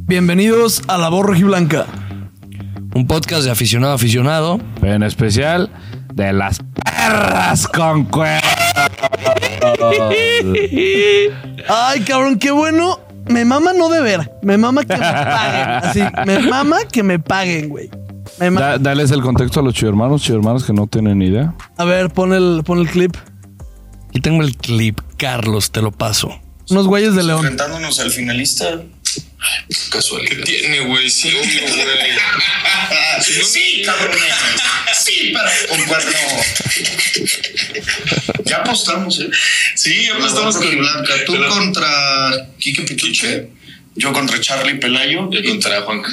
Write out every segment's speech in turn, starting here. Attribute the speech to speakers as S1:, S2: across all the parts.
S1: Bienvenidos a La Voz Blanca.
S2: Un podcast de aficionado a aficionado.
S3: Pero en especial de las perras con cuernos.
S1: Ay, cabrón, qué bueno. Me mama no deber. Me mama que me paguen. Así, me mama que me paguen, güey. Me ma-
S3: Da- dales el contexto a los chivermanos, chivermanos que no tienen ni idea.
S1: a ver, pon el, pon el clip.
S2: Aquí tengo el clip, Carlos, te lo paso.
S1: Unos güeyes de León.
S4: enfrentándonos al finalista.
S5: ¿Qué tiene, güey? Sí, obvio, güey.
S4: Sí, cabrón. Sí, para un cuerno. Ya apostamos, ¿eh? Sí, ya apostamos con Blanca. Tú contra Quique Pituche, yo contra Charlie Pelayo.
S5: Yo contra Juanca.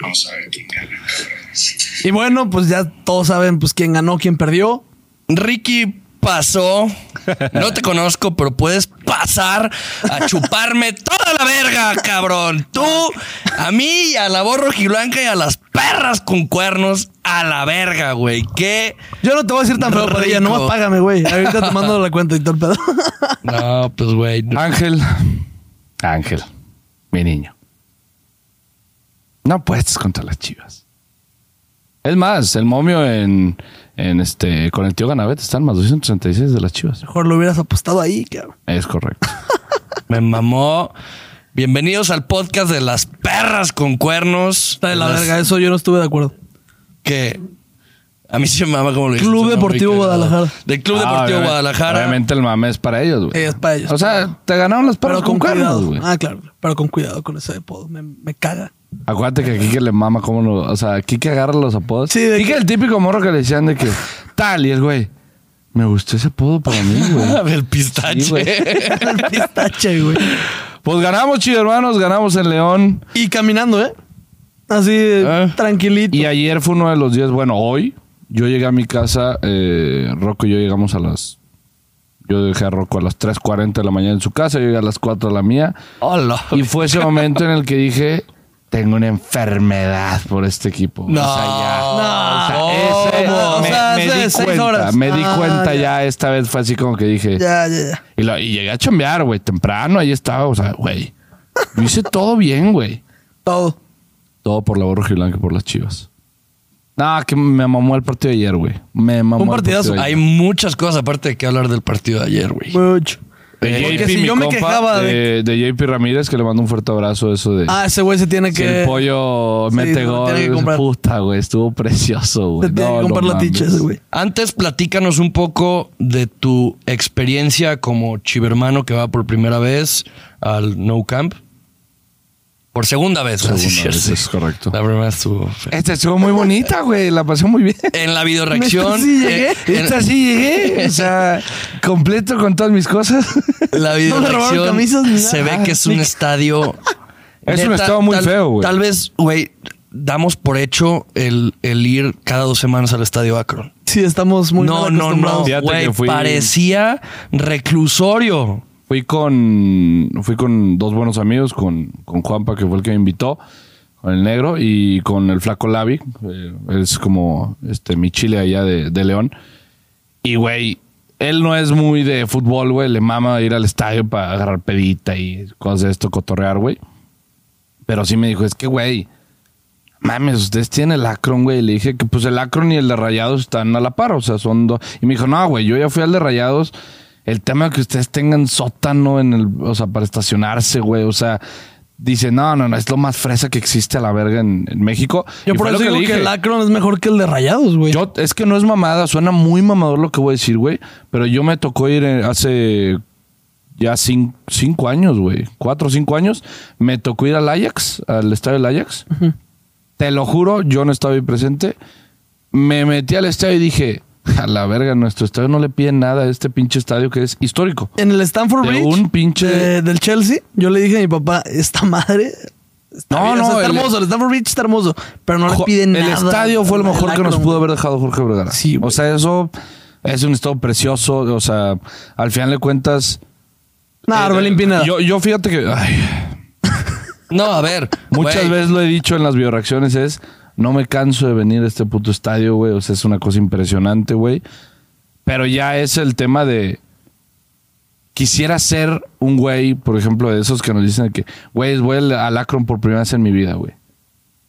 S4: Vamos a ver quién gana.
S1: Y bueno, pues ya todos saben pues quién ganó, quién perdió.
S2: Ricky pasó. No te conozco, pero puedes pasar a chuparme toda la verga, cabrón. Tú, a mí, y a la voz rojiblanca y a las perras con cuernos, a la verga, güey. Qué.
S1: Yo no te voy a decir tan feo, pero ella,
S2: Rico.
S1: nomás págame, güey. Ahorita te mando la cuenta y todo el pedo.
S2: No, pues, güey. no.
S3: Ángel. Ángel. Mi niño. No puedes contra las chivas. Es más, el momio en, en este, con el tío Ganavete están más 236 de las chivas.
S1: Mejor lo hubieras apostado ahí, cabrón.
S3: Es correcto.
S2: Me mamó. Bienvenidos al podcast de las perras con cuernos.
S1: Está de la
S2: Las-
S1: verga, eso yo no estuve de acuerdo.
S2: que a mí se me mama como lo dijiste,
S1: Club
S2: ¿no?
S1: Deportivo
S2: Ricardo?
S1: Guadalajara.
S2: Del Club
S3: Ah,
S2: Deportivo
S3: obviamente-
S2: Guadalajara.
S3: Obviamente el mame es para ellos, güey.
S1: Sí, es para ellos.
S3: O sea, te ganaron las
S1: Pero
S3: perras
S1: con,
S3: con cuernos,
S1: cuidado.
S3: güey.
S1: Ah, claro. Pero con cuidado con ese apodo. Me, me caga.
S3: Acuérdate que Kike le mama como lo. O sea, Kike agarra los apodos.
S1: Sí,
S3: Sí,
S1: de que-
S3: Kike el típico morro que le decían de que tal y el güey. Me gustó ese apodo para mí, güey.
S2: El pistache.
S3: Sí, güey.
S1: El pistache, güey.
S3: Pues ganamos, chido hermanos, ganamos en León.
S1: Y caminando, ¿eh? Así, tranquilito.
S3: ¿Eh? Y ayer fue uno de los días, bueno, hoy yo llegué a mi casa, eh, Rocco y yo llegamos a las... Yo dejé a Rocco a las 3.40 de la mañana en su casa, yo llegué a las 4 de la mía.
S2: Hola.
S3: Y fue ese momento en el que dije, tengo una enfermedad por este equipo.
S2: No.
S3: O sea, ya.
S1: No,
S2: ¿cómo?
S3: Ah, Ese-
S1: O
S3: me,
S1: sea,
S3: me
S1: hace
S3: di
S1: seis
S3: cuenta,
S1: horas.
S3: me di
S1: Ah,
S3: cuenta
S1: ya.
S3: ya. esta vez fue así como que dije...
S1: Ya, ya, ya.
S3: Y, lo- y llegué a chambear, güey, temprano, ahí estaba, o sea, güey. Yo hice todo bien, güey.
S1: Todo.
S3: Todo por la borja blanca por las chivas. No, que me mamó el partido de ayer, güey. Me mamó.
S1: Un
S3: el
S1: partidazo.
S3: partido de
S2: Hay
S3: ayer.
S2: muchas cosas aparte de que hablar del partido de ayer, güey.
S1: Mucho.
S3: De
S1: Porque
S3: JP,
S1: si
S3: mi
S1: yo me
S3: compa,
S1: quejaba de-
S3: de... de JP Ramírez, que le mando un fuerte abrazo. Eso de.
S1: Ah, ese güey se tiene
S3: si
S1: que.
S3: el pollo
S1: Sí,
S3: mete
S1: lo tiene que
S3: gol.
S1: comprar.
S3: Puta, güey. Estuvo
S1: se
S3: precioso, güey.
S1: tiene
S3: No,
S1: que
S3: no
S1: comprar la
S3: mames.
S1: ticha ese güey.
S2: Antes platícanos un poco de tu experiencia como chivermano que va por primera vez al No Camp. Por segunda vez,
S3: Segunda
S2: así es
S3: vez,
S2: cierto.
S3: es correcto.
S2: La primera estuvo.
S3: Esta estuvo muy bonita, güey. La pasé muy bien.
S2: En la videoreacción.
S1: Sí llegué.
S2: eh, en-
S3: Esta sí llegué. O sea, completo con todas mis cosas.
S2: La
S1: No le robaron camisas ni
S2: videoreacción
S1: nada.
S2: se ve que es un estadio.
S3: Es un estado muy
S2: tal-
S3: feo, güey.
S2: Tal vez, güey, damos por hecho el, el ir cada dos semanas al estadio Akron.
S1: Sí, estamos muy
S2: no,
S1: mal
S2: no, no,
S1: acostumbrados.
S3: Fíjate
S2: güey.
S3: que fui-
S2: Parecía reclusorio.
S3: Fui con, fui con dos buenos amigos, con, con Juanpa, que fue el que me invitó, con el negro, y con el flaco Lavi, eh, es como este, mi chile allá de, de León. Y, güey, él no es muy de fútbol, güey, le mama ir al estadio para agarrar pedita y cosas de esto, cotorrear, güey. Pero sí me dijo, es que, güey, mames, ustedes tienen el Akron, güey. Le dije que pues el Akron y el de Rayados están a la par, o sea, son dos. Y me dijo, no, güey, yo ya fui al de Rayados. El tema de que ustedes tengan sótano en el, o sea, para estacionarse, güey, o sea, dice, no, no, no, es lo más fresa que existe a la verga en, en México.
S1: Yo
S3: Y
S1: por
S3: fue
S1: eso
S3: lo
S1: digo
S3: le
S1: que,
S3: dije.
S1: el Akron es mejor que el de Rayados, güey.
S3: Yo, es que no es mamada, suena muy mamador lo que voy a decir, güey. Pero yo me tocó ir eh, hace ya cin- cinco años, güey. Cuatro o cinco años. Me tocó ir al Ajax, al estadio del Ajax. Te lo juro, yo no estaba ahí presente. Me metí al estadio y dije, a la verga, nuestro estadio no le piden nada a este pinche estadio que es histórico.
S1: En el Stanford
S3: De
S1: Bridge.
S3: un pinche-
S1: de- del Chelsea. Yo le dije a mi papá, esta madre. Está
S3: No,
S1: bien, o sea,
S3: no,
S1: está
S3: el-
S1: hermoso. El Stanford Bridge está hermoso. Pero no le
S3: Jo-
S1: piden nada.
S3: El estadio fue lo
S1: al
S3: mejor que nos
S1: Akron,
S3: pudo
S1: güey.
S3: haber dejado Jorge Vergara.
S1: Sí, güey.
S3: o sea, eso es un estado precioso. O sea, al final de cuentas.
S1: No, Arbelín Pineda.
S3: Eh, Yo, yo fíjate que ay,
S2: No, a ver.
S3: muchas
S2: güey,
S3: veces lo he dicho en las bioreacciones es no me canso de venir a este puto estadio, güey. O sea, es una cosa impresionante, güey. Pero ya es el tema de quisiera ser un güey, por ejemplo, de esos que nos dicen que, güey, voy al, al Akron por primera vez en mi vida, güey.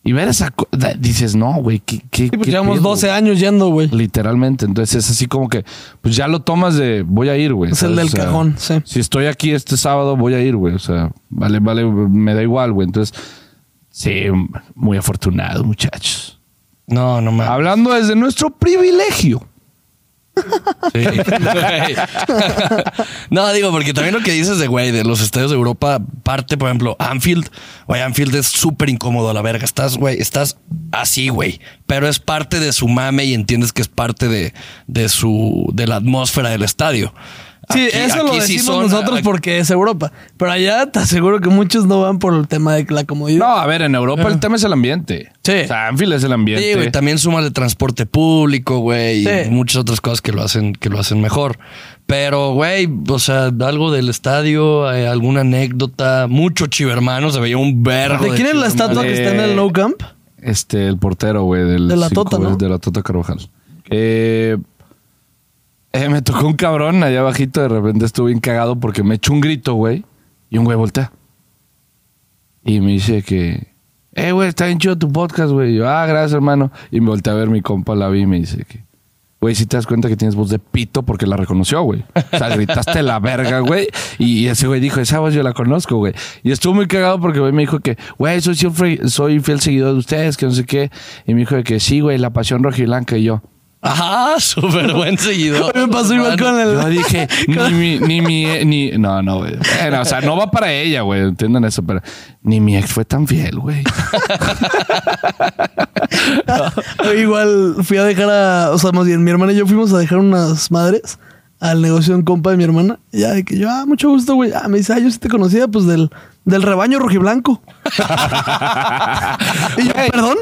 S3: Y ver esa... co- da- Dices, no, güey, ¿qué, qué,
S1: Sí, pues
S3: qué
S1: llevamos
S3: pedo,
S1: 12 años yendo, güey.
S3: Literalmente. Entonces es así como que, pues ya lo tomas de voy a ir, güey.
S1: Es el
S3: ¿sabes?
S1: del
S3: O sea,
S1: cajón, sí.
S3: Si estoy aquí este sábado, voy a ir, güey. O sea, vale, vale, me da igual, güey. Entonces, sí, muy afortunado, muchachos.
S2: No, no mames.
S3: Hablando desde nuestro privilegio.
S2: Sí. Güey. no, digo, porque también lo que dices de, güey, de los estadios de Europa, parte, por ejemplo, Anfield. Güey, Anfield es súper incómodo a la verga. Estás, güey, estás así, güey. Pero es parte de su mame y entiendes que es parte de, de su, de la atmósfera del estadio.
S1: Sí,
S2: Aquí-
S1: eso lo
S2: aquí
S1: decimos
S2: sí son-
S1: nosotros
S2: aquí-
S1: porque es Europa. Pero allá te aseguro que muchos no van por el tema de la comodidad.
S3: No, a ver, en Europa el tema es el ambiente.
S1: Sí.
S3: O sea, Anfield es el ambiente.
S2: Sí, güey, también sumas de transporte público, güey, y
S1: Sí.
S2: muchas otras cosas que lo hacen, que lo hacen mejor. Pero, güey, o sea, algo del estadio, eh, alguna anécdota, mucho chivermano, se veía un verbo.
S1: ¿De quién es la estatua que está en el No Camp?
S3: Este, el portero, güey, del
S1: De la
S3: cinco
S1: Tota,
S3: veces-
S1: ¿no?
S3: de la Tota Carvajal. Eh, eh, me tocó un cabrón allá abajito, de repente estuve bien cagado porque me echó un grito, güey, y un güey voltea. Y me dice que, eh, güey, está bien chido tu podcast, güey. Y yo, ah, gracias, hermano. Y me volteé a ver mi compa, la vi y me dice que, güey, si te das cuenta que tienes voz de pito porque la reconoció, güey. O sea, gritaste la verga, güey. Y ese güey dijo, esa voz yo la conozco, güey. Y estuvo muy cagado porque, güey, me dijo que, güey, soy, siempre, soy fiel seguidor de ustedes, que no sé qué. Y me dijo de que sí, güey, la pasión rojiblanca y yo.
S2: Ajá, súper buen seguidor.
S1: Me pasó igual con el.
S3: Yo dije, ni mi, ni mi, e- ni, no, no, güey. Bueno, o sea, no va para ella, güey, entiendan eso, pero ni mi ex fue tan fiel, güey.
S1: Yo Igual fui a dejar a. O sea, más bien, mi hermana y yo fuimos a dejar unas madres al negocio de un compa de mi hermana. Y ya de que yo, ah, mucho gusto, güey. Ah, me dice, ah, yo sí te conocía, pues del, del rebaño rojiblanco. y yo, perdón.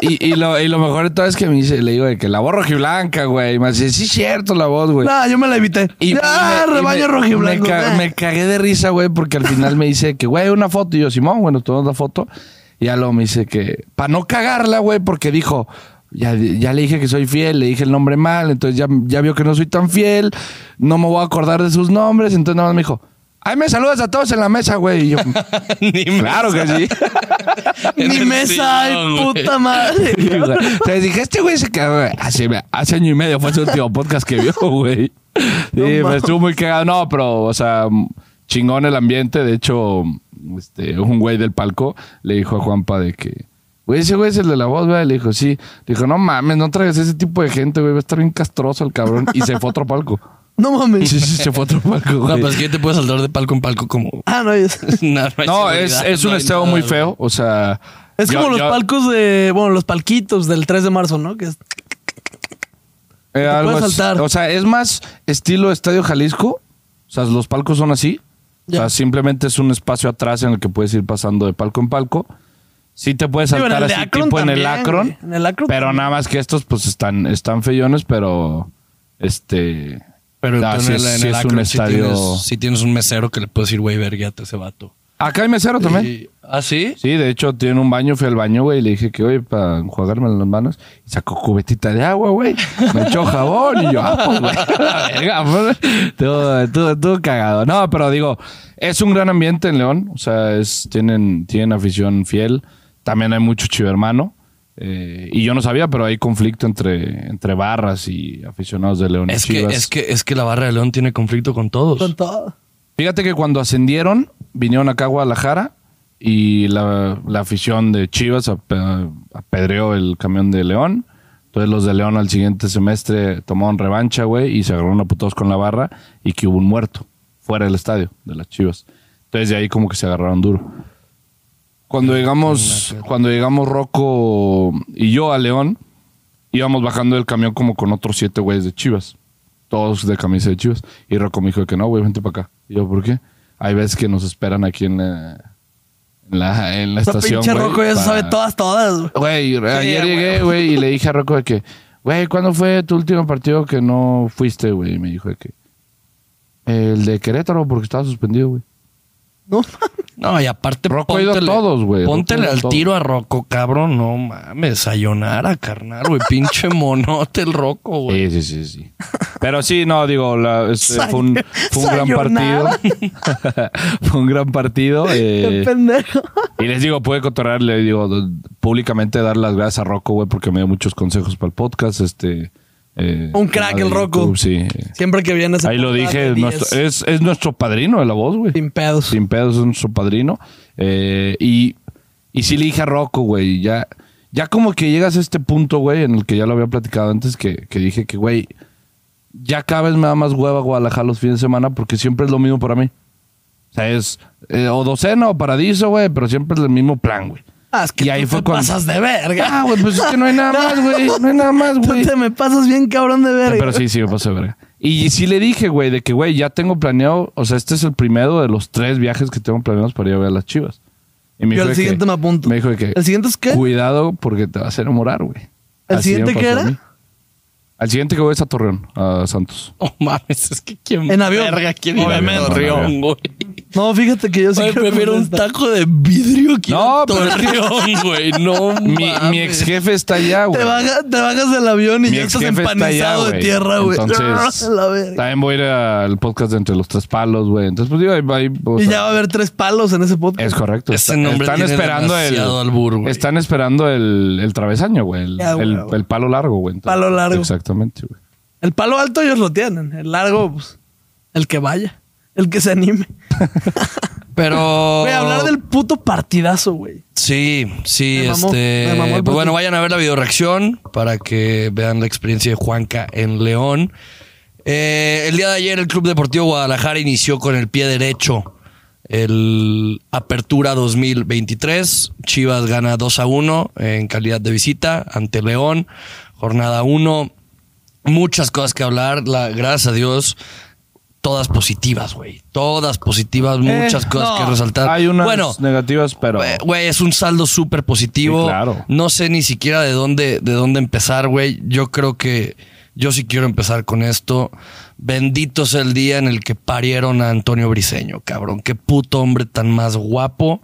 S3: Y, y, lo, y lo mejor de todo es que me dice, le digo de que la voz rojiblanca, güey. Y me dice, sí, cierto la voz, güey.
S1: no, yo me la evité.
S3: Y
S1: ah,
S3: y me- y
S1: rebaño
S3: me-
S1: rojiblanco.
S3: Me, ca-
S1: ah.
S3: me cagué de risa, güey, porque al final me dice que, güey, una foto. Y yo, Simón, bueno, tomamos la foto. Y ya luego me dice que, para no cagarla, güey, porque dijo, ya, ya le dije que soy fiel, le dije el nombre mal, entonces ya, ya vio que no soy tan fiel, no me voy a acordar de sus nombres. Entonces nada más me dijo, ay, me saludas a todos en la mesa, güey. Y yo,
S2: Ni
S3: claro que sí.
S1: Ni mesa, ay, puta madre.
S3: Sí, güey. Entonces dije, este güey se quedó. güey. Hace, hace año y medio fue su último podcast que vio, güey. Sí, me
S1: mames.
S3: estuvo muy cagado. No, pero, o sea, chingón el ambiente. De hecho, este, un güey del palco le dijo a Juanpa de que. Güey, ese güey es el de la voz, güey. Le dijo, sí. Le dijo, no mames, no traigas ese tipo de gente, güey. Va a estar bien castroso el cabrón. Y se fue a otro palco.
S1: No mames.
S3: Sí, sí, se fue a otro palco,
S2: No,
S3: güey.
S2: pues que te puedes saltar de palco en palco como.
S1: Ah, no, es,
S2: No, hay
S3: No,
S2: seguridad,
S3: es, es
S2: no
S3: un
S2: hay
S3: estado
S2: nada,
S3: muy
S2: güey.
S3: feo. O sea.
S1: es
S3: yo-
S1: como los
S3: yo-
S1: palcos de. Bueno, los palquitos del 3 de marzo, ¿no? Que es-
S3: Eh,
S1: Te
S3: algo
S1: puedes
S3: así.
S1: saltar.
S3: O sea, es más estilo Estadio Jalisco. O sea, los palcos son así.
S1: Ya.
S3: O sea, simplemente es un espacio atrás en el que puedes ir pasando de palco en palco. Sí te puedes
S1: Sí, pero en
S3: saltar
S1: el de
S3: así
S1: Akron
S3: tipo en el
S1: también,
S3: Akron.
S1: güey. En el Akron
S3: Pero
S1: también.
S3: nada más que estos pues están, están feyones, pero este...
S2: Pero
S3: ah,
S2: tú
S3: sí
S2: en el,
S3: es-
S2: en
S3: sí
S2: el
S3: es un
S2: Akron sí
S3: estadio...
S2: tienes, sí tienes un mesero que le puedes decir, güey, verguéate a ese vato.
S3: Acá hay mesero Ah, también.
S2: Y- ¿Ah, sí?
S3: Sí, de hecho tiene un baño, fui al baño, güey, y le dije que, oye, para enjuagarme las manos, y sacó cubetita de agua, güey, me echó jabón, y yo, ah, pues, güey, la verga, pues, todo, todo, todo cagado. No, pero digo, es un gran ambiente en León, o sea, es, tienen, tienen afición fiel, también hay mucho chivermano, eh, y yo no sabía, pero hay conflicto entre, entre barras y aficionados de León. y
S2: Es que,
S3: Chivas.
S2: es, que, es que la barra de León tiene conflicto con todos.
S1: Con todo.
S3: Fíjate que cuando ascendieron, vinieron acá a Guadalajara y la, la afición de Chivas ape- apedreó el camión de León. Entonces los de León al siguiente semestre tomaron revancha, güey, y se agarraron a putos con la barra y que hubo un muerto fuera del estadio de las Chivas. Entonces de ahí como que se agarraron duro. Cuando llegamos, cuando llegamos Rocco y yo a León, íbamos bajando del camión como con otros siete güeyes de Chivas. Todos de camisa de Chivas. Y Rocco me dijo de que no, güey, vente para acá. Y yo, ¿por qué? Hay veces que nos esperan aquí en la, en la, en la
S1: Esa
S3: estación.
S1: pinche
S3: güey,
S1: Rocco ya se
S3: para-
S1: sabe todas, todas, güey.
S3: Güey, ayer
S1: güey.
S3: llegué, güey, y le dije a Rocco de que, güey, ¿cuándo fue tu último partido que no fuiste, güey? Y me dijo de que, el de Querétaro, porque estaba suspendido, güey.
S1: No mames.
S2: No, y aparte,
S3: Rocco ha ido a todos, güey. Rocco
S2: Póntele
S3: ha ido a
S2: al
S3: todos.
S2: tiro a Rocco, cabrón. No mames, sayonara, carnal, güey. Pinche monote el Rocco, güey.
S3: Sí, sí, sí, sí. Pero sí, no, digo, la- este,
S1: Say-
S3: fue un, fue un gran partido.
S1: sayonara.
S3: fue un gran partido.
S1: Qué
S3: eh,
S1: pendejo.
S3: y les digo, pude cotorrear, le digo, d- públicamente dar las gracias a Rocco, güey, porque me dio muchos consejos para el podcast. Este, eh,
S1: Un crack, el
S3: de
S1: Rocco.
S3: YouTube, Sí.
S1: Siempre que viene esa
S3: Ahí lo
S1: portada
S3: dije,
S1: de
S3: es
S1: 10,
S3: nuestro, es, es nuestro padrino de la voz, güey.
S1: sin pedos.
S3: Sin pedos es nuestro padrino. Eh, y, y sí le dije a Rocco, güey, ya, ya como que llegas a este punto, güey, en el que ya lo había platicado antes, que, que dije que, güey, ya cada vez me da más hueva Guadalajara los fines de semana porque siempre es lo mismo para mí. O sea, es eh, o docena o paradiso, güey, pero siempre es el mismo plan, güey.
S1: Ah, es que
S3: y ahí
S1: tú
S3: fue
S1: te
S3: cuando-
S1: pasas de verga.
S3: Ah, güey, pues es que no hay nada más, güey. No hay nada más,
S1: Tú
S3: güey.
S1: te me pasas bien cabrón de verga.
S3: Pero sí, sí, me pasé de verga. Y sí le dije, güey, de que, güey, ya tengo planeado, o sea, este es el primero de los tres viajes que tengo planeados para ir a ver a las chivas. Y
S1: Yo
S3: dijo
S1: el
S3: de
S1: siguiente
S3: que-
S1: me apunto.
S3: Me dijo de que,
S1: ¿El siguiente es qué?
S3: Cuidado porque te vas a enamorar, güey.
S1: ¿El
S3: Así me
S1: siguiente qué
S3: pasó a
S1: era?
S3: mí. Al siguiente que voy es a Torreón, a Santos.
S2: Oh, mames, es que quién
S1: En avión.
S2: verga quiere ir a
S1: Obviamente.
S2: Torreón, güey.
S1: No, fíjate que yo sí
S2: Ay,
S1: creo que
S2: prefiero
S1: me
S2: un
S1: gusta.
S2: taco de vidrio que
S3: No,
S2: no,
S3: pero es que-
S2: Torreón, güey. No,
S3: Mi, mi ex jefe está allá, güey.
S1: Te bajas, te bajas del avión y
S3: Mi
S1: ya estás
S3: exjefe está
S1: empanizado
S3: allá,
S1: de
S3: güey.
S1: tierra, güey.
S3: Entonces,
S1: La verga.
S3: también voy a ir al podcast de Entre los Tres Palos, güey. Entonces, pues digo, ahí, ahí, o
S1: Y
S3: sea,
S1: ya va a haber tres palos en ese podcast.
S3: Es correcto.
S2: Ese
S3: Está-
S2: nombre
S3: están
S2: tiene
S3: esperando el
S2: demasiado albur, güey.
S3: Están esperando el, el travesaño, güey. El,
S1: Ya, güey,
S3: el-
S1: güey.
S3: el palo largo, güey. Entonces,
S1: Palo largo.
S3: Exactamente, güey.
S1: El palo alto ellos lo tienen. El largo, pues, el que vaya. El que se anime.
S2: Pero.
S1: Güey,
S3: Oh.
S1: hablar del puto partidazo, güey.
S2: Sí, sí,
S1: Me mamó,
S2: este.
S1: me mamó el
S2: pues
S1: partido.
S2: bueno, vayan a ver la videoreacción para que vean la experiencia de Juanca en León. Eh, el día de ayer el Club Deportivo Guadalajara inició con el pie derecho el Apertura 2023. Chivas gana 2 a 1 en calidad de visita ante León. Jornada 1. Muchas cosas que hablar. La, gracias a Dios. Todas positivas, güey. Todas positivas, muchas cosas
S1: Eh, no,
S2: que resaltar.
S3: Hay unas
S2: bueno,
S3: negativas, pero.
S2: Güey, Güey, es un saldo súper positivo.
S3: Sí, claro.
S2: No sé ni siquiera de dónde, de dónde empezar, güey. Yo creo que yo sí quiero empezar con esto. Bendito sea el día en el que parieron a Antonio Briseño, cabrón. Qué puto hombre tan más guapo.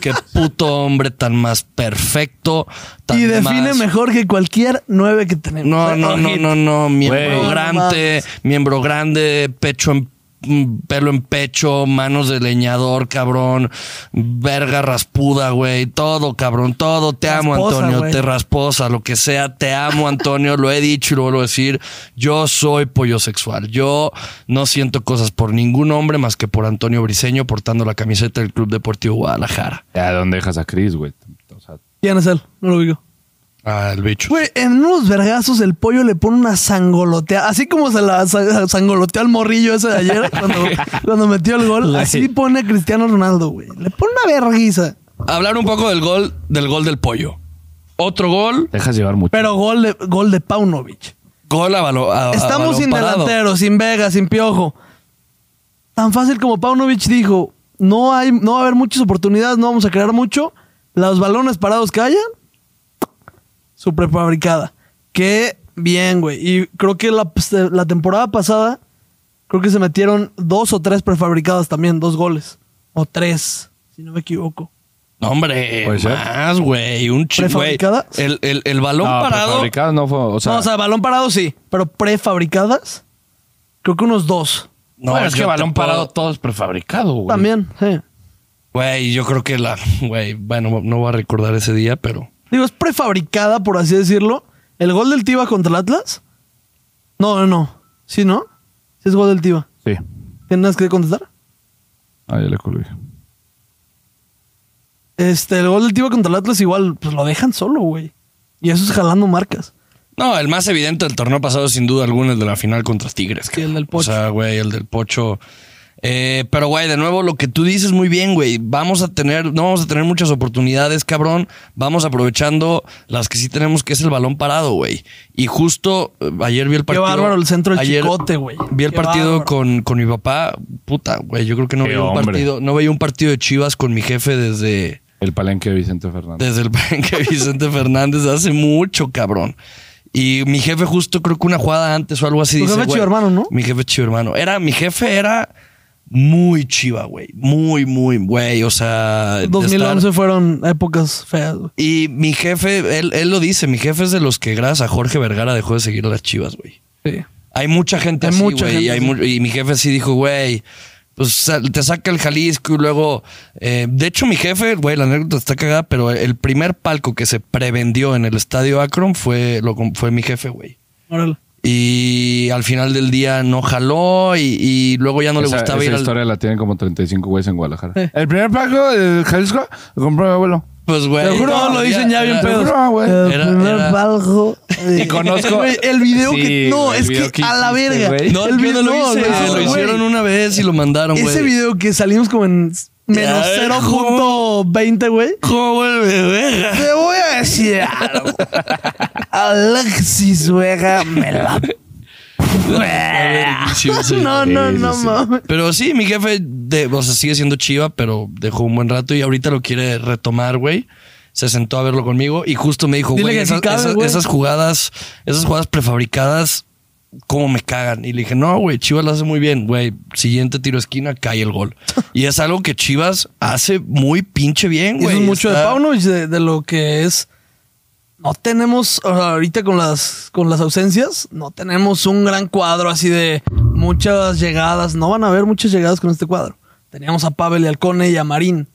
S2: Qué puto hombre tan más perfecto. tan
S1: y define
S2: más-
S1: mejor que cualquier nueve que tenemos.
S2: No, no, no, no, no. Miembro
S3: Güey.
S2: grande, miembro grande, pecho en mm, pelo en pecho, manos de leñador, cabrón, verga raspuda, güey, todo, cabrón, todo, te amo,
S1: Rasposa,
S2: Antonio,
S1: güey.
S2: te rasposa, lo que sea, te amo, Antonio, lo he dicho y lo vuelvo a decir, yo soy pollo sexual, yo no siento cosas por ningún hombre más que por Antonio Briseño portando la camiseta del Club Deportivo Guadalajara.
S3: Ya, ¿dónde dejas a Chris, güey? O sea,
S1: ¿Quién es él? No lo digo.
S2: Ah, el bicho.
S1: Güey, en unos vergazos el pollo le pone una sangolotea. Así como se la sa- sangoloteó al morrillo ese de ayer cuando, cuando metió el gol. Así pone a Cristiano Ronaldo, güey. Le pone una verguiza.
S2: Hablar un poco del gol, del gol del pollo. Otro gol
S3: dejas llevar mucho.
S1: Pero gol de, gol de Paunovic.
S2: Gol a balón.
S1: Estamos sin delantero, sin Vega, sin Piojo. Tan fácil como Paunovic dijo, no, hay, no va a haber muchas oportunidades, no vamos a crear mucho. Los balones parados que hayan, su prefabricada. Qué bien, güey. Y creo que la, la temporada pasada, creo que se metieron dos o tres prefabricadas también, dos goles. O tres, si no me equivoco.
S2: No, hombre,
S3: Puede ser.
S2: más, güey. Un chico, güey.
S1: ¿Prefabricada?
S2: El, el, el balón
S3: No,
S2: parado.
S3: prefabricadas no fue. O sea,
S1: no, o sea, balón parado sí, pero prefabricadas, creo que unos dos.
S2: No,
S3: bueno, es
S2: yo
S3: que
S2: te
S3: balón
S2: puedo-
S3: parado todo es prefabricado, güey.
S1: También, sí.
S2: Güey, yo creo que la. Güey, bueno, no voy a recordar ese día, pero.
S1: Digo, es prefabricada, por así decirlo. El gol del Tiva contra el Atlas. No, no, no. ¿Sí, no? Sí es gol del Tiva.
S3: Sí.
S1: ¿Tienes que contestar?
S3: Ah, ya le colgué.
S1: Este, el gol del Tiva contra el Atlas igual, pues lo dejan solo, güey. Y eso es jalando marcas.
S2: No, el más evidente del torneo pasado, sin duda alguna, el de la final contra Tigres.
S1: Sí, el del
S2: cabrón.
S1: Pocho.
S2: O sea, güey, el del Pocho. Eh, pero, güey, de nuevo, lo que tú dices muy bien, güey. Vamos a tener, no vamos a tener muchas oportunidades, cabrón. Vamos aprovechando las que sí tenemos, que es el balón parado, güey. Y justo eh, ayer vi el partido.
S1: bárbaro el centro del Chicote, güey.
S2: Vi el
S1: Qué
S2: partido
S1: bárbaro.
S2: con, con mi papá. Puta, güey. Yo creo que no
S3: Qué
S2: veía un
S3: hombre.
S2: partido, no veía un partido de Chivas con mi jefe desde.
S3: El palenque de Vicente Fernández.
S2: Desde el banque Vicente Fernández hace mucho, cabrón. Y mi jefe justo creo que una jugada antes o algo así.
S1: Tu
S2: dice,
S1: jefe
S2: güey,
S1: Pues chivo hermano, ¿no?
S2: Mi jefe chivo hermano. Era, mi jefe era muy chiva, güey. Muy, muy, güey. O sea... de
S1: 2011
S2: estar-
S1: fueron épocas feas, güey.
S2: Y mi jefe, él, él lo dice, mi jefe es de los que gracias a Jorge Vergara dejó de seguir a las chivas, güey.
S1: Sí.
S2: Hay mucha gente
S1: Hay
S2: así,
S1: mucha
S2: güey. Y,
S1: gente
S2: hay
S1: así.
S2: mu- y mi jefe sí dijo, güey, pues sal- te saca el Jalisco y luego... eh, de hecho, mi jefe, güey, la anécdota está cagada, pero el primer palco que se prevendió en el Estadio Akron fue, lo, com- fue mi jefe, güey.
S1: Órale.
S2: Y al final del día no jaló y, y luego ya no le
S3: esa,
S2: gustaba
S3: esa
S2: ir al...
S3: historia la tienen como 35 güeyes en Guadalajara.
S1: Eh.
S3: El primer pago del Jalisco lo compró mi abuelo.
S2: Pues, güey.
S1: Te juro,
S2: no,
S1: lo dicen ya bien
S2: era-
S1: pedos.
S3: juro, güey.
S1: El
S2: Era-
S1: primer
S2: era-
S1: palco. de-
S3: Y conozco-
S1: Güey, el video
S3: Sí,
S1: que. No,
S3: güey, el
S1: es que,
S3: video que
S1: a la
S3: hiciste,
S1: verga.
S3: güey.
S2: No,
S1: el
S2: yo no
S1: video-
S2: lo hice.
S1: no,
S2: lo
S1: güey.
S2: hicieron una vez y lo mandaron, güey.
S1: Ese video que salimos como en menos
S2: Ya,
S1: 0.20, güey.
S2: ¿Cómo vuelve, verga?
S1: Te voy a decir algo. Alexis Vega me la. No, no,
S3: sí,
S1: no
S3: sí.
S1: mames.
S2: Pero sí, mi jefe, de, o sea, sigue siendo chiva, pero dejó un buen rato y ahorita lo quiere retomar, güey. Se sentó a verlo conmigo y justo me dijo,
S1: Dile
S2: güey,
S1: que sí
S2: esas,
S1: cabe,
S2: esas-
S1: güey.
S2: esas jugadas, esas jugadas prefabricadas, cómo me cagan. Y le dije, no, güey, Chivas lo hace muy bien, güey. Siguiente tiro esquina, cae el gol. y es algo que Chivas hace muy pinche bien,
S1: Y
S2: güey.
S1: Eso es mucho de
S2: Está-
S1: Paunovic, de, de lo que es. No tenemos, o sea, ahorita con las, con las ausencias, no tenemos un gran cuadro así de muchas llegadas. No van a haber muchas llegadas con este cuadro. Teníamos a Pavel y al Cone y a Marín.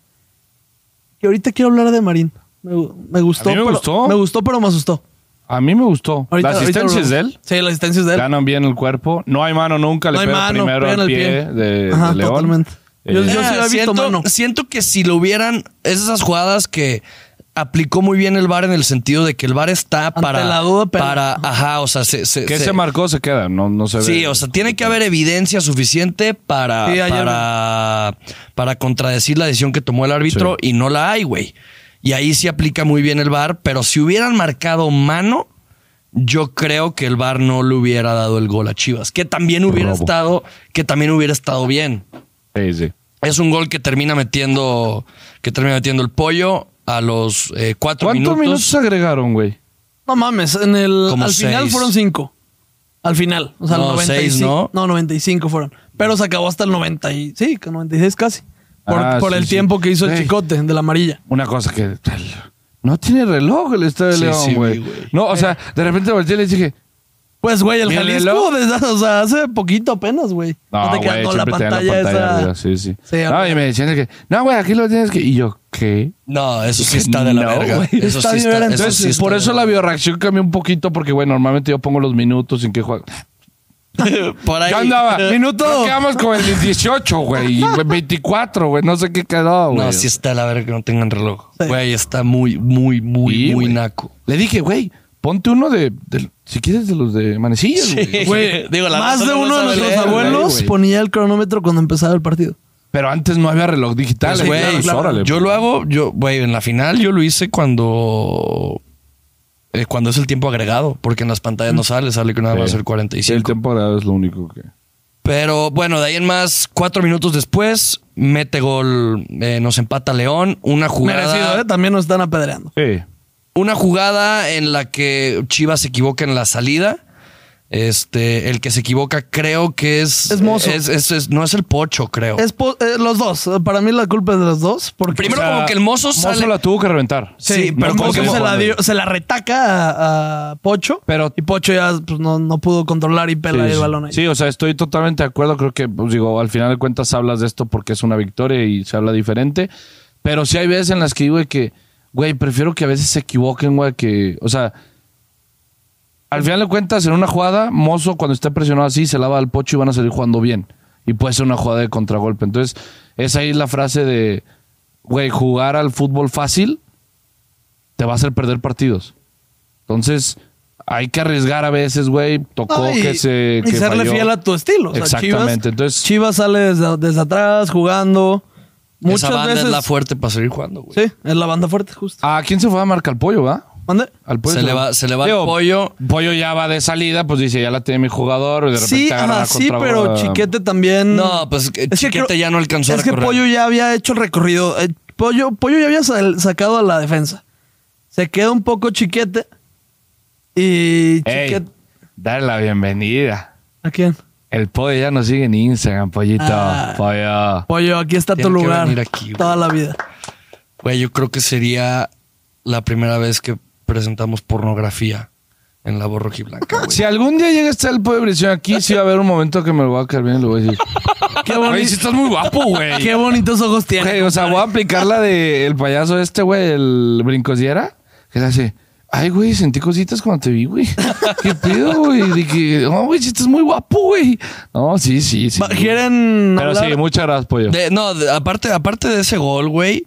S1: Y ahorita quiero hablar de Marín. Me, gu- me gustó.
S3: A mí me
S1: pero-
S3: gustó.
S1: Me gustó, pero me asustó.
S3: A mí me gustó.
S1: Ahorita-
S3: la
S1: ahorita
S3: asistencia es de
S1: hablamos.
S3: él.
S1: Sí, la asistencia es de él.
S3: Ganan bien el cuerpo. No hay mano nunca. Le
S1: No hay
S3: pega
S1: mano,
S3: primero
S1: pegan
S3: al
S1: al
S3: pie,
S1: pie.
S3: De,
S1: Ajá,
S3: de León.
S1: totalmente. Yo- yo-
S3: Eh,
S1: sí la he visto,
S2: siento,
S1: mano.
S2: siento que si lo hubieran, es esas jugadas que aplicó muy bien el VAR en el sentido de que el VAR está
S1: Ante
S2: para.
S1: la duda, pero-
S2: para. Ajá, o sea, se. se-
S3: que
S2: se-
S3: se marcó se queda. No, no se ve.
S2: Sí, o sea, tiene que haber evidencia suficiente para,
S1: Sí, ayer-
S2: para, para contradecir la decisión que tomó el árbitro y no la hay, güey. Y ahí sí aplica muy bien el VAR, pero si hubieran marcado mano, yo creo que el VAR no le hubiera dado el gol a Chivas, que también hubiera
S3: Robo.
S2: estado, que también hubiera estado bien.
S3: Sí, sí.
S2: Es un gol que termina metiendo, que termina metiendo el pollo a los eh, cuatro
S3: ¿Cuántos
S2: minutos.
S3: minutos, agregaron, güey?
S1: No mames, en el,
S2: Como
S1: al final
S2: seis.
S1: fueron cinco. Al final, o sea,
S2: No,
S1: el 95,
S2: seis, ¿no?
S1: ¿no? 95 fueron. Pero se acabó hasta el 90 y, sí, que 96 casi. Por,
S3: Ah,
S1: por
S3: sí,
S1: el
S3: sí.
S1: tiempo que hizo el
S3: Ey.
S1: chicote de la amarilla.
S3: Una cosa que. No tiene reloj el Estadio de
S2: Sí, sí,
S3: León, güey.
S2: vi, güey.
S3: no, o sea, de repente volteé y les dije.
S1: Pues, güey, el
S3: Mírale,
S1: Jalisco, desde- o sea, hace poquito apenas, güey.
S3: No,
S1: te
S3: güey,
S1: quedó
S3: siempre te dan la pantalla. arriba, Sí, sí.
S1: Sí,
S3: no,
S1: güey.
S3: y me decían de que. No, güey, aquí lo tienes que. Y yo, ¿qué?
S2: No, eso sí está de la
S3: No,
S2: verga.
S3: güey.
S2: Eso
S1: Está de
S2: sí está,
S1: verga,
S2: eso
S3: Entonces,
S2: sí está
S3: por
S2: de
S3: eso la biorreacción cambió un poquito, porque, güey, normalmente yo pongo los minutos en que juega.
S2: por ahí.
S3: Yo andaba.
S1: Minuto.
S3: Nos quedamos con el 18, güey. y 24, güey. No sé qué quedó, güey.
S2: No, sí está de la verga que no tengan reloj.
S1: Sí.
S2: Güey, está muy, muy, muy,
S3: Sí,
S2: muy
S3: güey.
S2: naco.
S3: Le dije, güey, ponte uno de, de- Si quieres, de los de manecillas, güey.
S2: Güey, digo, la
S1: Más
S2: raza
S1: de
S2: no
S1: uno de
S2: sabe
S1: nuestros
S2: leer,
S1: abuelos
S3: güey.
S1: ponía el cronómetro cuando empezaba el partido.
S3: Pero antes no había reloj digital.
S2: Pues,
S3: eh,
S2: güey,
S3: pues, órale,
S2: yo
S3: pues.
S2: lo hago, yo, güey, en la final yo lo hice cuando. eh, cuando es el tiempo agregado, porque en las pantallas no sale, sale que nada más
S3: Sí.
S2: el 45.
S3: El temporada es lo único que.
S2: Pero bueno, de ahí en más, cuatro minutos después, mete gol, eh, nos empata León, una jugada.
S1: Merecido, ¿eh? También nos están apedreando.
S3: Sí.
S2: Una jugada en la que Chivas se equivoca en la salida. Este, el que se equivoca creo que es.
S1: Es Mozo.
S2: es- es- es- no es el Pocho, creo.
S1: Es po- eh, los dos. Para mí la culpa es de los dos. Porque
S2: Primero como que el mozo sale-
S3: la tuvo que reventar.
S2: Sí, pero
S1: Mozo
S2: como que-
S1: se, la dio- se la retaca a, a Pocho.
S3: Pero-
S1: y Pocho ya pues, no, no pudo controlar y pela
S3: Sí,
S1: el
S3: sí.
S1: balón ahí.
S3: Sí, o sea, estoy totalmente de acuerdo. Creo que, pues, digo, al final de cuentas hablas de esto porque es una victoria y se habla diferente. Pero sí hay veces en las que digo de que, güey, prefiero que a veces se equivoquen, güey, que, o sea, al final de cuentas, en una jugada, Mozo, cuando está presionado así, se lava al pocho y van a salir jugando bien. Y puede ser una jugada de contragolpe. Entonces, es ahí la frase de, güey, jugar al fútbol fácil te va a hacer perder partidos. Entonces, hay que arriesgar a veces, güey. Tocó
S1: No, y,
S3: que se.
S1: y
S3: que
S1: serle
S3: falló.
S1: fiel a tu estilo. O sea,
S3: Exactamente.
S1: Chivas,
S3: Entonces,
S1: Chivas sale desde, desde atrás jugando. Muchas
S2: Esa banda
S1: veces.
S2: es la fuerte para seguir jugando, güey.
S1: sí, es la banda fuerte, justo.
S3: ¿a quién se fue a marcar el pollo, va?
S1: ¿Mande?
S3: Al pollo
S2: Se le va- se le va el
S3: Digo,
S2: pollo.
S3: Pollo ya va de salida, pues dice, ya la tiene mi jugador. Y de repente
S1: Sí,
S3: agarra
S1: ajá, sí,
S3: contra-
S1: pero Chiquete también.
S2: No, pues, eh, Chiquete ya no alcanzó a
S1: Es que
S2: recorrer.
S1: Pollo ya había hecho el recorrido. Eh, Pollo, Pollo ya había sal- sacado a la defensa. Se queda un poco Chiquete. Y
S3: Ey,
S1: Chiquete.
S3: dale la bienvenida.
S1: ¿A quién?
S3: El pollo ya nos sigue en Instagram, pollito.
S1: Ah.
S3: Pollo.
S1: Pollo, aquí está tu
S2: Tiene que
S1: lugar.
S2: venir aquí, güey.
S1: toda la vida.
S2: Güey, yo creo que sería la primera vez que presentamos pornografía en la voz rojiblanca, güey.
S3: Si algún día llega a estar el pueblo de Brición aquí, sí va a haber un momento que me lo voy a caer bien y le voy a decir.
S1: Qué
S3: Güey,
S1: bonito.
S3: sí estás muy guapo, güey.
S1: Qué bonitos ojos tiene.
S3: Güey, o sea, voy a aplicar la de el payaso este, güey, el brincosiera, que le hace, ay, güey, sentí cositas cuando te vi, güey. ¿Qué pedo, güey? De que, no, güey, si estás muy guapo, güey. No, sí, sí, sí.
S1: Va- ¿Quieren
S3: Pero
S1: hablar?
S3: sí, muchas gracias, pollo.
S2: De- no, de- aparte, aparte de ese gol, güey,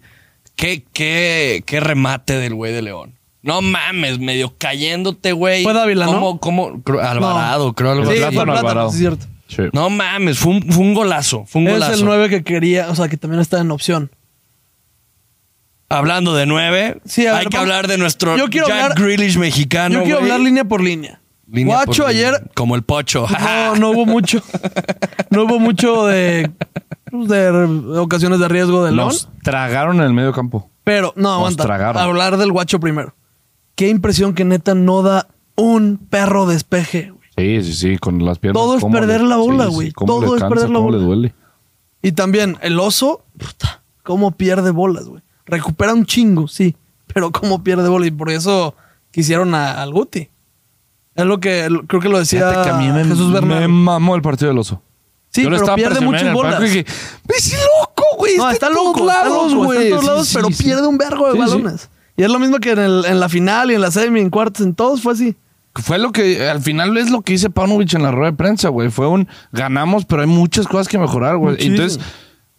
S2: qué, qué, qué remate del güey de León. No mames, medio cayéndote, güey.
S1: Fue Dávila, ¿no?
S2: ¿Cómo, cómo? Creo- Alvarado,
S1: No.
S2: creo algo
S1: Sí,
S2: así.
S1: fue Plátano, sí, cierto.
S3: Sí.
S2: No mames, fue un, fue un golazo. Fue un
S1: Es
S2: golazo.
S1: el 9 que quería, o sea, que también está en opción.
S2: Hablando de nueve,
S1: Sí, a ver,
S2: hay que
S1: vamos-
S2: hablar de nuestro
S1: Yo quiero
S2: Jack
S1: hablar-
S2: Grealish
S3: Ah,
S2: mexicano.
S1: Yo quiero
S2: güey.
S1: hablar línea por línea.
S2: Línea por
S1: Guacho
S2: línea.
S1: ayer
S2: Como el pocho.
S1: no, no hubo mucho. No hubo mucho de, de ocasiones de riesgo de León.
S3: Nos tragaron en el medio campo.
S1: Pero, no, aguanta.
S3: tragaron.
S1: Hablar del guacho primero. Qué impresión que neta no da un perro despeje. güey.
S3: Sí, sí, sí, con las piernas.
S1: Todo es
S3: ¿cómo
S1: perder
S3: le-
S1: la bola, güey.
S3: cómo
S1: Todo
S3: le
S1: es
S3: cansa,
S1: perder la
S3: cómo le
S1: bola.
S3: duele.
S1: Y también el oso, puta, cómo pierde bolas, güey. Recupera un chingo, sí, pero cómo pierde bolas. Y por eso quisieron a- al Guti. Es lo que lo- creo que lo decía
S3: Fíjate que a mí me,
S1: Jesús Bernal.
S3: me mamó el partido del oso.
S1: Sí,
S3: Yo lo
S1: pero
S3: estaba
S1: pierde
S3: presionando en
S1: muchas
S3: el palco
S1: bolas.
S3: Y dije, es loco, güey.
S1: No, está,
S3: en todos
S1: loco, está
S3: lados,
S1: loco, está
S3: güey.
S1: en todos
S3: Sí,
S1: lados,
S3: sí,
S1: pero
S3: sí.
S1: pierde un vergo de
S3: Sí, sí.
S1: balones. Y es lo mismo que en, el- en la final y en la semi, en cuartos, en todos fue así.
S3: Fue lo que, al final es lo que dice Paunovic en la rueda de prensa, güey. Fue un ganamos, pero hay muchas cosas que mejorar, güey.
S1: Muchísimo.
S3: Entonces,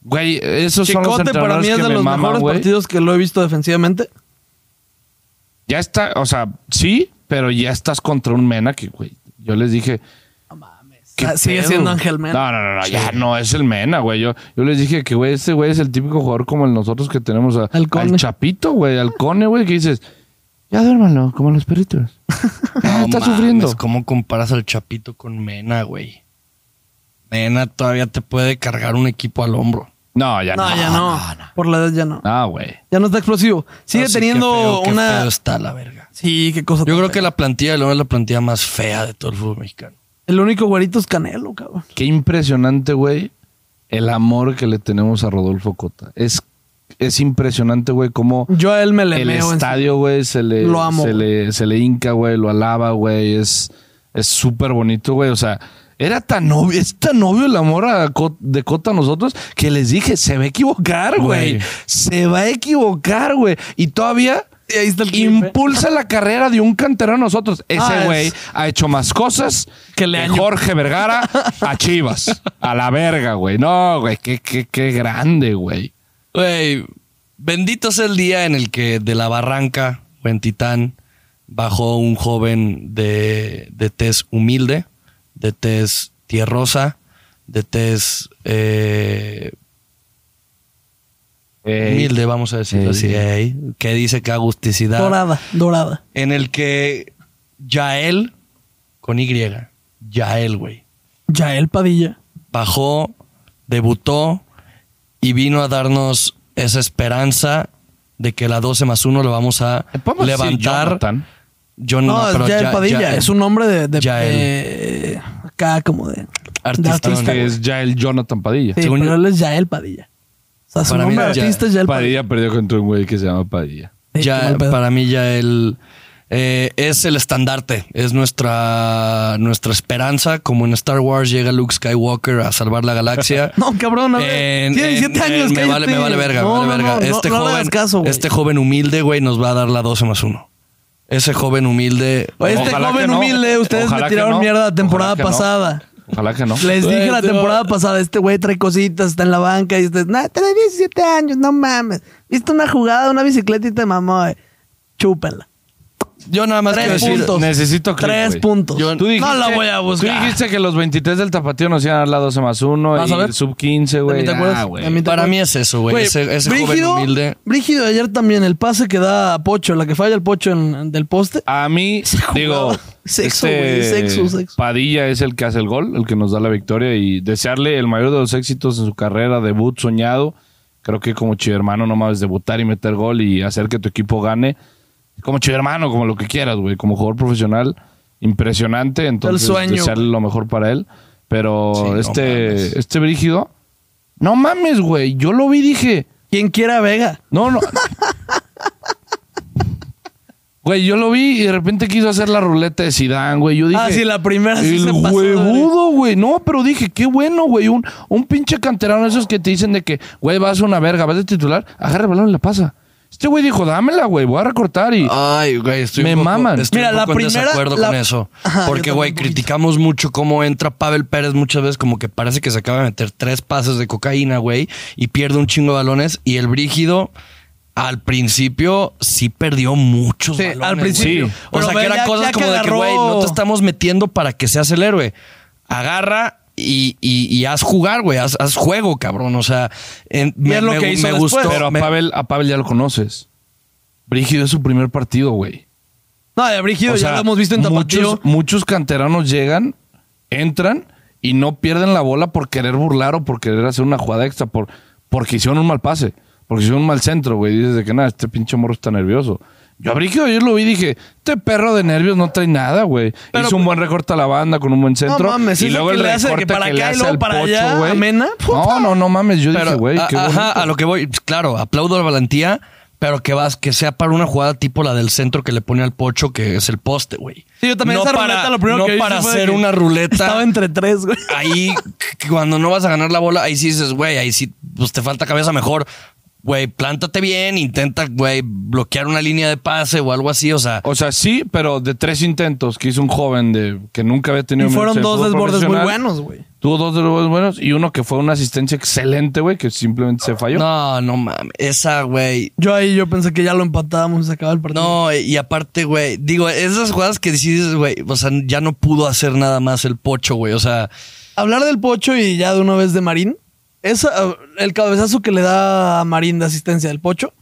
S3: güey, esos son los
S1: Chicote
S3: entrenadores
S1: para mí es
S3: que
S1: de
S3: me
S1: los
S3: maman,
S1: mejores
S3: güey.
S1: partidos que lo he visto defensivamente.
S3: Ya está, o sea, sí, pero ya estás contra un Mena que, güey, yo les dije... ¿qué
S1: Ah, sigue
S3: pedo?
S1: siendo Ángel Mena.
S3: No, no, no, no, ya no es el Mena, güey. Yo, yo les dije que, güey, este güey es el típico jugador como el nosotros que tenemos a-
S1: Al Cone.
S3: al Chapito, güey, al Cone, güey, que dices, ya duérmalo, como los perritos. Ah,
S2: No
S3: está
S2: mames,
S3: sufriendo.
S2: ¿Cómo comparas al Chapito con Mena, güey? Mena todavía te puede cargar un equipo al hombro.
S3: No, ya
S1: No,
S3: no.
S1: ya no. Por la edad ya no.
S3: Ah, güey.
S1: Ya no está explosivo. Sigue
S2: No, Ah, sí, qué
S1: teniendo
S2: feo, qué
S1: una.
S2: feo está la verga.
S1: Sí, qué cosa.
S2: Yo
S1: tan
S2: creo
S1: fea.
S2: que la plantilla de León es la plantilla más fea de todo el fútbol mexicano.
S1: El único güerito es Canelo, cabrón.
S3: Qué impresionante, güey, el amor que le tenemos a Rodolfo Cota. Es, es impresionante, güey, cómo
S1: Yo a él me le
S3: el
S1: meo. en-
S3: estadio, güey, se le,
S1: Lo amo,
S3: se le, se le hinca, güey, lo alaba, güey. Es es súper bonito, güey. O sea, era tan obvio, es tan obvio el amor a Co- de Cota a nosotros que les dije, se va a equivocar, güey.
S2: Güey.
S3: Se va a equivocar, güey. Y todavía...
S1: Sí, ahí está el clip, ¿eh?
S3: Impulsa la carrera de un cantero a nosotros.
S1: Ah,
S3: Ese
S1: es-
S3: güey ha hecho más cosas
S1: Que Leaño.
S3: Jorge Vergara a Chivas. A la verga, güey. No, güey. Qué, qué, qué grande, güey.
S2: Güey, bendito sea el día en el que de la barranca o en Titán bajó un joven de, de tez humilde, de tez tierrosa, de tez eh, humilde, vamos a decirlo
S3: Ey.
S2: así, ey, que dice que agusticidad.
S1: Dorada, dorada.
S2: En el que Yael, con Y, Yael, güey,
S1: Yael Padilla.
S2: bajó, debutó y vino a darnos esa esperanza de que la 12 más 1 lo vamos a
S3: ¿Le podemos decir
S2: levantar.
S3: Jonathan?
S2: Yo
S1: No, es
S2: pero
S1: Yael
S2: ya-
S1: Padilla.
S2: ya-
S1: es un nombre de. de-
S2: Yael.
S1: eh, acá como de.
S2: Artistón.
S1: de artista.
S3: Que es ya el Jonathan Padilla.
S1: Sí,
S2: Según
S1: pero
S2: yo-
S1: él es Yael Padilla. O sea, su
S2: Para mí
S1: nombre
S2: era Yael.
S1: artista es Yael Padilla.
S3: Padilla perdió contra un güey que se llama Padilla.
S1: Sí, qué
S2: ya,
S1: mal pedo.
S2: para mí ya el eh, es el estandarte, es nuestra nuestra esperanza, como en Star Wars llega Luke Skywalker a salvar la galaxia.
S1: No, cabrón, a ver.
S2: En-
S1: Tiene
S2: en-
S1: 17
S2: en-
S1: años,
S2: me vale,
S1: cállate.
S2: me vale verga, me
S1: No,
S2: vale
S1: no,
S2: verga.
S1: no,
S2: este,
S1: no, no le
S2: joven,
S1: hagas caso, güey.
S2: este joven humilde, güey, nos va a dar la 12 más 1 Ese joven humilde.
S1: Oye, este
S3: Ojalá
S1: joven
S3: que no.
S1: humilde, ustedes
S3: Ojalá
S1: me
S3: que
S1: tiraron
S3: no.
S1: mierda la temporada
S3: Ojalá que no.
S1: pasada.
S3: Ojalá que no.
S1: Les
S2: Güey,
S1: dije la
S2: te-
S1: temporada pasada, este güey trae cositas, está en la banca y ustedes, nah, tiene 17 años, no mames. Viste una jugada, una bicicleta y te mamó, güey. Chúpenla.
S2: yo nada más quiero
S1: Tres
S2: decir,
S1: puntos.
S3: necesito clip,
S1: Tres
S3: güey.
S1: puntos.
S2: Yo-
S3: Tú dijiste-
S1: no la voy a buscar.
S3: Tú dijiste que los 23 del tapatío nos iban a dar la 12 más 1
S1: ¿Vas
S3: y
S1: a ver?
S3: el sub 15,
S1: ¿A
S3: güey.
S1: mí te acuerdas?
S3: Ah,
S1: A mí
S3: güey.
S1: te-
S2: para mí es eso, güey,
S1: Güey,
S2: ese, ese joven
S1: Brígido-
S2: humilde.
S1: Brígido ayer también, el pase que da a Pocho, la que falla el Pocho en- en- del poste.
S3: A mí,
S1: jugaba.
S3: digo, este
S1: Sexo, güey, sexo, sexo.
S3: Padilla es el que hace el gol, el que nos da la victoria y desearle el mayor de los éxitos en su carrera, debut soñado. Creo que como chivermano no mames debutar y meter gol y hacer que tu equipo gane. Como chivermano, como lo que quieras, güey, como jugador profesional impresionante, entonces
S1: sueño,
S3: desearle lo mejor para él, pero
S2: Sí, no
S3: este
S2: mames.
S3: este Brígido no mames, güey, yo lo vi y dije,
S1: Quien quiera Vega.
S3: no, no. Güey, yo lo vi y de repente quiso hacer la ruleta de Sidán, güey. Yo dije.
S1: Ah, sí, la primera sí
S3: El
S1: se pasó de
S3: huevudo, güey. No, pero dije, qué bueno, güey. Un, un pinche canterano de esos que te dicen de que, güey, vas a una verga, vas de titular, agarra el balón y la pasa. Este güey dijo, dámela, güey, voy a recortar y.
S1: Ah,
S2: Ay, güey, estoy
S3: Me
S2: un poco,
S3: maman.
S2: Estoy
S1: Mira,
S2: un
S1: la
S2: poco en
S1: primera-
S2: desacuerdo
S1: la-
S2: con eso.
S1: Ajá, yo
S2: porque,
S1: también
S2: güey,
S1: un poquito.
S2: criticamos mucho cómo entra Pavel Pérez muchas veces, como que parece que se acaba de meter tres pases de cocaína, güey, y pierde un chingo de balones. Y el Brígido, al principio, sí perdió muchos
S1: Sí,
S2: balones.
S1: al
S2: güey.
S1: principio.
S3: Sí.
S2: O
S1: Pero,
S2: sea, que
S1: güey,
S2: eran
S1: ya-
S2: cosas
S1: ya que
S2: como de que,
S1: agarró-
S2: güey, no te estamos metiendo para que seas el héroe. Agarra. Y, y, y haz jugar, güey, haz, haz juego, cabrón. O sea, en- me,
S1: es lo
S2: me-
S1: que hizo
S2: me
S1: después.
S2: gustó.
S3: pero a
S2: me-
S3: Pavel, a Pavel ya lo conoces. Brígido es su primer partido, güey.
S1: No, de Brígido
S3: O sea,
S1: ya lo hemos visto en Tapatío.
S3: Muchos, muchos canteranos llegan, entran y no pierden la bola por querer burlar o por querer hacer una jugada extra, por, porque hicieron un mal pase, porque hicieron un mal centro, güey. Dices de que nada, este pinche morro está nervioso. Yo a Brígido ayer lo vi y dije, este perro de nervios no trae nada, güey.
S1: Pero, pues
S3: Hizo un buen recorte a la banda con un buen centro.
S1: No mames,
S3: y
S1: eso
S3: luego
S1: que
S3: el
S1: le hace de que
S3: recorte
S1: para
S3: que
S1: acá y
S3: le hace
S1: luego
S3: al
S1: para
S3: pocho,
S1: allá,
S3: güey.
S1: amena, puta. ah,
S3: No, no, no mames. Yo
S2: Pero,
S3: dije, güey,
S2: a-
S3: qué
S2: ajá,
S3: bonito.
S2: a lo que voy, claro, aplaudo la valentía, pero que vas, que sea para una jugada tipo la del centro que le pone al pocho, que es el poste, güey.
S1: Sí, yo también
S2: no
S1: esa
S2: para,
S1: ruleta lo primero
S2: no
S1: que vi
S2: para
S1: fue de
S2: hacer
S1: que
S2: una ruleta.
S1: Estaba entre tres, güey.
S2: Ahí, c- cuando no vas a ganar la bola, ahí sí dices, güey, ahí sí pues, te falta cabeza mejor. Güey, plántate bien, intenta, güey, bloquear una línea de pase o algo así, o sea.
S3: O sea, sí, pero de tres intentos que hizo un joven de que nunca había tenido
S1: Y fueron
S3: minutos de
S1: dos
S3: fútbol
S1: desbordes muy
S3: profesional,
S1: buenos, güey.
S3: Tuvo dos desbordes buenos y uno que fue una asistencia excelente, güey, que simplemente se falló.
S2: No, no mames. Esa, güey,
S1: Yo ahí yo pensé que ya lo empatábamos y se acababa el partido.
S2: No, y aparte, güey, digo, esas jugadas que decides, güey, o sea, ya no pudo hacer nada más el pocho, güey, o sea,
S1: Hablar del Pocho y ya de una vez de Marín. Esa, uh, el cabezazo que le da a Marín de asistencia del Pocho.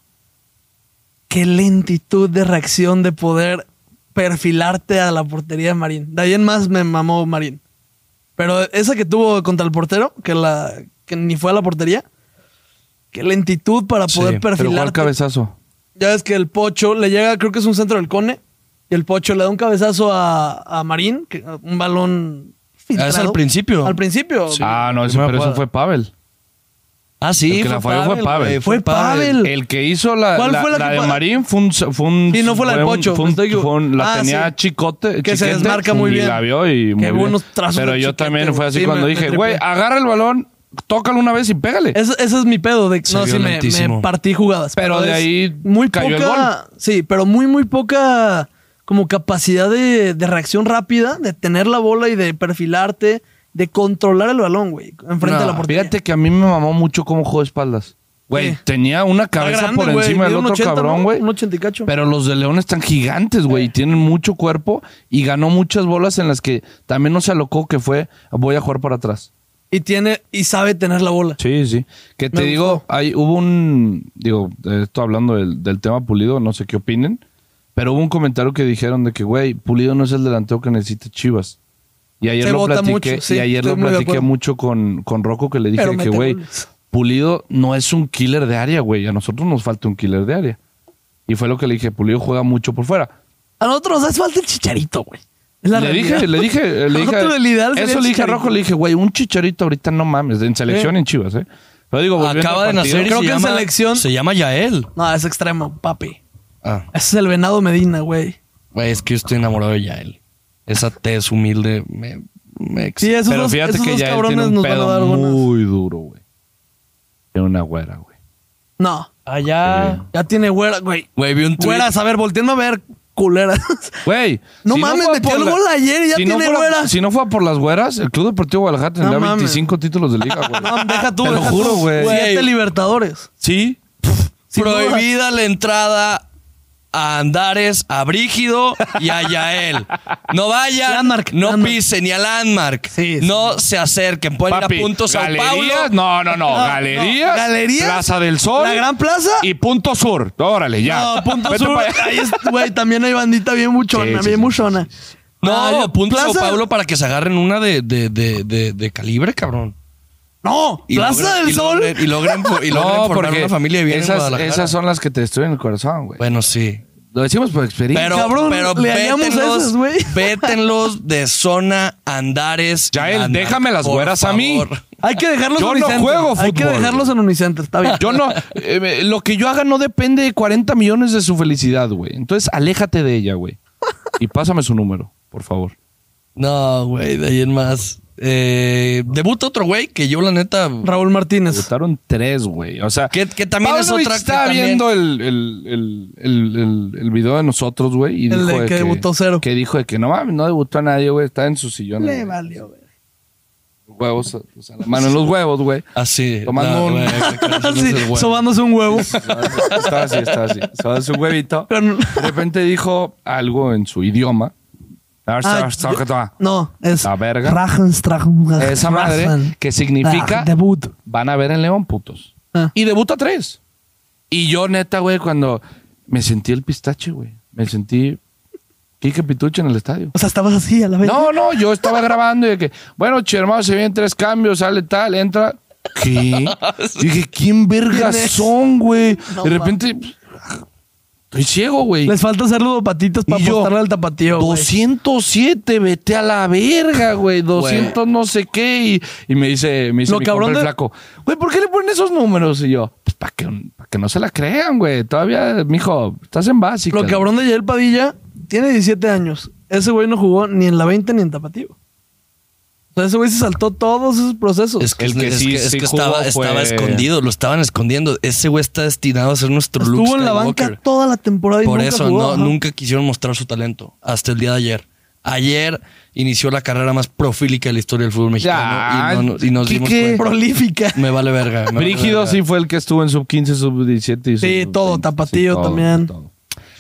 S1: Qué lentitud de reacción de poder perfilarte a la portería de Marín. De ahí en más me mamó Marín. Pero esa que tuvo contra el portero, que, la, que ni fue a la portería. Qué lentitud para poder
S2: Sí, pero
S3: pero ¿cuál
S1: perfilarte.
S3: cabezazo?
S1: Ya ves que el Pocho le llega, creo que es un centro del Cone. Y el Pocho le da un cabezazo a, a Marín, que- un balón.
S2: es al
S1: filtrado.
S2: principio.
S1: Al principio.
S3: ah, no, eso,
S2: primera
S3: pero eso
S2: jugada.
S3: fue Pavel.
S2: ah, sí,
S3: El que la falló fue Pavel.
S2: güey,
S1: Fue Pavel.
S3: El que hizo la,
S1: ¿Cuál
S3: la-
S1: fue la
S3: la
S1: que
S3: de
S1: pa-
S3: Marín fue un... Fue un
S1: Sí, no fue la del
S3: un-
S1: Pocho,
S3: fue un-
S1: estoy equivocado.
S3: fue un- la
S1: Ah,
S3: tenía
S1: sí.
S3: chicote.
S1: Que se
S3: chiquete,
S1: desmarca muy
S3: y
S1: bien.
S3: la vio y
S1: Qué
S3: muy bien.
S1: buenos trazos
S3: Pero
S1: de
S3: yo
S1: chiquete,
S3: también fue
S1: güey.
S3: así
S1: Sí,
S3: cuando
S1: me- me
S3: dije,
S1: tripié.
S3: güey, agarra el balón, tócalo una vez y pégale.
S1: Ese, ese es mi pedo de que
S2: Se
S1: no,
S2: vio
S1: sí me,
S2: lentísimo.
S1: me partí jugadas.
S3: Pero de
S1: es
S3: ahí cayó el
S1: poca, sí, pero muy, muy poca como capacidad de, de reacción rápida, de tener la bola y de perfilarte, de controlar el balón, güey, enfrente
S2: No,
S1: de la portería.
S3: Fíjate que a mí me mamó mucho cómo jugó de espaldas. Güey,
S1: Sí.
S3: tenía una cabeza
S1: Está grande,
S3: por
S1: güey,
S3: encima del
S1: mide
S3: otro
S1: 1.80,
S3: cabrón,
S1: ¿no?
S3: güey.
S1: 1.80 y cacho. Eh.
S3: Pero los de León están gigantes, güey. y Tienen mucho cuerpo y ganó muchas bolas en las que también no se alocó que fue voy a jugar para atrás.
S1: Y tiene, y sabe tener la bola.
S3: Sí, sí. Que te
S1: Me
S3: digo,
S1: gustó.
S3: hay, hubo un. Digo, eh, esto hablando del, del tema Pulido, no sé qué opinen. Pero hubo un comentario que dijeron de que, güey, Pulido no es el delantero que necesita Chivas. Y ayer
S1: Se
S3: lo
S1: vota
S3: platiqué,
S1: mucho, sí,
S3: y ayer
S1: estoy
S3: lo
S1: muy de
S3: platiqué
S1: acuerdo.
S3: mucho con, con Rocco que le dije
S1: Pero
S3: de que,
S1: mete
S3: güey,
S1: goles.
S3: Pulido no es un killer de área, güey. A nosotros nos falta un killer de área. Y fue lo que le dije, Pulido juega mucho por fuera.
S1: A nosotros nos hace falta el chicharito, güey. Es la
S3: Le
S1: realidad.
S3: dije, le dije, le dije.
S1: Nosotros el ideal sería
S3: eso
S1: el
S3: le dije a
S1: Chicharito.
S3: Rojo, le dije, güey, un chicharito ahorita no mames, en selección
S1: Sí.
S3: y en Chivas, ¿eh? Pero digo, volviendo
S2: acaba de
S3: al partido,
S2: nacer y
S1: Creo
S2: se
S1: que en
S2: llama,
S1: selección-
S2: se llama Yael.
S1: No, es extremo, papi.
S2: Ah,
S1: Ese es el venado Medina, güey.
S2: güey, es que yo estoy enamorado de Yael. Esa tez humilde me, me excita.
S1: Sí, esos
S3: Pero
S1: dos,
S3: fíjate
S1: esos
S3: que
S1: dos
S3: ya él tiene
S1: cabrones
S3: un
S1: nos van a dar
S3: pedo
S1: buenas.
S3: muy duro, güey. Tiene una güera, güey.
S1: No,
S2: Allá.
S1: ya tiene güera, güey.
S2: Güey, vi un tweet.
S1: Güeras, a ver, volteando a ver, culeras.
S3: Güey.
S1: No
S3: si
S1: mames,
S3: fuera
S1: metió
S3: por
S1: el
S3: la-
S1: gol ayer y ya
S3: no
S1: tiene
S3: fuera-
S1: güera.
S3: Si no fuera por las güeras, el Club Deportivo Guadalajara tendría
S1: mames.
S3: 25 títulos de liga, güey.
S1: No, deja tú,
S3: Te lo
S1: deja
S3: juro,
S1: tú.
S3: güey.
S1: Siete libertadores.
S3: Sí.
S1: Sin
S2: Prohibida la entrada a Andares, a Brígido y a Yael. No vayan,
S1: Landmark,
S2: no
S1: Landmark.
S2: pisen ni a Landmark.
S1: Sí, sí.
S2: No se acerquen, pueden ir a
S3: Papi,
S2: punto Sao Paulo.
S3: galerías, no, no, no,
S1: Ah, No, no.
S3: galerías,
S1: Galerías,
S3: Plaza del Sol,
S1: la Gran Plaza.
S3: y Punto Sur. Órale, ya.
S1: No, Punto
S3: Vete
S1: Sur.
S3: para allá.
S1: ahí es- Güey, también hay bandita bien
S3: Sí,
S1: muchona,
S3: sí,
S1: bien
S3: sí,
S1: muchona.
S2: No,
S1: Ah, yo-
S2: punto Sao
S1: Plaza-
S2: Paulo para que se agarren una de, de, de, de, de calibre, cabrón.
S1: No,
S2: Y
S1: Plaza
S2: logren-
S1: del
S2: y
S1: Sol.
S2: logren- y logren, fo- y logren formar una familia bien en
S3: esas,
S2: Guadalajara.
S3: esas son las que te destruyen el corazón, güey.
S2: Bueno, sí.
S3: Lo decimos por experiencia.
S2: Pero,
S1: cabrón,
S2: pero
S1: le hallamos a esas,
S2: vétenlos,
S1: güey.
S2: vétenlos de zona Andares.
S3: Yael,
S2: Landmark,
S3: déjame las
S2: por
S3: güeras a mí.
S2: favor.
S1: Hay que dejarlos
S3: Yo
S1: en
S3: no
S1: Unicenter.
S3: juego
S1: Hay que
S3: fútbol.
S1: dejarlos en Unicenter, está bien.
S3: Yo no. eh, me- lo que yo haga no depende de 40 millones de su felicidad, güey. Entonces, aléjate de ella, güey. Y pásame su número, por favor.
S2: No, güey, de ahí en más. Eh, debuta otro güey que yo, la neta.
S1: Raúl Martínez.
S3: Votaron tres, güey. O sea,
S2: Que- que también es
S3: Pavlovich
S2: otra que
S3: estaba
S2: también-
S3: viendo el, el, el, el, el- el video de nosotros, güey. y
S1: El
S3: dijo
S1: de que debutó cero.
S3: Que dijo de que no mames, no debutó a nadie, güey. Está en su sillón.
S1: Le
S3: güey.
S1: valió, güey.
S3: Huevos, o sea, la mano en los huevos, güey.
S2: Así.
S3: Tomando un-
S2: güey, que eso no
S1: Sí,
S2: es el güey.
S1: sobándose un huevo.
S3: Estaba así, estaba así. Estaba en su huevito.
S1: Pero-
S3: De repente dijo algo en su idioma.
S1: Ah, no, es.
S3: La verga.
S1: Ragenstragen-
S3: Esa
S1: Ragen-
S3: madre que significa
S1: Rag- Ah, Debut.
S3: van a ver en León, putos.
S1: Ah.
S3: Y debuta tres. Y yo, neta, güey, cuando me sentí el pistache, güey. Me sentí Kike Pituche en el estadio.
S1: O sea, estabas así a la vez.
S3: No, no, yo estaba grabando y de que, bueno, che, hermano, se vienen tres cambios, sale tal, entra. ¿Qué? Dije, ¿quién vergas
S1: ¿Quién es?
S3: son, güey?
S1: No,
S3: de repente, estoy ciego, güey.
S1: Les falta hacer los patitos para
S3: Y yo,
S1: apostarle al tapatío. güey.
S3: 207, vete a la verga, güey. 200 no sé qué. Y, y me dice, me dice
S1: Lo
S3: mi
S1: cabrón
S3: compa el
S1: de-
S3: flaco, güey, ¿por qué le ponen esos números? Y yo, pues para que, pa' que no se la crean, güey. Todavía, mijo, estás en básica.
S1: Lo cabrón de Yael Padilla tiene 17 años. Ese güey no jugó ni en la 20 ni en tapatío. O sea, ese güey se saltó todos esos procesos.
S2: Es que,
S3: El que
S2: es
S3: sí-
S2: que- es
S3: sí
S2: que
S3: jugó
S2: estaba,
S3: fue-
S2: estaba escondido, lo estaban escondiendo. Ese güey está destinado a ser nuestro Luke
S1: Estuvo en la banca
S2: Skywalker.
S1: toda la temporada y
S2: Por
S1: nunca
S2: eso
S1: jugó,
S2: no,
S1: ajá.
S2: nunca quisieron mostrar su talento hasta el día de ayer. Ayer inició la carrera más profílica de la historia del fútbol mexicano
S3: Ya,
S2: y, no- no- y nos dimos
S3: Quique.
S2: cuenta.
S1: Prolífica.
S2: Me vale verga. me vale
S3: Brígido
S2: verga.
S3: sí fue el que estuvo en sub 15, sub 17 y
S1: Sí,
S3: sub
S1: todo,
S3: 20,
S1: tapatío también.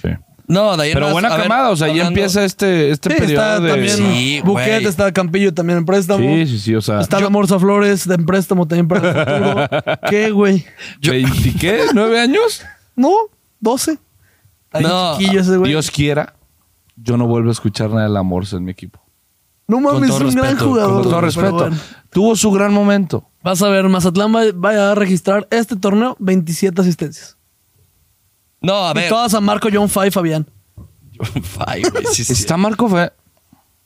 S3: Sí.
S2: No, de ahí en
S3: Pero
S2: más,
S3: buena
S2: a ver,
S3: camada, o sea, ya
S2: hablando-
S3: empieza este, este
S1: Sí,
S3: periodo
S1: está
S3: de...
S1: también
S2: Sí,
S1: Buquet,
S2: güey.
S1: está Campillo también en préstamo.
S3: Sí, sí, sí, o sea...
S1: Está la Morsa Flores de en préstamo también para el futuro. ¿Qué, güey?
S3: ¿20 qué? ¿Nueve años?
S1: No, 12. Está bien
S2: No,
S1: chiquillo ese güey.
S3: Dios quiera, yo no vuelvo a escuchar nada de la Morsa en mi equipo.
S1: No
S2: con
S1: mames, es
S2: todo
S1: un gran
S2: respeto, con
S1: jugador.
S3: Con todo
S1: güey,
S3: respeto.
S1: pero bueno.
S3: Tuvo su gran momento.
S1: Vas a ver, Mazatlán va, va a registrar este torneo 27 asistencias.
S2: No, a ver.
S1: Y todas a Marco John Fay Fabián.
S2: Ay, güey, sí, sí.
S3: Está Marco Fe.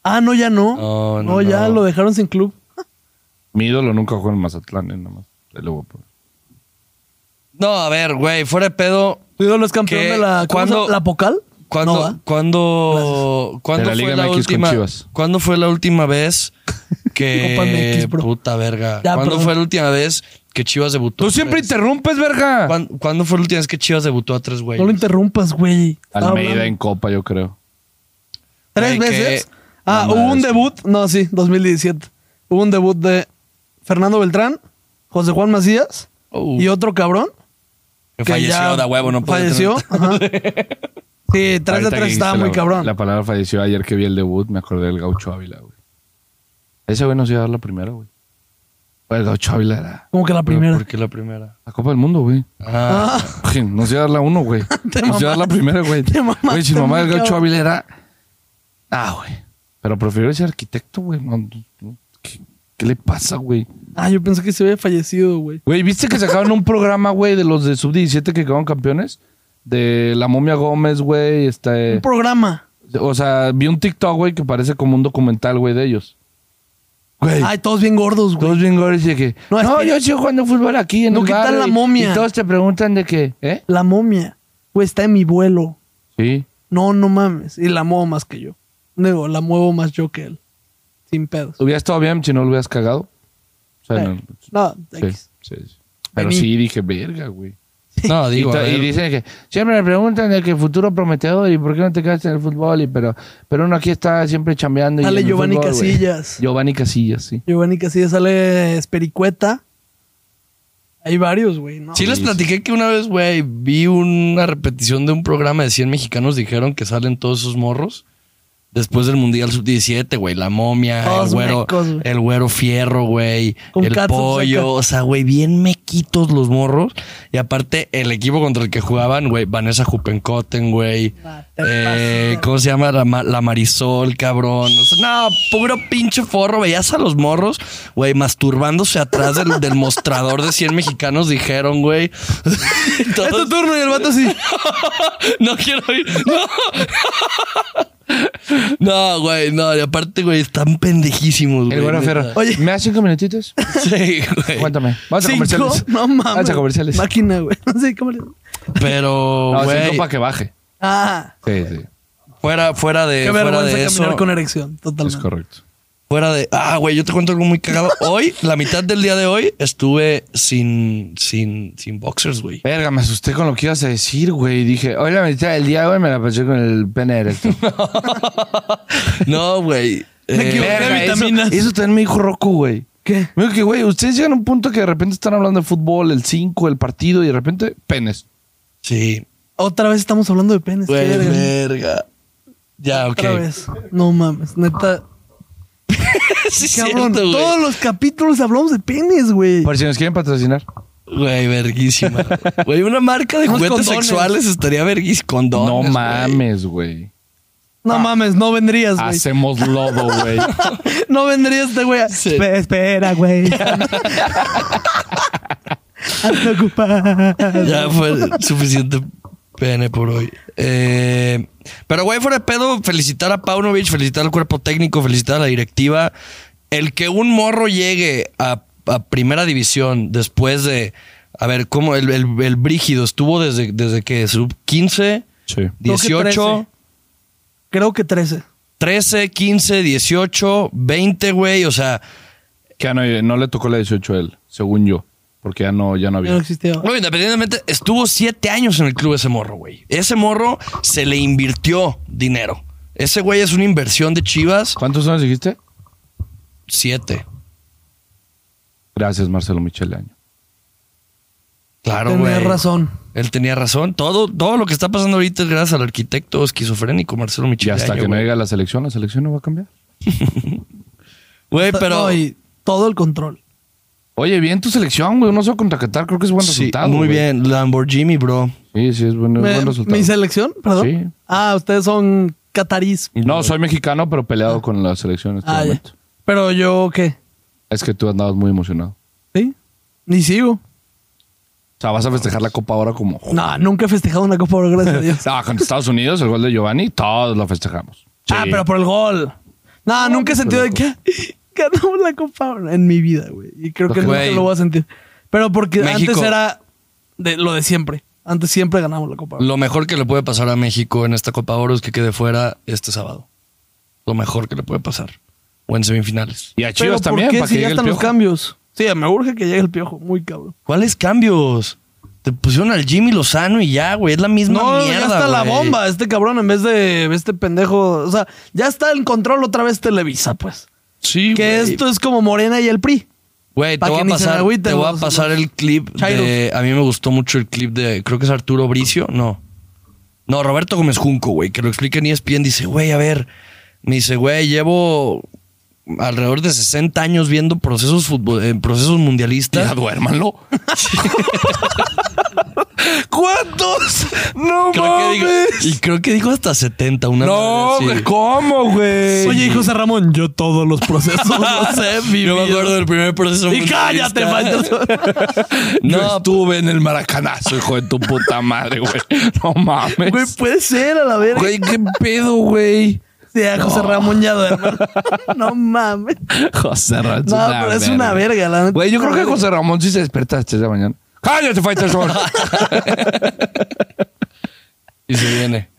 S1: Ah, no, ya no.
S2: No, Oh, no,
S1: ya
S2: no.
S1: lo dejaron sin club.
S3: Mi ídolo nunca jugó en Mazatlán, eh, nada más. Ahí le voy a poner.
S2: No, a ver, güey, fuera de pedo.
S1: Tu ídolo es campeón
S2: ¿Qué?
S1: de la. ¿cómo se
S2: ¿Cuándo-
S1: llama? ¿La Pocal?
S2: ¿Cuándo,
S1: No, ¿va?
S2: cuándo, cuándo
S3: De la
S2: fue
S3: Liga
S2: la
S3: MX con
S2: última?
S3: Chivas.
S2: ¿Cuándo fue la última vez
S1: Copa
S2: que
S1: MX, bro.
S2: puta verga?
S1: Ya,
S2: ¿Cuándo
S1: perdón.
S2: fue la última vez que Chivas debutó?
S3: Tú
S2: a
S3: siempre
S2: tres?
S3: interrumpes, verga.
S2: ¿Cuán- ¿Cuándo, fue la última vez que Chivas debutó a tres güeyes?
S1: No lo interrumpas, güey. Estaba
S3: Almeida
S1: hablando.
S3: en Copa, yo creo.
S1: Tres
S2: Güey,
S1: veces.
S2: que-
S1: Ah,
S3: No
S1: hubo un
S3: mames.
S1: debut. No, sí, 2017. Hubo un debut de Fernando Beltrán, José Juan Macías
S2: Oh.
S1: y otro cabrón.
S2: Que
S1: que ya
S2: falleció da huevo, no puede
S1: Falleció.
S2: tener-
S1: ajá. Sí, 3 de
S3: Ahorita que
S1: 3
S3: dijiste
S1: estaba muy
S3: la-
S1: cabrón.
S3: La palabra falleció ayer que vi el debut, me acordé del Gaucho Ávila, güey. Ese güey nos iba a dar la primera, güey. Güey, El Gaucho Ávila era
S1: Como que la primera.
S2: ¿Por qué la primera?
S3: la Copa del Mundo, güey.
S2: Ah,
S1: Ah,
S3: Ujú, Nos iba a dar la uno, güey.
S1: Te
S3: Nos iba a dar la
S1: mamaste.
S3: primera, güey.
S1: Te mamaste,
S3: Güey, sin mamá el
S1: muy
S3: Gaucho
S1: cabrón.
S3: Ávila era. Ah, güey. Pero prefiero ese arquitecto, güey. No, no, no. ¿Qué, qué le pasa, güey?
S1: ah, yo pensé que se había fallecido, güey.
S3: Güey, ¿viste que sacaron un programa, güey, de los de sub-17 que quedaron campeones? De la momia Gómez, güey. Este.
S1: Un programa.
S3: O sea, vi un TikTok, güey, que parece como un documental, güey, de ellos. Güey.
S1: Ay, todos bien gordos, güey.
S3: Todos bien gordos y de que.
S1: No,
S3: No,
S1: es que-
S3: yo sigo jugando fútbol aquí en
S1: No,
S3: el
S1: ¿qué tal
S3: barrio",
S1: la
S3: y-
S1: momia?
S3: Y todos te preguntan de qué, ¿eh?
S1: La momia. Güey, está en mi vuelo.
S3: Sí.
S1: No, no mames. Y la muevo más que yo. Digo, la muevo más yo que él. Sin pedos.
S3: Hubiera estado bien si no lo hubieras cagado. O sea,
S1: Eh,
S3: no-
S1: No,
S3: Sí,
S1: X.
S3: sí, sí. Pero
S1: mí.
S3: sí dije, verga, güey.
S2: no,
S3: Y,
S2: digo. a
S3: ta- y
S2: ver.
S3: dicen que siempre me preguntan de que futuro prometedor y por qué no te quedaste en el fútbol. Y pero, pero uno aquí está siempre chambeando. y
S1: Dale
S3: en el
S1: Giovanni
S3: fútbol, güey.
S1: Casillas.
S3: Giovanni Casillas, sí.
S1: Giovanni Casillas sale Espericueta. Hay varios, güey, ¿no?
S2: Sí les platiqué que una vez, güey, vi una repetición de un programa de 100 mexicanos. Dijeron que salen todos esos morros después del Mundial Sub-17, güey. La momia,
S1: Todos
S2: el güero,
S1: mecos, güey.
S2: el güero fierro, güey.
S1: Con
S2: El
S1: catsup acá.
S2: pollo. O sea, güey, bien mequitos los morros. Y aparte, el equipo contra el que jugaban, güey, Vanessa Jupencoten, güey.
S1: Ah, te
S2: Eh,
S1: pasas.
S2: ¿Cómo se llama? La, ma- la Marisol, cabrón. O sea, no, puro pinche forro. Veías a los morros, güey, masturbándose atrás del, del mostrador de 100 mexicanos, dijeron, güey. Todos-
S1: Es tu turno y el vato sí.
S2: no quiero ir. No. No, güey, no. Y aparte, güey, están pendejísimos, güey.
S3: El güero
S2: neta.
S3: Ferra.
S1: Oye.
S3: ¿Me das cinco minutitos?
S2: Sí, güey.
S3: Cuéntame. Vamos a
S1: Cinco,
S3: comerciales.
S1: No mames.
S3: Vamos a comerciales.
S1: Máquina, güey. No sé cómo le.
S2: Pero,
S3: No,
S2: güey,
S3: cinco para que baje.
S1: Ah,
S3: Sí, sí.
S2: fuera, fuera de,
S1: qué
S2: Eh, fuera
S1: vergüenza
S2: de
S1: caminar
S2: eso.
S1: con erección. Totalmente.
S3: Es correcto.
S2: Fuera de. Ah, güey, yo te cuento algo muy cagado. Hoy, la mitad del día de hoy, estuve sin, sin, sin boxers, güey.
S3: Verga, me asusté con lo que ibas a decir, güey. Dije, hoy la mitad del día, güey, me la pasé con el pene erecto.
S2: No, güey.
S1: Me
S2: Eh,
S1: equivoqué de
S3: Verga, eso,
S1: vitaminas.
S3: eso también me dijo Rocco, güey.
S1: ¿Qué?
S3: Me dijo que, güey, ustedes llegan a un punto que de repente están hablando de fútbol, el 5, el partido, y de repente, penes.
S2: sí.
S1: Otra vez estamos hablando de penes. qué
S2: Güey,
S1: verga.
S2: verga. Ya, ok.
S1: Otra vez. No mames, neta.
S2: Sí, es
S1: Cabrón,
S2: cierto, güey.
S1: todos los capítulos hablamos de penes, güey.
S3: Por si nos quieren patrocinar.
S2: Güey, verguísima. Güey, una marca de
S1: Unos
S2: juguetes
S1: condones.
S2: sexuales estaría verguís. Condones.
S3: no
S2: güey.
S3: mames, güey.
S2: ah.
S1: No mames, no vendrías, güey.
S3: Hacemos lodo, güey.
S1: No vendrías este güey.
S2: Sí.
S1: Espe- Espera, güey. Ando ocupado.
S2: Ya fue suficiente pene por hoy. Eh, pero, güey, fuera de pedo, felicitar a Paunovic, felicitar al cuerpo técnico, felicitar a la directiva. El que un morro llegue a, a primera división después de. A ver, ¿cómo? El, el, el Brígido estuvo desde, desde que sub 15,
S3: Sí.
S2: 18.
S1: Creo que 13.
S2: 13, 15, 18, 20, güey. O sea,
S3: Que ya no, no le tocó la 18 a él, según yo. Porque ya no, ya no
S1: Ya no
S3: había.
S1: existía.
S2: No, independientemente, estuvo siete años en el club ese morro, güey. Ese morro se le invirtió dinero. Ese güey es una inversión de Chivas,
S3: ¿Cuántos años dijiste?
S2: siete.
S3: Gracias, Marcelo Michele Año.
S2: Claro, güey.
S1: Tenías razón.
S2: Él tenía razón. Todo, todo lo que está pasando ahorita es gracias al arquitecto esquizofrénico Marcelo
S3: Y
S2: Michel.
S3: hasta que no llegue a la selección, la selección no va a cambiar.
S2: Güey, pero.
S1: No, y todo el control.
S3: Oye, bien tu selección, güey. No solo contra Qatar, creo que es buen
S2: Sí,
S3: resultado.
S2: muy
S3: güey.
S2: bien. Lamborghini, bro.
S3: Sí, sí, es buen, es
S1: Me-
S3: buen resultado.
S1: ¿Mi selección? Perdón.
S3: Sí.
S1: Ah, ustedes son catarís.
S3: No, soy mexicano, pero peleado con la selección en este
S1: Ah, ya.
S3: momento.
S1: Pero yo, ¿qué?
S3: Es que tú andabas muy emocionado.
S1: ¿Sí? Ni sigo.
S3: O sea, vas a festejar la Copa ahora como...
S1: No, nunca he festejado una Copa Oro, gracias a Dios.
S3: Ah, con Estados Unidos, el gol de Giovanni, todos lo festejamos.
S1: Ah, pero por el gol. No, nunca he sentido de que ganamos la Copa Oro en mi vida, güey. Y creo que
S2: Ok.
S1: nunca
S2: Güey.
S1: lo voy a sentir. Pero porque
S2: México.
S1: antes era de, lo de siempre. Antes siempre ganamos la Copa Oro.
S2: Lo mejor que le puede pasar a México en esta Copa Oro es que quede fuera este sábado. Lo mejor que le puede pasar. O en semifinales.
S3: Y a
S1: Pero
S3: Chivas también,
S1: ¿por qué
S3: para
S1: si
S3: que
S1: ya
S3: llegue el
S1: están los
S3: piojo.
S1: cambios? Sí, me urge que llegue el piojo. Muy cabrón.
S2: ¿Cuáles cambios? Te pusieron al Jimmy Lozano y ya, güey. Es la misma
S1: No,
S2: mierda.
S1: ya está la
S2: güey.
S1: bomba. Este cabrón en vez de este pendejo. O sea, ya está en control otra vez Televisa, pues.
S2: Sí,
S1: Que
S2: güey.
S1: esto es como Morena y el PRI.
S2: Güey, te
S1: pa'
S2: voy
S1: que
S2: a
S1: ni se
S2: pasar,
S1: agüiten
S2: te voy a
S1: los-
S2: pasar
S1: los
S2: el clip de.
S1: chairos.
S2: A mí me gustó mucho el clip de. Creo que es Arturo Bricio. No. No, Roberto Gómez Junco, güey. Que lo explica en E ESPN. Dice, güey, a ver. Me dice, güey, llevo alrededor de 60 años viendo procesos, futbol, eh, procesos mundialistas.
S3: Ya duérmanlo.
S2: ¿Cuántos?
S3: No
S2: Creo que digo- y creo que dijo hasta 70. Una
S3: No,
S2: madre así.
S3: güey, ¿cómo, güey?
S1: Oye, hijo José Ramón, yo todos los procesos los he
S2: Yo
S1: vivido.
S2: me acuerdo del primer proceso.
S1: Y cállate,
S2: mundialista.
S1: maldito.
S3: Yo
S2: No,
S3: estuve en el maracanazo, hijo de tu puta madre, güey. No mames.
S1: Güey, puede ser, a la verga.
S3: Güey, qué pedo, güey.
S1: Sí, a José Ramón ya duerme. No mames.
S3: José Ramón.
S1: No, pero es una verga, la neta.
S3: Güey, yo creo que José Ramón sí se despierta hasta esta mañana. ¡Cállate, Fighter Sol!
S2: y se viene.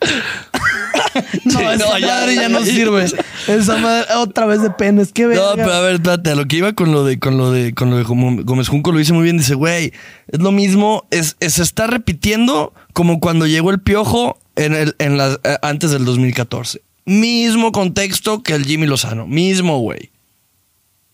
S1: No,
S2: Sí,
S1: esa
S2: no, ya-
S1: madre ya no sirve. Esa madre, otra vez de penes. Qué verga.
S2: No, pero a ver, espérate, a lo que iba con lo de, con lo de, con lo de Gom- Gómez Junco lo dice muy bien, dice, güey, es lo mismo, es, es- se está repitiendo como cuando llegó el piojo en el, en las, eh, antes del 2014. Mismo contexto que el Jimmy Lozano, mismo, güey.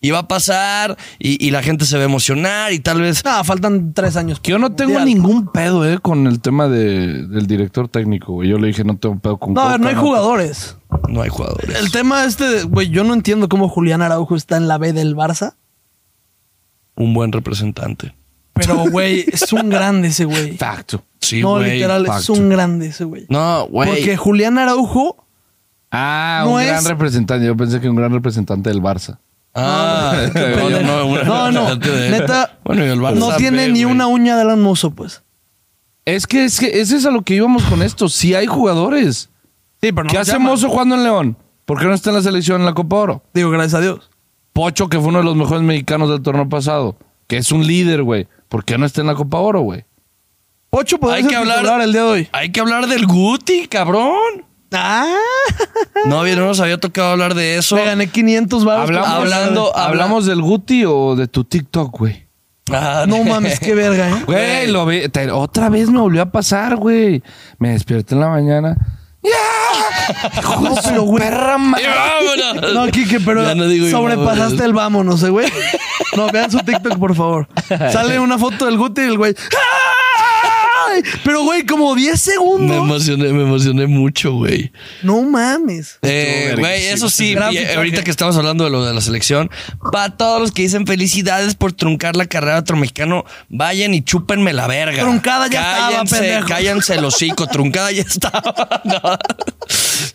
S2: Y va a pasar, y, y la gente se va a emocionar, y tal vez.
S1: No, Ah, faltan tres años.
S3: Yo no tengo
S1: Mundial.
S3: ningún pedo, eh, con el tema de, del director técnico, güey. Yo le dije, no tengo pedo con
S1: No, a ver,
S3: Coca,
S1: no hay jugadores.
S2: No hay jugadores.
S1: El tema este, de- güey, yo no entiendo cómo Julián Araujo está en la B del Barça.
S2: Un buen representante.
S1: Pero, güey, es un grande ese güey.
S3: Facto.
S2: Sí,
S1: no,
S2: güey.
S1: literal, es
S3: facto.
S1: un grande ese güey.
S2: No,
S1: Porque
S2: güey.
S1: Julián Araujo
S3: Ah,
S1: No
S3: un gran
S1: es-
S3: representante. Yo pensé que un gran representante del Barça.
S2: Ah,
S1: Qué pendejo.
S2: no, un
S1: no, no,
S2: representante de-
S1: neta,
S2: Bueno, y el Barça
S1: no tiene
S2: B,
S1: ni
S2: güey.
S1: una uña de Alan Mozo, pues.
S3: Es que, es que ese es a lo que íbamos con esto. Sí hay jugadores.
S1: Sí, pero no
S3: ¿Qué
S1: nos
S3: hace
S1: llaman.
S3: Mozo jugando en León? ¿Por qué no está en la selección en la Copa Oro?
S1: Digo, gracias a Dios.
S3: Pocho, que fue uno de los mejores mexicanos del torneo pasado, que es un líder, güey. ¿Por qué no está en la Copa Oro, güey?
S1: Pocho podría
S2: Hay
S1: ser
S2: que hablar-
S1: titular el día de hoy.
S2: Hay que hablar del Guti, cabrón.
S1: Ah,
S2: No, bien, no nos había tocado hablar de eso.
S1: me gané 500 baros.
S3: Hablamos,
S2: hablando-
S3: hablando, ¿Hablamos del Guti o de tu TikTok, güey?
S2: Ah,
S1: No mames, qué verga, ¿eh?
S3: Güey, lo vi- te- otra vez me volvió a pasar, güey. Me despierto en la mañana. ¡Ya! Hijo de
S1: No,
S3: su
S1: pero, güey.
S3: perra madre.
S2: Y vámonos.
S1: No, Kike, pero
S2: Ya no digo y
S1: sobrepasaste
S2: vámonos.
S1: el vámonos, eh, güey. No, vean su TikTok, por favor. Sale una foto del Guti y el güey. ¡Ay! Pero, güey, como 10
S2: Me
S1: segundos.
S2: emocioné, me emocioné mucho, güey.
S1: No mames.
S2: Eh, güey, eso sí,
S1: Gran
S2: y eh,
S1: fichaje.
S2: ahorita que estamos hablando de lo de la selección, para todos los que dicen felicidades por truncar la carrera de otro mexicano, vayan y chúpenme la verga.
S1: Truncada ya estaba,
S2: cállense,
S1: pendejo.
S2: Cállense el hocico, truncada ya estaba. No.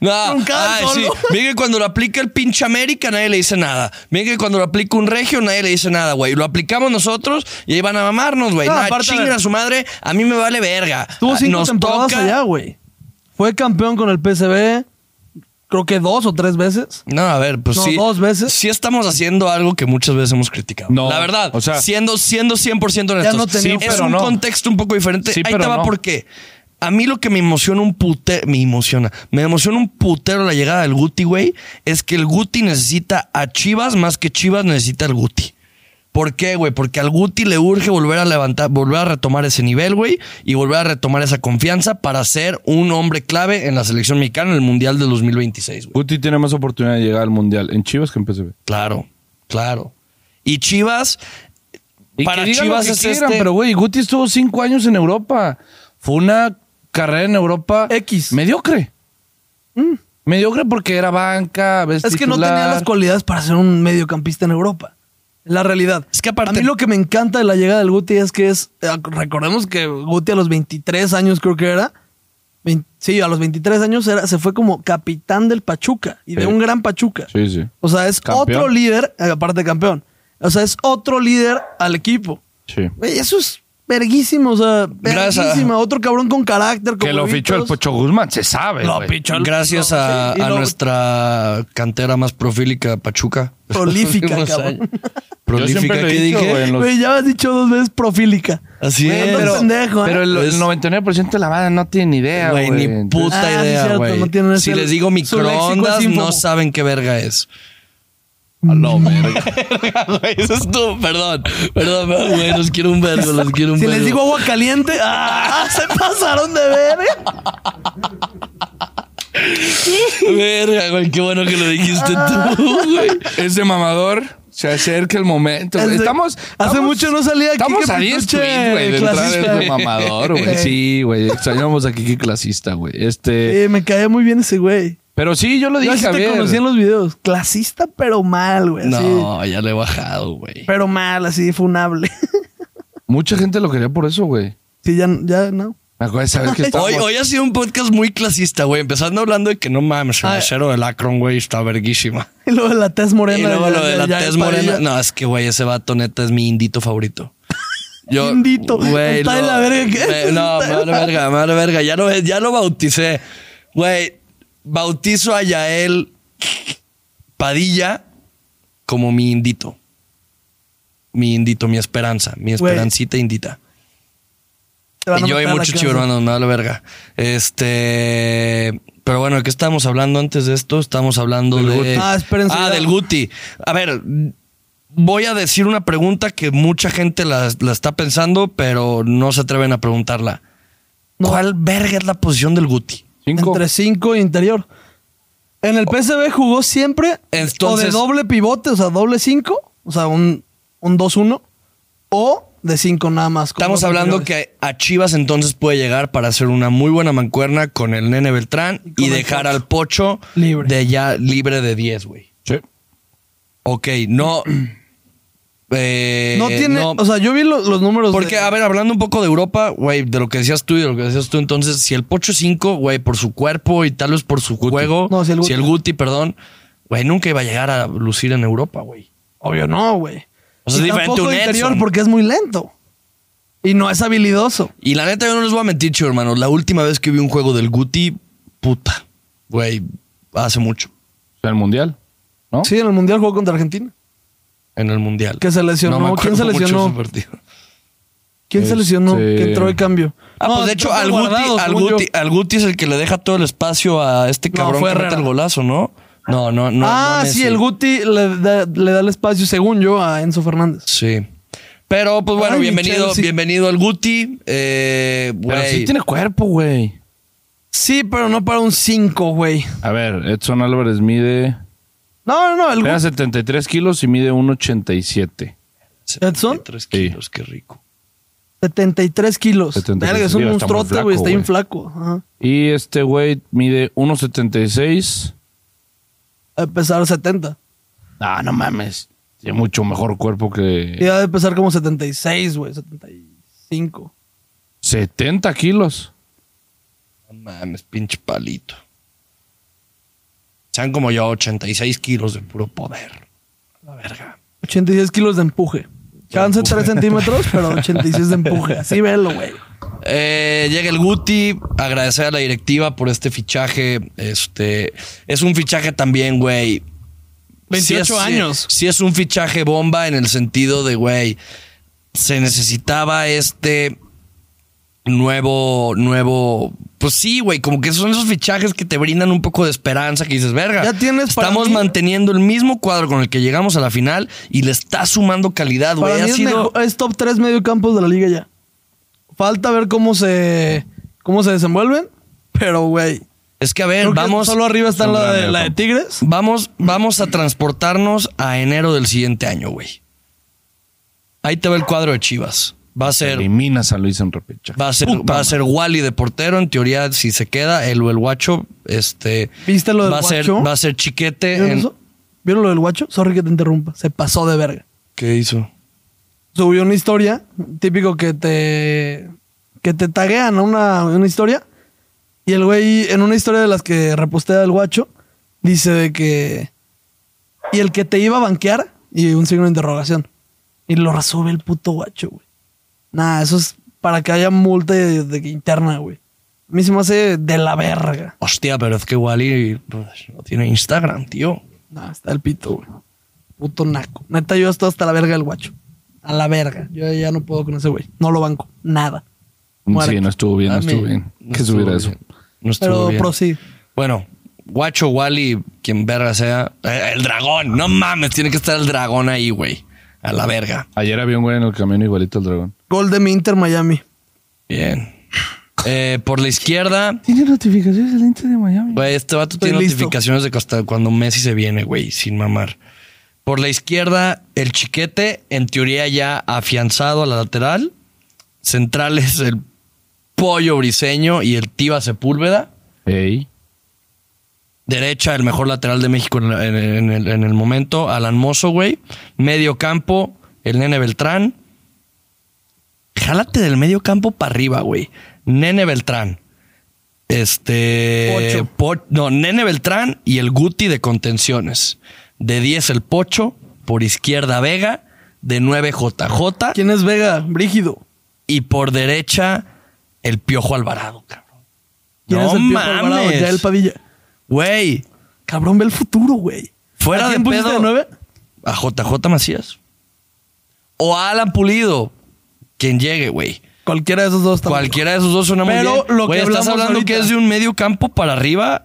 S2: No.
S1: Truncada
S2: Ay,
S1: solo.
S2: sí. Miren que cuando lo aplica el pinche América, nadie le dice nada. Miren que cuando lo aplica un regio, nadie le dice nada, güey. Lo aplicamos nosotros y ahí van a mamarnos, güey.
S1: No,
S2: Nah,
S1: aparte,
S2: chinguen a su madre, a mí me vale verga.
S1: Tuvo cinco
S2: Ah, Nos
S1: temporadas
S2: toca-
S1: allá, güey. Fue campeón con el PSV, creo que dos o tres veces.
S2: No, a ver, pues
S1: No,
S2: sí.
S1: dos veces.
S2: Sí estamos haciendo algo que muchas veces hemos criticado.
S3: No,
S2: La verdad,
S3: o sea-
S2: siendo, siendo 100% honestos.
S1: no tenía-
S2: es
S1: Sí,
S3: pero
S2: un
S3: no.
S2: contexto un poco diferente.
S3: Sí,
S2: Ahí
S3: pero
S2: te va
S3: no.
S2: porque a mí lo que me emociona un putero, me emociona, me emociona un putero la llegada del Guti, güey, es que el Guti necesita a Chivas más que Chivas necesita al Guti. ¿Por qué, güey? Porque al Guti le urge volver a levantar, volver a retomar ese nivel, güey, y volver a retomar esa confianza para ser un hombre clave en la selección mexicana en el Mundial del 2026, güey.
S3: Guti tiene más oportunidad de llegar al mundial en Chivas que en PSV.
S2: Claro, claro. Y Chivas, para Chivas es este-
S3: pero güey, Guti estuvo cinco años en Europa. Fue una carrera en Europa
S1: X.
S3: mediocre. Mediocre porque era banca, a veces
S1: Es que no
S3: titular.
S1: tenía las cualidades para ser un mediocampista en Europa. La realidad.
S2: Es que aparte-
S1: A mí lo que me encanta de la llegada del Guti es que es. eh, Recordemos que Guti a los 23 años, creo que era. vein- sí, a los 23 años era, se fue como capitán del Pachuca y de
S3: Sí.
S1: un gran Pachuca.
S3: Sí, sí.
S1: O sea, es
S3: Campeón.
S1: otro líder, eh, aparte de campeón. O sea, es otro líder al equipo.
S3: Sí.
S1: Güey, eso es verguísimo. O sea,
S2: Gracias a-
S1: verguísima. Otro cabrón con carácter. con
S3: Que lo fichó el
S1: huevitos.
S3: Pocho Guzmán, se sabe.
S1: Lo
S3: güey.
S1: pichó el-
S2: gracias
S1: lo-
S2: a,
S1: sí, y
S2: a
S1: lo-
S2: nuestra cantera más profílica, Pachuca.
S1: Prolífica,
S2: Los últimos
S1: cabrón.
S2: años.
S3: Yo siempre
S2: Prolífica,
S3: lo he
S2: ¿qué
S3: dicho,
S2: dije?
S3: güey, en los-
S1: Güey, ya me has dicho dos veces profílica.
S2: Así
S1: Güey,
S2: es.
S1: no
S3: pero,
S1: pendejo, ¿eh?
S3: pero el, el
S2: Es-
S3: 99% de la banda no tiene ni idea,
S2: Güey,
S3: güey.
S2: ni
S3: Entonces,
S2: puta
S1: Ah, sí,
S2: idea,
S1: cierto,
S2: güey.
S1: no tienen
S2: si
S1: ese-
S2: les digo
S1: su léxico es
S2: microondas,
S1: ínfomo.
S2: no saben qué verga es.
S3: a lo verga.
S2: Güey, Eso es tú, perdón. Perdón, güey, los quiero un vergo, los quiero un
S1: Si
S2: vergo.
S1: les digo agua caliente, ¡ah! Se pasaron de ¿eh? verga.
S2: Verga, güey, qué bueno que lo dijiste tú, güey.
S3: Ese mamador se acerca el momento. güey.
S1: Hace-
S3: Estamos,
S1: hace
S3: estamos-
S1: mucho no salía Kike
S3: Estamos a 10
S1: Pituche,
S3: tweets, güey, de entrar
S1: clasista.
S3: el mamador, güey. Sí, güey, extrañamos a Kike clasista, güey. Este,
S1: Eh, me caía muy bien ese güey.
S3: pero sí, yo lo
S1: Yo así
S3: dije, a
S1: te
S3: ver.
S1: conocí en los videos. Clasista, pero mal, güey. así.
S2: No, ya le he bajado, güey.
S1: Pero mal, así, funable.
S3: Mucha gente lo quería por eso, güey.
S1: sí, ya, ya no.
S3: Me acuerdo de saber que estaba.
S2: Hoy, hoy ha sido un podcast muy clasista, güey. Empezando hablando de que no mames, el
S1: Ah.
S2: mesero del Akron, güey, está verguísima.
S1: Y luego la tez morena.
S2: Y luego
S1: ya-
S2: lo de
S1: ya-
S2: la
S1: ya
S2: tez
S1: es para
S2: morena.
S1: ella.
S2: No, es que, güey, ese vato neta es mi indito favorito. Yo,
S1: Indito.
S2: güey,
S1: Está de
S2: lo-
S1: la verga que
S2: me-
S1: es,
S2: no,
S1: está de
S2: madre
S1: la-
S2: verga, madre verga. Ya lo, ya lo bauticé. Güey, bautizo a Yael Padilla como mi indito. Mi indito, mi esperanza, mi esperancita indita.
S1: Te van a
S2: Y yo y
S1: matar a la
S2: muchos
S1: casa.
S2: chivermanos, me vale verga. Este. Pero bueno, ¿de qué estábamos hablando antes de esto? Estamos hablando
S3: Del
S2: de.
S3: Guti.
S1: Ah, espérense,
S2: Ah,
S1: ya.
S2: del Guti. A ver, voy a decir una pregunta que mucha gente la, la está pensando, pero no se atreven a preguntarla.
S1: No.
S2: ¿Cuál verga es la posición del Guti?
S3: Cinco.
S1: Entre 5 e interior. En el PSV jugó siempre
S2: Entonces-
S1: o de doble pivote, o sea, doble 5, o sea, un, un 2-1, o de 5 nada más. con
S2: Estamos
S1: dos
S2: hablando
S1: interiores.
S2: que a Chivas entonces puede llegar para hacer una muy buena mancuerna con el Nene Beltrán
S1: Y con
S2: y
S1: el
S2: dejar
S1: Pocho.
S2: al Pocho
S1: Libre.
S2: de ya libre de 10, güey.
S3: Sí.
S2: Ok, no. eh,
S1: No tiene, o sea, yo vi lo- los números.
S2: Porque,
S1: de-
S2: a ver, hablando un poco de Europa, güey, de lo que decías tú y de lo que decías tú, entonces, si el Pocho 5, güey, por su cuerpo y tal vez por su juego,
S1: No,
S2: si
S1: si
S2: el
S1: el
S2: Guti,
S1: Guti.
S2: perdón, güey, nunca iba a llegar a lucir en Europa, güey.
S1: Obvio no, güey.
S2: O sea, es
S1: Y
S2: diferente
S1: tampoco
S2: un
S1: de
S2: Edson.
S1: interior porque es muy lento. Y no es habilidoso.
S2: Y la neta, yo no les voy a mentir, chido, hermano. La última vez que vi un juego del Guti, puta. Güey, hace mucho.
S3: En el mundial, ¿no?
S1: Sí, en el Mundial jugó contra Argentina.
S2: En el mundial.
S1: Que se lesionó.
S2: me
S1: ¿Quién
S2: acuerdo
S1: se
S2: mucho de
S1: lesionó?
S2: ese partido.
S1: ¿Quién se lesionó?
S3: Este-
S1: Que entró de cambio.
S2: Ah,
S1: No,
S2: pues de hecho,
S1: entró
S2: al
S1: por
S2: Guti,
S1: Guardado,
S2: al,
S1: según yo.
S2: Guti, al Guti es el que le deja todo el espacio a este
S1: No,
S2: cabrón
S1: fue
S2: que mete
S1: Herrera.
S2: el golazo, ¿no? No, no, no.
S1: ah,
S2: no,
S1: sí,
S2: Messi.
S1: el Guti le da, le da el espacio, según yo, a Enzo Fernández.
S2: Sí. Pero, pues bueno,
S1: Ay,
S2: bienvenido,
S1: Chelsea.
S2: bienvenido al Guti. Eh,
S3: Pero
S2: güey.
S3: sí tiene cuerpo, güey.
S1: Sí, pero no para un 5, güey.
S3: A ver, Edson Álvarez mide.
S1: No, no, no, el
S3: Pesa
S1: Guti.
S3: 73 kilos y mide 1,87.
S1: Edson,
S2: 73
S3: Sí.
S2: kilos, qué rico.
S1: 73 kilos.
S3: 73.
S1: Verga, es un
S3: Mira, está muy
S1: monstruote,
S3: flaco,
S1: güey. Está bien
S3: güey.
S1: flaco. Ajá.
S3: Y este güey mide 1,76.
S1: Ha de pesar 70.
S3: Ah, no mames. Tiene mucho mejor cuerpo
S1: Y
S3: que.
S1: ha de pesar como 76, güey. 75.
S3: 70 kilos.
S2: No mames, pinche palito. Sean como yo, 86 kilos de puro poder. La verga.
S1: 86 kilos de empuje. Cansa 3 centímetros, pero 86 de empuje. Así velo, güey.
S2: Eh, llega el Guti, agradecer a la directiva por este fichaje. Este es un fichaje también, güey.
S1: 28
S2: Sí es-
S1: años.
S2: Sí, sí es un fichaje bomba en el sentido de, güey, se necesitaba este nuevo, nuevo. Pues sí, güey, como que son esos fichajes que te brindan un poco de esperanza, que dices, verga,
S1: Ya tienes para
S2: estamos
S1: mí-
S2: manteniendo el mismo cuadro con el que llegamos a la final y le está sumando calidad,
S1: Para
S2: güey. Ha
S1: mí es,
S2: sido...
S1: mejo- es top 3 mediocampos de la liga ya. Falta ver cómo se, cómo se desenvuelven, pero, güey.
S2: Es que, a ver,
S1: creo que
S2: vamos...
S1: Solo arriba está
S3: Es un
S1: la
S3: gran
S1: de, la de
S3: mediocampo.
S1: Tigres.
S2: Vamos, vamos a transportarnos a enero del siguiente año, güey. Ahí te va el cuadro de Chivas. Va a ser,
S3: Elimina a San Luis en repechaje.
S2: va a ser, va a ser Wally de portero. En teoría, si se queda, el o el guacho, este.
S1: ¿Viste lo del
S2: va a ser,
S1: guacho?
S2: Va a ser chiquete.
S1: ¿Vieron
S2: en-
S1: eso? ¿Vieron lo del guacho? Sorry que te interrumpa. Se pasó de verga.
S2: ¿Qué hizo?
S1: Subió una historia, típico que te. que te taguean a una, una historia. Y el güey, en una historia de las que repostea el guacho, dice de que. Y el que te iba a banquear, y un signo de interrogación. Y lo resube el puto guacho, güey. Nah, eso es para que haya multa de, de interna, güey. A mí se me hace de la verga.
S2: Hostia, pero es que Wally pues, no tiene Instagram, tío.
S1: Nah, está el pito, güey. Puto naco. Neta, yo estoy hasta la verga del guacho. A la verga. Yo ya no puedo con ese güey. No lo banco. Nada.
S3: Sí,
S1: Muerte.
S3: no estuvo bien, no
S2: Dame-
S3: estuvo bien.
S2: no
S3: que
S2: estuvo bien.
S3: subiera eso.
S2: No Pues estuvo
S1: Pero
S2: bien.
S1: pro sí.
S2: Bueno, Guacho, Wally, quien verga sea. eh, El dragón, no mames, tiene que estar el dragón ahí, güey. A la verga.
S3: Ayer había un güey en el camión igualito al dragón.
S1: Gol de mi Inter Miami.
S2: Bien. Eh, por la izquierda,
S3: Tiene notificaciones del Inter de Miami.
S2: güey, este vato
S1: Estoy
S2: tiene
S1: listo.
S2: notificaciones de costa- cuando Messi se viene, güey, sin mamar. Por la izquierda, el chiquete, en teoría ya afianzado a la lateral. Centrales, el pollo briseño y el tiba sepúlveda.
S3: Ey.
S2: Derecha, el mejor lateral de México en, la- en- en el, en el momento, Alan Mozo, güey. Medio campo, el Nene Beltrán. Jálate del medio campo para arriba, güey. Nene Beltrán. Este. Po- no, Nene Beltrán y el Guti de contenciones. De 10 el Pocho, por izquierda Vega, de 9 JJ
S1: ¿Quién es Vega? Brígido.
S2: y por derecha el Piojo Alvarado, cabrón.
S1: ¿Quién
S2: No
S1: es el Piojo
S2: mames.
S1: Alvarado? Ya el Padilla.
S2: Güey,
S1: Cabrón, ve el futuro, güey.
S2: Fuera
S1: ¿A
S2: de
S1: quién pusiste
S2: pedo.
S1: de nueve?
S2: a JJ Macías. O a Alan Pulido. Quien llegue, güey.
S1: Cualquiera de esos dos también.
S2: Cualquiera de esos dos suena muy
S1: Pero
S2: bien.
S1: lo que
S2: Güey, estás
S1: hablamos
S2: hablando
S1: ahorita.
S2: que es de un medio campo para arriba.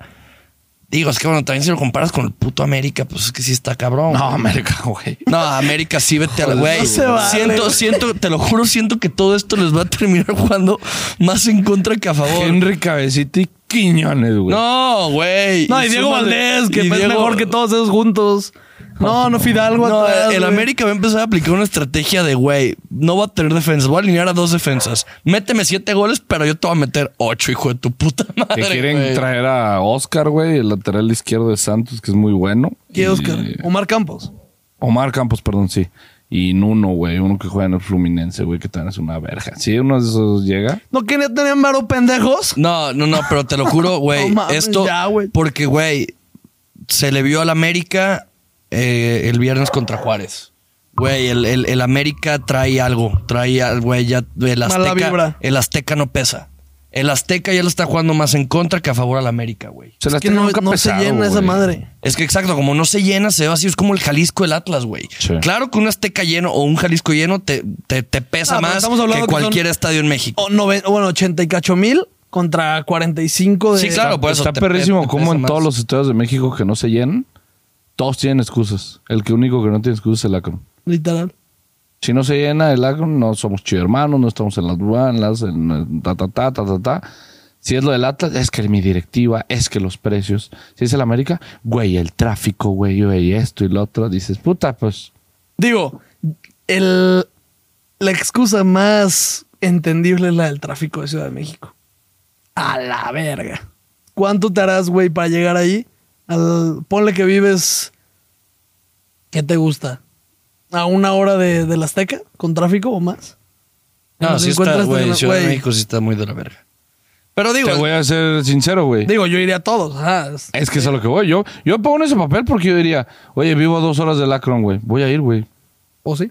S2: Digo, es que bueno, también si lo comparas con el puto América, pues es que sí está cabrón.
S3: No, América, güey.
S2: No, América sí vete al güey.
S1: no se vale.
S2: siento, siento, te lo juro, siento que todo esto les va a terminar jugando más en contra que a favor.
S3: Henry Cabecita y Quiñones, güey.
S2: No, güey.
S1: No, y Diego
S2: súmale-
S1: Valdés, que
S2: y
S1: es
S2: Diego-
S1: mejor que todos esos juntos. No, no Fidalgo
S2: No,
S1: atrás,
S2: el
S1: güey.
S2: América va a empezar a aplicar una estrategia de, güey, no va a tener defensas, voy a alinear a dos defensas. Méteme siete goles, pero yo te voy a meter ocho, hijo de tu puta madre.
S3: Que quieren
S2: güey.
S3: traer a Oscar, güey, el lateral izquierdo de Santos, que es muy bueno.
S1: ¿Qué,
S3: Y-
S1: Oscar? Omar Campos.
S3: Omar Campos, perdón, sí. Y Nuno, güey, uno que juega en el Fluminense, güey, que también es una verga. Si uno de esos llega,
S1: ¿No querían tener varo pendejos?
S2: No, no, no, pero te lo juro, güey.
S1: No mames,
S2: esto,
S1: ya, güey.
S2: porque, güey, se le vio al América eh, el viernes contra Juárez. Güey, el, el- el América trae algo, trae algo, güey, ya el
S1: Mala
S2: Azteca,
S1: vibra.
S2: el Azteca no pesa. El Azteca ya lo está jugando más en contra que a favor al América, güey.
S3: Se las
S1: que
S3: tengo
S1: no,
S3: nunca
S1: no se
S3: pesado,
S1: llena esa
S3: güey.
S1: madre.
S2: Es que exacto, como no se llena, se ve así, es como el Jalisco el Atlas, güey.
S3: Sí.
S2: Claro que un Azteca lleno o un Jalisco lleno te, te, te pesa
S1: Ah, pero
S2: más
S1: estamos hablando
S2: que
S1: que son- Oh,
S2: cualquier estadio en México.
S1: O noven- o bueno, 88 mil contra 45 de.
S2: Sí, claro. pues. por eso
S3: Está
S2: te-
S3: perrísimo
S2: te
S3: como
S2: pesa
S3: en
S2: más.
S3: todos los estados de México que no se llenan, todos tienen excusas. El que único que no tiene excusas es el Akron.
S1: Literal.
S3: Si no se llena el Akron, no somos chido hermanos, no estamos en las buenas, en en ta, ta, ta, ta, ta, ta. Si es lo del Atlas, es que mi directiva, es que los precios. Si es el América, güey, el tráfico, güey, güey, esto y lo otro. Dices, puta, pues.
S1: Digo, el, la excusa más entendible es la del tráfico de Ciudad de México. A la verga. ¿Cuánto te harás, güey, para llegar ahí? Al, ponle que vives. ¿Qué te gusta? ¿A una hora de, del Azteca? ¿Con tráfico o más?
S2: No,
S1: Cuando
S2: sí
S1: te
S2: está,
S1: encuentras
S2: güey.
S1: de-
S2: Ciudad de
S1: güey.
S2: México sí está muy de la verga. Este Pero digo,
S3: Te voy a ser sincero, güey.
S1: Digo, yo iría a todos. ajá.
S3: Es que es a lo que voy. Yo, yo me pongo en ese papel porque yo diría, oye, vivo a dos horas del Akron, güey. Voy a ir, güey.
S1: ¿O sí?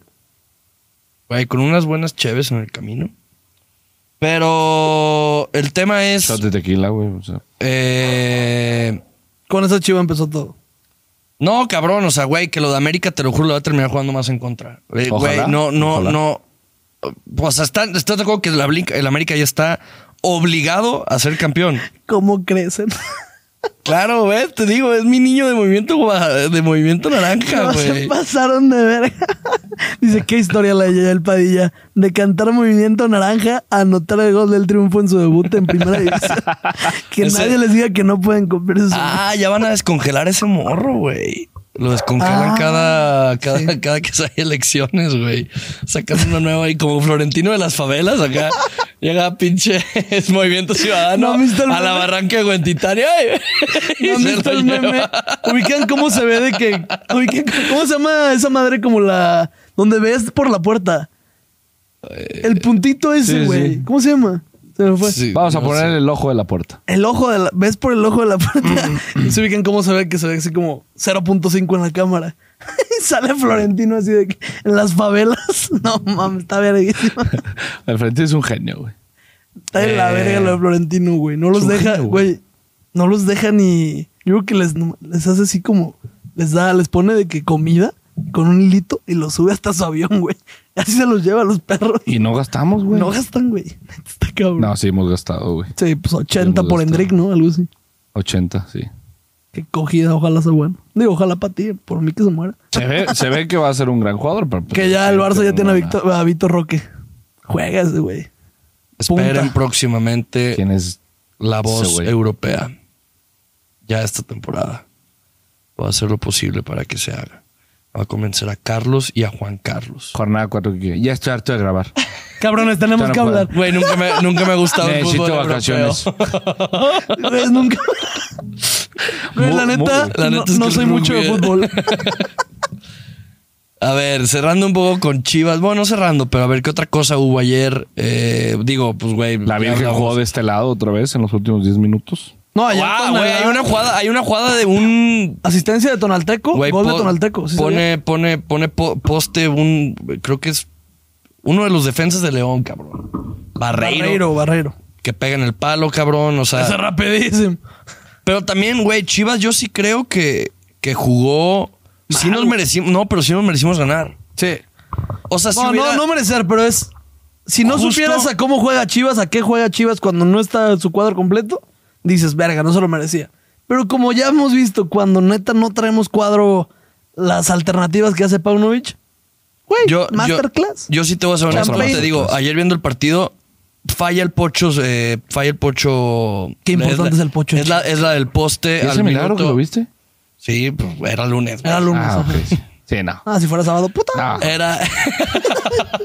S2: güey, con unas buenas cheves en el camino. Pero el tema es.
S3: Shot de tequila, güey. O sea,
S2: eh,
S1: Con esa chiva empezó todo.
S2: No, cabrón, o sea, güey, que lo de América, te lo juro, lo va a terminar jugando más en contra. Eh,
S3: Ojalá,
S2: Güey, no, no,
S3: ojalá.
S2: no. O sea, está- ¿estás de acuerdo que la Blink- el América ya está obligado a ser campeón?
S1: ¿Cómo crecen?
S2: Claro, güey, te digo, es mi niño de movimiento, gua- de movimiento naranja,
S1: se
S2: güey.
S1: pasaron de verga. Dice, qué historia la de Yael Padilla. De cantar Movimiento Naranja a anotar el gol del triunfo en su debut en primera división. que
S2: Ese-
S1: nadie les diga que no pueden cumplir sus sueños.
S2: Ah, ya van a descongelar ese morro, güey. Lo descongelan
S1: Ah,
S2: cada, cada, cada que hay elecciones, güey. Sacan una nueva y como Florentino de las favelas acá. Llega pinche es Movimiento Ciudadano
S1: ¿No viste el
S2: a la
S1: meme?
S2: barranca de Huentitania. y- y
S1: ¿No han
S2: se
S1: visto
S2: lo
S1: el meme?
S2: lleva.
S1: Ubican cómo se ve de que. ubican ¿Cómo se llama esa madre como la. donde ves por la puerta? El puntito
S3: sí,
S1: ese,
S3: sí.
S1: güey. ¿Cómo se llama? Se me fue.
S2: Sí,
S3: vamos a
S2: no
S3: poner
S2: sé.
S3: el ojo de la puerta.
S1: El ojo de la, ves por el ojo de la puerta y se ubican cómo se ve que se ve así como 0.5 en la cámara. y sale Florentino así de que en las favelas. No mames, está verguísima.
S3: Al frente es un genio, güey.
S1: Está de la
S2: Eh.
S1: verga lo de Florentino, güey. No los
S2: Es un
S1: deja,
S2: genio, güey.
S1: güey. No los deja ni. Yo creo que les, les hace así como. Les da, les pone de que comida con un hilito y los sube hasta su avión, güey. Así se los lleva a los perros.
S3: Y no gastamos, güey.
S1: No gastan, güey. Está cabrón.
S3: No, sí hemos gastado, güey.
S1: Sí, pues 80
S3: hemos
S1: por
S3: gastado.
S1: Endrick, ¿no? Algo así.
S3: 80, sí.
S1: Qué cogida, ojalá sea bueno. Digo, ojalá para ti, por mí que se muera.
S3: Se ve, se ve que va a ser un gran jugador. Pero,
S2: Pues
S1: que ya el Barça ya tiene a
S3: No,
S1: Víctor, a Vitor Roque. Juegas, güey.
S2: Esperen
S1: punta.
S3: no.
S2: próximamente
S3: ¿Quién es?
S2: la
S3: ese
S2: voz
S3: güey?
S2: europea. Ya esta temporada. Voy a hacer lo posible para que se haga. Va a convencer a Carlos y a Juan Carlos.
S3: Jornada 4. Ya estoy harto de grabar.
S1: Cabrones, tenemos
S3: Ya no
S1: que hablar.
S2: Güey, nunca me, nunca me ha gustado el
S3: Necesito
S2: fútbol
S3: vacaciones.
S2: europeo.
S1: Güey, nunca. Güey, la
S3: Muy-
S1: neta,
S3: muy-
S2: la
S1: no,
S2: neta es
S1: no
S2: que el
S1: soy mucho de
S2: rugby-
S1: fútbol.
S2: A ver, cerrando un poco con Chivas. Bueno, no cerrando, pero a ver, ¿qué otra cosa hubo ayer? Eh, digo, pues, güey.
S3: La
S2: ya
S3: Virgen
S2: hablamos.
S3: jugó de este lado otra vez en los últimos 10 minutos.
S1: No, ayer
S2: Ah,
S1: Tonalá-
S2: güey, hay una jugada, hay una jugada de un.
S1: Asistencia de Tonalteco,
S2: güey,
S1: Uh, gol de
S2: po-
S1: Tonalteco. ¿sí sabía?
S2: pone, pone, pone po- poste un. Creo que es uno de los defensas de León, cabrón. Barreiro. Ah.
S1: Barreiro, Barreiro.
S2: Que pega en el palo, cabrón. O sea.
S1: Ese rapidísimo.
S2: Pero también, güey, Chivas, yo sí creo que, que jugó. Sí nos merecimos. No, pero sí nos merecimos ganar.
S1: Sí.
S2: O sea, si
S1: No,
S2: hubiera-
S1: no, no merecer, pero es. Si no
S2: Justo-
S1: supieras a cómo juega Chivas, a qué juega Chivas cuando no está su cuadro completo, dices, verga, no se lo merecía. Pero como ya hemos visto, cuando neta no traemos cuadro las alternativas que hace Paunovic, güey,
S2: yo,
S1: masterclass.
S2: Yo, yo sí te voy a ser honesto.
S1: Champagne.
S2: Te digo, ayer viendo el partido, falla el pocho. eh, falla el pocho.
S1: Qué importante
S2: la-
S1: es el pocho.
S2: Es la, es la del
S3: ¿Y
S1: Eh,
S2: poste.
S3: ese
S2: al
S3: milagro
S2: minuto.
S3: que lo viste?
S2: Sí, pues, era lunes. güey.
S1: Era lunes. ajá.
S3: Ah, ok. sí. Sí, no.
S1: Ah, si fuera sábado, puta.
S3: Ah,
S2: Era.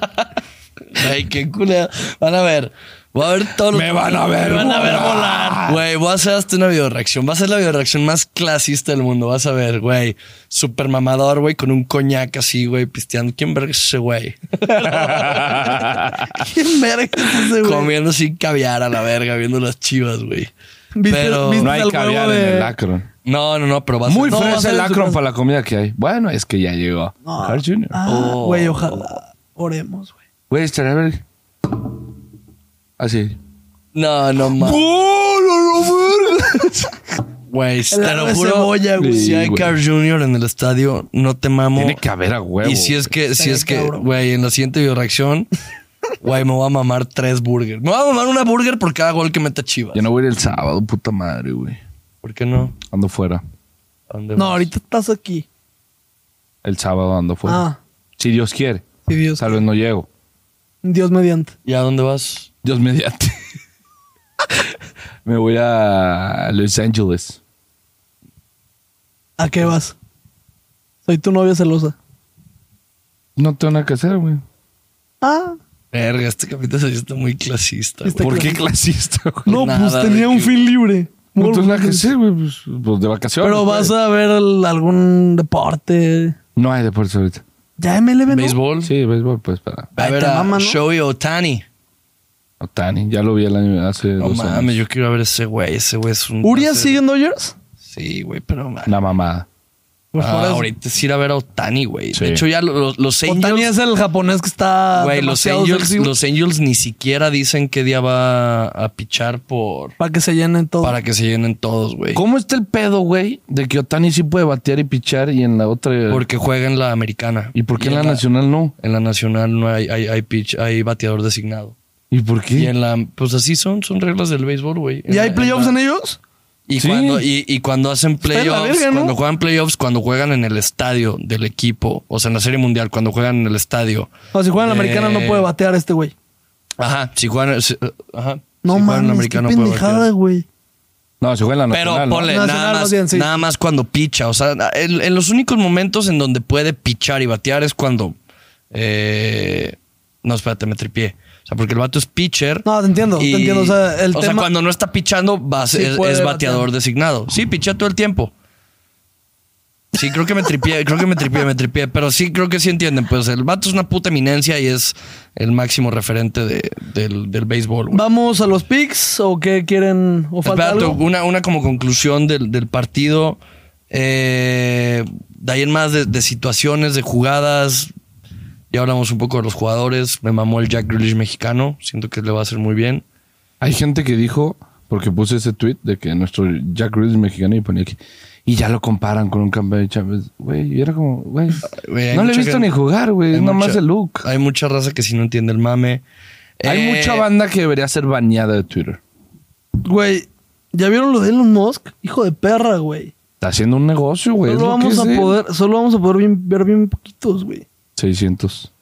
S2: Ay, qué culero. Van a ver. Voy a ver todos los-
S3: Me van a ver
S2: Me van a ver
S3: volar.
S1: Ah.
S2: volar. Güey, voy a hacer hasta una videoreacción. Va a ser la videoreacción más clasista del mundo. Vas a ver, güey. Super mamador, güey, con un coñac así, güey, pisteando. ¿Quién verga es ese güey?
S1: ¿Quién verga es ese, güey?
S2: Comiendo sin caviar a la verga, viendo las chivas, güey.
S1: ¿Viste-
S2: Pero
S1: viste
S3: no hay
S1: el
S3: caviar
S1: huevo de-
S3: en el Akron.
S2: no, no, no, pero va a
S3: Muy
S2: ser- no,
S1: va a
S3: fresa
S1: ser
S3: el
S1: en su
S3: Akron
S1: casa.
S3: para la comida que hay. Bueno, es que ya llegó.
S1: No.
S3: Carl Jr.
S1: Ah,
S2: Oh.
S1: güey, ojalá. Oremos, güey.
S3: Ah, Güey, estaría ver. Así.
S2: No, no mames.
S1: ¡Oh, no, no, verga!
S2: Güey, te lo
S1: arroz de
S2: juro.
S1: cebolla, güey.
S2: Si hay
S3: Sí, güey.
S2: Carl Jr. en el estadio, no te mamo.
S3: Tiene que haber a huevo.
S2: Y si es que, si
S1: Estaría
S2: es que,
S1: cabrón.
S2: güey, en la siguiente videoreacción, güey, me voy a mamar tres burgers. Me voy a mamar una burger por cada gol que meta Chivas.
S3: Yo no voy a ir el sábado, puta madre, güey.
S2: ¿Por qué no?
S3: Ando fuera.
S2: ¿A dónde
S1: No,
S2: vas?
S1: ahorita estás aquí.
S3: El sábado ando
S2: Pues,
S3: fuera.
S1: Ah.
S3: Si Dios quiere.
S1: Sí, Dios.
S3: Tal vez no llego.
S1: Dios mediante.
S2: ¿Y a dónde vas?
S3: Dios mediante. Me voy a Los Ángeles.
S1: ¿A qué vas? Soy tu novia celosa.
S3: No tengo nada que hacer, güey.
S1: Ah,
S2: Verga, este capítulo se está muy clasista,
S1: Está
S2: güey.
S3: ¿Por qué clasista, güey?
S1: no,
S2: Nada,
S1: pues tenía
S2: güey,
S1: un
S2: que-
S1: fin libre.
S3: No tengo nada que
S1: Pero
S3: hacer, güey. Pues, pues de vacaciones.
S1: vas
S3: güey.
S1: a ver el- algún deporte.
S3: No hay deportes ahorita.
S1: Ya MLB, ¿no?
S2: ¿Béisbol?
S3: Sí, béisbol, pues para.
S2: A
S1: Ay,
S2: ver
S1: te
S2: a
S1: mama, ¿no?
S2: Shoei Otani.
S3: Otani, ya lo vi el año hace
S2: No
S3: dos
S2: mames,
S3: años.
S2: yo quiero ver a ese güey. Ese güey es un.
S1: ¿Urias
S2: ese-
S1: sigue en Dodgers?
S2: Sí, güey, pero. man.
S3: Una mamada.
S1: Pues
S2: Ah,
S1: por eso.
S2: ahorita es ir a ver a Otani, güey.
S3: Sí.
S2: De hecho, ya lo- lo- los
S1: Otani es
S2: Angels.
S1: el japonés que está.
S2: Güey, los Angels, los Angels ni siquiera dicen qué día va a pichar por.
S1: Para que se llenen todo.
S2: Para que se llenen todos, güey.
S3: ¿Cómo está el pedo, güey, de que Otani sí puede batear y pichar y en la otra.
S2: Porque juega en la americana.
S3: ¿Y por qué en la,
S2: nacional?
S3: nacional no?
S2: En la nacional no hay, hay, hay pitch, hay bateador designado.
S3: ¿Y por qué?
S2: Y en la. Pues así son, son reglas del béisbol, güey. En
S1: ¿Y
S2: la-
S1: hay
S2: en
S1: playoffs
S2: la-
S1: en ellos?
S2: Y,
S3: Sí.
S2: cuando, y, y cuando hacen
S1: en la
S2: playoffs,
S1: verga, ¿no?
S2: cuando juegan playoffs, cuando juegan en el estadio del equipo, o sea, en la Serie Mundial, cuando juegan en el estadio.
S1: O si juegan en la americana
S2: Eh,
S1: no puede batear este güey.
S2: Ajá, si juegan. si- ajá.
S1: No
S2: si juegan en la
S1: mames, qué
S2: americana, puede
S1: pendejada,
S2: batear.
S1: güey.
S3: No, se juega en la
S2: Pero
S3: nacional. ¿no?
S2: ponle,
S1: Nacional,
S2: nada,
S1: más
S2: más,
S1: bien, sí.
S2: nada más cuando picha. O sea, en, en los únicos momentos en donde puede pichar y batear es cuando. eh, no, espérate, me tripié. O sea, porque el vato es pitcher.
S1: No, te entiendo, te
S2: y-
S1: entiendo. O sea, el tema-
S2: cuando no está pichando, va a ser-
S1: Sí
S2: es,
S1: puede
S2: es bateador
S1: batear.
S2: designado. Sí, pichea todo el tiempo. Sí, creo que me tripié, creo que me tripié, me tripié. Pero sí, creo que sí entienden. Pues el vato es una puta eminencia y es el máximo referente de- del, del béisbol. güey.
S1: ¿Vamos a los picks o qué quieren? ¿O falta
S2: Espérate,
S1: algo?
S2: una, una como conclusión del, del partido. eh, de ahí en más de, de situaciones, de jugadas. Ya hablamos un poco de los jugadores. Me mamó el Jack Grealish mexicano. Siento que le va a hacer muy bien.
S3: Hay gente que dijo, porque puse ese tweet de que nuestro Jack Grealish mexicano y ponía aquí. Y ya lo comparan con un campeón de Champions. Güey, y era como, güey.
S2: Güey, Eh, hay
S3: No le he
S2: mucha
S3: visto
S2: gente-
S3: ni jugar, güey.
S2: hay
S3: Es nomás
S2: mucha-
S3: el look.
S2: Hay mucha raza que si no entiende el mame.
S3: Hay
S2: Eh,
S3: mucha banda que debería ser bañada de Twitter.
S1: Güey, ¿ya vieron lo de Elon Musk? Hijo de perra, güey.
S3: Está haciendo un negocio, güey. es
S1: Solo
S3: lo que
S1: Pues vamos a
S3: es él.
S1: poder, solo vamos a poder bien- ver bien poquitos, güey.
S3: 600.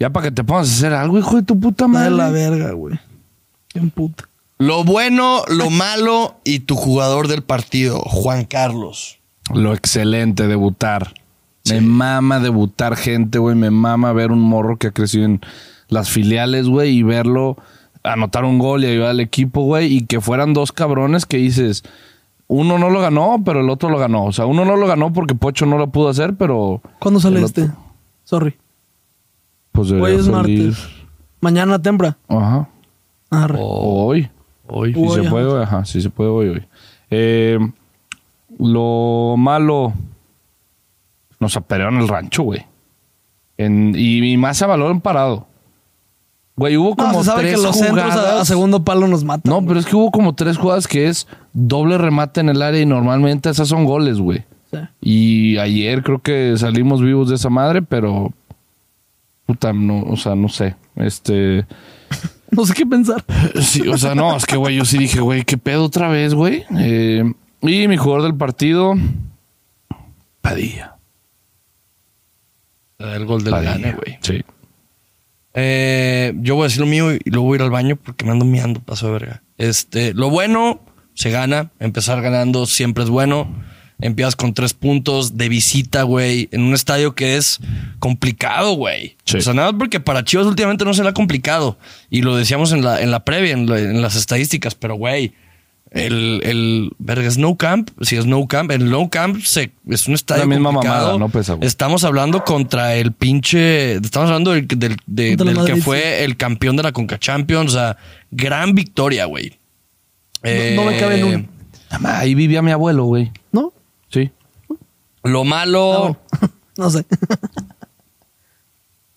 S3: Ya para que te pongas a hacer algo, hijo de tu puta
S1: Madre
S3: madre.
S1: la verga, güey. Bien puta.
S2: Lo bueno, lo malo y tu jugador del partido, Juan Carlos.
S3: Lo excelente, debutar. Me mama debutar gente, güey. Me mama ver un morro que ha crecido en las filiales, güey, y verlo anotar un gol y ayudar al equipo, güey. Y que fueran dos cabrones que dices, uno no lo ganó, pero el otro lo ganó. O sea, uno no lo ganó porque Pocho no lo pudo hacer, pero...
S1: ¿Cuándo sale
S3: el
S1: este?
S3: otro,
S1: Sorry.
S3: Pues
S1: Hoy
S3: debería
S1: es
S3: salir-
S1: martes. Mañana Ah, temprano.
S3: Ajá.
S1: Arre.
S3: O hoy.
S2: Hoy.
S3: Si
S1: Hoy,
S3: se
S1: ajá.
S3: puede, hoy, ajá, si se puede hoy, hoy. Eh, lo malo, nos apedrearon el rancho, güey. En- y, y más a balón parado. Güey, hubo
S1: No,
S3: como
S1: se sabe
S3: tres
S1: que los centros
S3: jugadas-
S1: a, a segundo palo nos matan.
S3: No,
S1: güey.
S3: pero es que hubo como tres jugadas que es doble remate en el área y normalmente esas son goles, güey.
S1: Sí.
S3: Y ayer creo que salimos vivos de esa madre, pero... Puta, no, o sea, no sé. Este...
S1: No sé qué pensar.
S3: Sí, o sea, no, es que, güey, yo sí dije, güey, qué pedo otra vez, güey. Eh, y mi jugador del partido, Padilla.
S2: El gol del
S3: Padilla,
S2: gane, güey.
S3: Sí.
S2: Eh, yo voy a decir lo mío y luego voy a ir al baño porque me ando miando, paso de verga. Este, lo bueno, se gana. Empezar ganando siempre es bueno. Empiezas con tres puntos de visita, güey, en un estadio que es complicado, güey.
S3: Sí.
S2: O sea, nada más porque para Chivas últimamente no será complicado. Y lo decíamos en la, en la previa, en, la- en las estadísticas, pero, güey. El, el verga, es no Camp, si es no Camp, el no Camp se, es un estadio.
S3: misma
S2: complicado.
S3: mamada, no Pues, pesa, güey.
S2: Estamos hablando contra el pinche. Estamos hablando del, del- de-
S1: Contra
S2: del
S1: el Madrid,
S2: que fue el campeón de la Conca Champions. O sea, gran victoria, güey. Eh,
S1: no me cabe en
S3: Eh,
S1: un-
S3: Ahí vivía mi abuelo, güey.
S1: ¿No?
S3: Sí.
S2: Lo malo.
S1: Ah, bueno. no sé.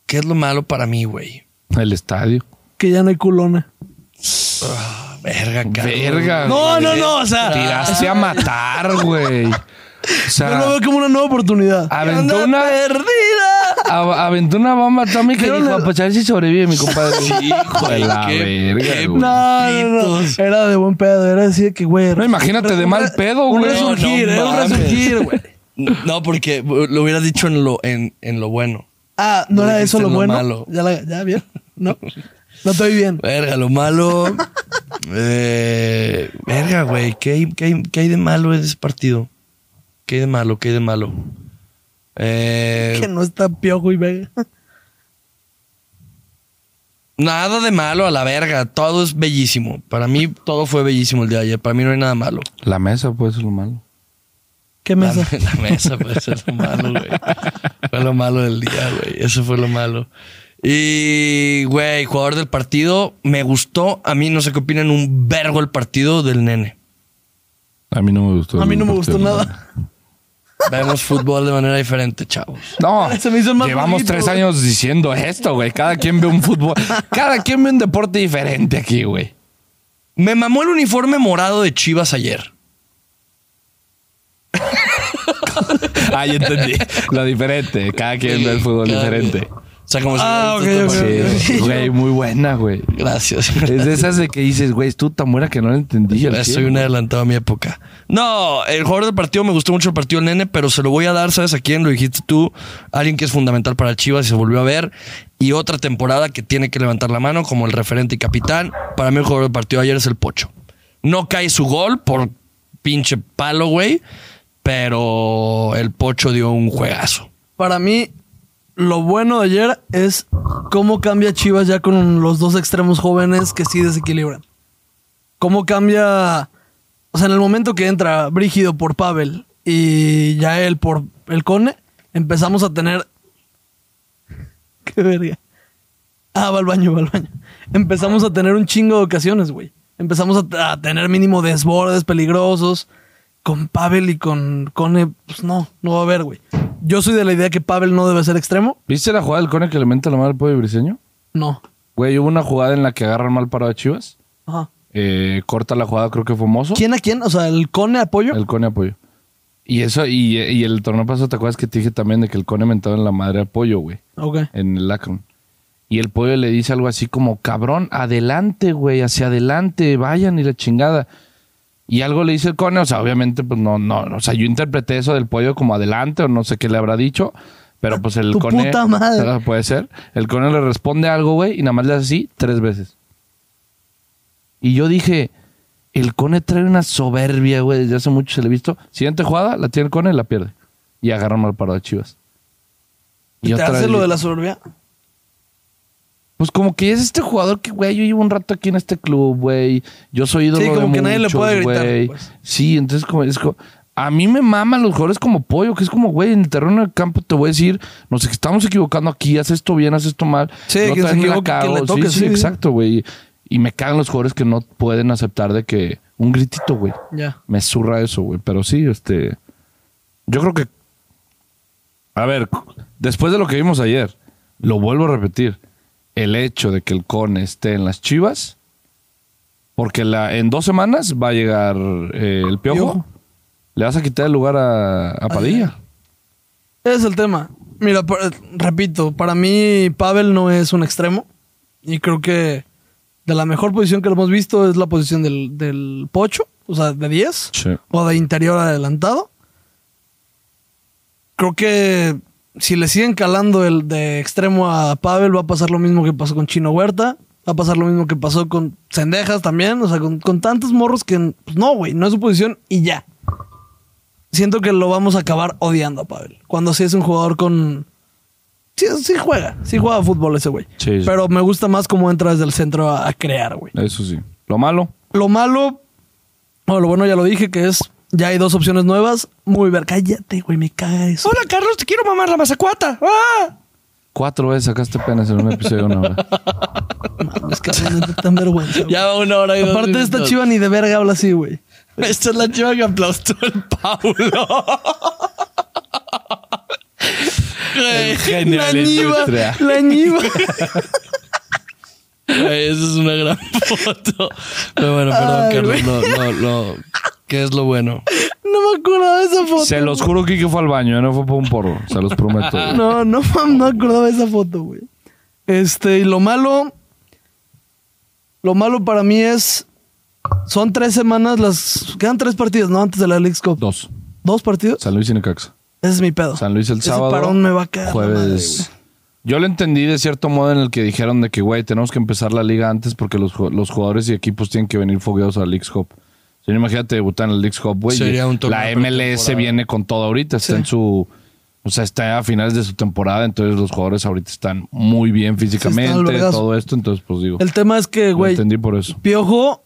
S2: ¿Qué es lo malo para mí, güey?
S3: El estadio.
S1: que ya no hay culona.
S2: Verga, cabrón.
S3: Verga.
S1: No,
S3: güey.
S1: no, no, o sea.
S3: Tiraste a matar, güey. O sea,
S1: Yo lo veo como una nueva oportunidad.
S3: aventó una,
S2: perdida.
S3: a- aventó una bomba atómica y
S1: Pero
S3: dijo,
S1: le-
S3: "Ah, pues a ver si sobrevive mi compadre. Hijo de la
S2: qué-
S3: verga,
S2: qué-
S3: güey. No,
S1: No, no, no.
S2: Pitos.
S1: Era de buen pedo. Era así de que, güey.
S3: imagínate de mal pedo,
S1: Un
S3: güey.
S1: resurgir,
S2: No,
S1: eh, un
S2: mames.
S1: resurgir, güey.
S2: No, porque lo hubieras dicho en lo, en, en lo bueno.
S1: Ah, no
S2: No
S1: era eso
S2: dijiste
S1: lo
S2: lo
S1: bueno.
S2: malo.
S1: Ya, la, ya bien. No. No estoy bien.
S2: Verga, lo malo. eh, verga, güey. ¿qué hay, qué hay- qué hay de malo en ese partido? ¿Qué hay de malo? ¿Qué hay de malo? Eh,
S1: Que no está piojo y vega.
S2: Nada de malo a la verga. Todo es bellísimo. Para mí, todo fue bellísimo el día de ayer. Para mí no hay nada malo.
S3: La mesa, pues, es lo malo.
S1: ¿Qué
S2: La,
S1: mesa?
S2: la mesa, pues, es lo malo, güey. Fue lo malo del día, güey. Eso fue lo malo. Y, güey, jugador del partido, me gustó. A mí no sé qué opinan un vergo el partido del nene.
S3: A mí no me gustó.
S1: A mí
S3: el
S1: no me
S3: partido,
S1: gustó nada.
S2: Vemos fútbol de manera diferente, chavos.
S3: No,
S1: Se me hizo el más
S3: llevamos
S1: bonito,
S3: tres
S1: güey.
S3: años diciendo esto, güey. Cada quien ve un fútbol. Cada quien ve un deporte diferente aquí, güey.
S2: Me mamó el uniforme morado de Chivas ayer.
S3: Ah, ya entendí. Lo diferente. Cada quien ve el fútbol
S2: Cada-
S3: diferente.
S2: O sea, como si-
S1: Ah, ok, ok,
S3: Sí,
S1: ok.
S3: sí, güey, muy buena, güey.
S2: Gracias.
S3: Es de esas de que dices, güey, tú tan buena que no la entendí. al
S2: Ya Soy
S3: cien.
S2: un adelantado a mi época. No, el jugador del partido me gustó mucho el partido del nene, pero se lo voy a dar, ¿sabes a quién? Lo dijiste tú, alguien que es fundamental para Chivas y se volvió a ver. Y otra temporada que tiene que levantar la mano como el referente y capitán. Para mí, el jugador del partido de ayer es el Pocho. No cae su gol por pinche palo, güey, pero el Pocho dio un juegazo.
S1: Para mí, lo bueno de ayer es cómo cambia Chivas ya con los dos extremos jóvenes que sí desequilibran. Cómo cambia. O sea, en el momento que entra Brígido por Pavel y Yael por el Cone, empezamos a tener. Qué verga. Ah, va al baño, va al baño. Empezamos a tener un chingo de ocasiones, güey. Empezamos a t- a, tener mínimo desbordes peligrosos. Con Pavel y con Cone, pues no, no va a haber, güey. Yo soy de la idea que Pavel no debe ser extremo.
S3: ¿Viste la jugada del cone que le menta la madre al pollo briseño?
S1: No.
S3: Güey, hubo una jugada en la que agarran mal parado a Chivas.
S1: Ajá.
S3: Eh, corta la jugada, creo que fue Mozo.
S1: ¿Quién a quién? O sea, el Cone apoyo.
S3: El Cone apoyo. Y eso, y, y el torneo pasado, ¿te acuerdas que te dije también de que el Cone mentaba en la madre apoyo, güey?
S1: Ok.
S3: En el Akron. Y el pollo le dice algo así como, cabrón, adelante, güey, hacia adelante, vayan y la chingada. Y algo le dice el Cone, o sea, obviamente, pues no, no, o sea, yo interpreté eso del pollo como adelante o no sé qué le habrá dicho, pero pues el
S1: Tu
S3: Cone.
S1: puta madre.
S3: Ah, Puede ser. El Cone le responde algo, güey, y nada más le hace así tres veces. Y yo dije, el Cone trae una soberbia, güey, desde hace mucho se le ha visto. Siguiente jugada, la tiene el Cone y la pierde. Y agarra mal parado a Chivas.
S1: ¿Te
S3: otra
S1: hace
S3: vez
S1: lo
S3: yo-
S1: de la soberbia?
S3: pues como que es este jugador que, güey, yo llevo un rato aquí en este club, güey. Yo soy ídolo
S1: Sí, como
S3: de
S1: que nadie le
S3: muchos,
S1: puede gritar,
S3: güey.
S1: pues.
S3: Sí, entonces como es como- A mí me maman los jugadores como pollo, que es como, güey, en el terreno del campo te voy a decir, nos estamos equivocando aquí, haz esto bien, haz esto mal.
S1: Sí,
S3: No,
S1: que se
S3: también la
S1: equivoque, que
S3: cago.
S1: le
S3: Sí,
S1: toque,
S3: sí,
S1: sí.
S3: exacto, güey. Y me cagan los jugadores que no pueden aceptar de que un gritito, güey.
S1: Ya.
S3: Me zurra eso, güey. Pero sí, este. Yo creo que. A ver, después de lo que vimos ayer, lo vuelvo a repetir. El hecho de que el Cone esté en las chivas. Porque la, en dos semanas va a llegar eh, el piojo.
S1: Piojo.
S3: Le vas a quitar el lugar a, a Padilla.
S1: Ese es el tema. Mira, pa- repito, para mí Pavel no es un extremo. Y creo que de la mejor posición que lo hemos visto es la posición del, del Pocho, o sea, de 10.
S3: Sí.
S1: O de interior adelantado. Creo que si le siguen calando el de extremo a Pavel, va a pasar lo mismo que pasó con Chino Huerta. Va a pasar lo mismo que pasó con Cendejas también. O sea, con, con tantos morros que pues, no, güey, no es su posición y ya. Siento que lo vamos a acabar odiando a Pavel. Cuando sí es un jugador con. Sí, sí juega, sí juega fútbol ese güey.
S3: Sí, sí.
S1: Pero me gusta más cómo entra desde el centro a- a crear, güey.
S3: Eso sí. Lo malo.
S1: Lo malo, o lo bueno ya lo dije, que es ya hay dos opciones nuevas. Muy ver, cállate, güey, me caga eso.
S2: Hola, Carlos, te quiero mamar la mazacuata. ¡Ah!
S3: Cuatro veces sacaste penas en un episodio de una hora.
S1: Mames, cabrón, neta, tan vergüenza. güey.
S2: Ya va una hora y dos
S1: Aparte de esta
S2: minutos.
S1: chiva ni de verga habla así, güey.
S2: Esta es la chiva que aplastó el Paulo. Güey,
S3: genio
S1: La
S3: de la
S1: ñiva,
S3: industria.
S1: la ñiva.
S2: Güey, esa es una gran foto. Pero bueno, perdón,
S1: Ay,
S2: Carlos.
S1: güey.
S2: No, no, no. ¿Qué es lo bueno?
S1: No me acuerdo de esa foto.
S3: Se los juro que fue al baño, ¿eh? no fue por un porro. Se los prometo. güey.
S1: No, no, mam, no acordaba esa foto, güey. Este, y lo malo. Lo malo para mí es. Son tres semanas las. Quedan tres partidos, ¿no? Antes de la League's Cup.
S3: Dos.
S1: ¿Dos partidos?
S3: San Luis y Necaxa.
S1: Ese es mi pedo.
S3: San Luis el
S1: Ese
S3: sábado.
S1: parón me va a quedar. la
S3: Jueves. Yo lo entendí de cierto modo en el que dijeron de que, güey, tenemos que empezar la liga antes porque los, ju- los jugadores y equipos tienen que venir fogueados a la League's Cup. Si no, imagínate debutar en la League's Cup, güey.
S2: Sería un torneo
S3: La MLS
S2: pretemporada.
S3: viene con todo ahorita. Está
S1: Sí.
S3: en su... O sea, está a finales de su temporada, entonces los jugadores ahorita están muy bien físicamente,
S1: vergazo.
S3: todo esto, entonces pues digo,
S1: madre. El tema es que,
S3: lo
S1: güey.
S3: entendí por eso.
S1: Piojo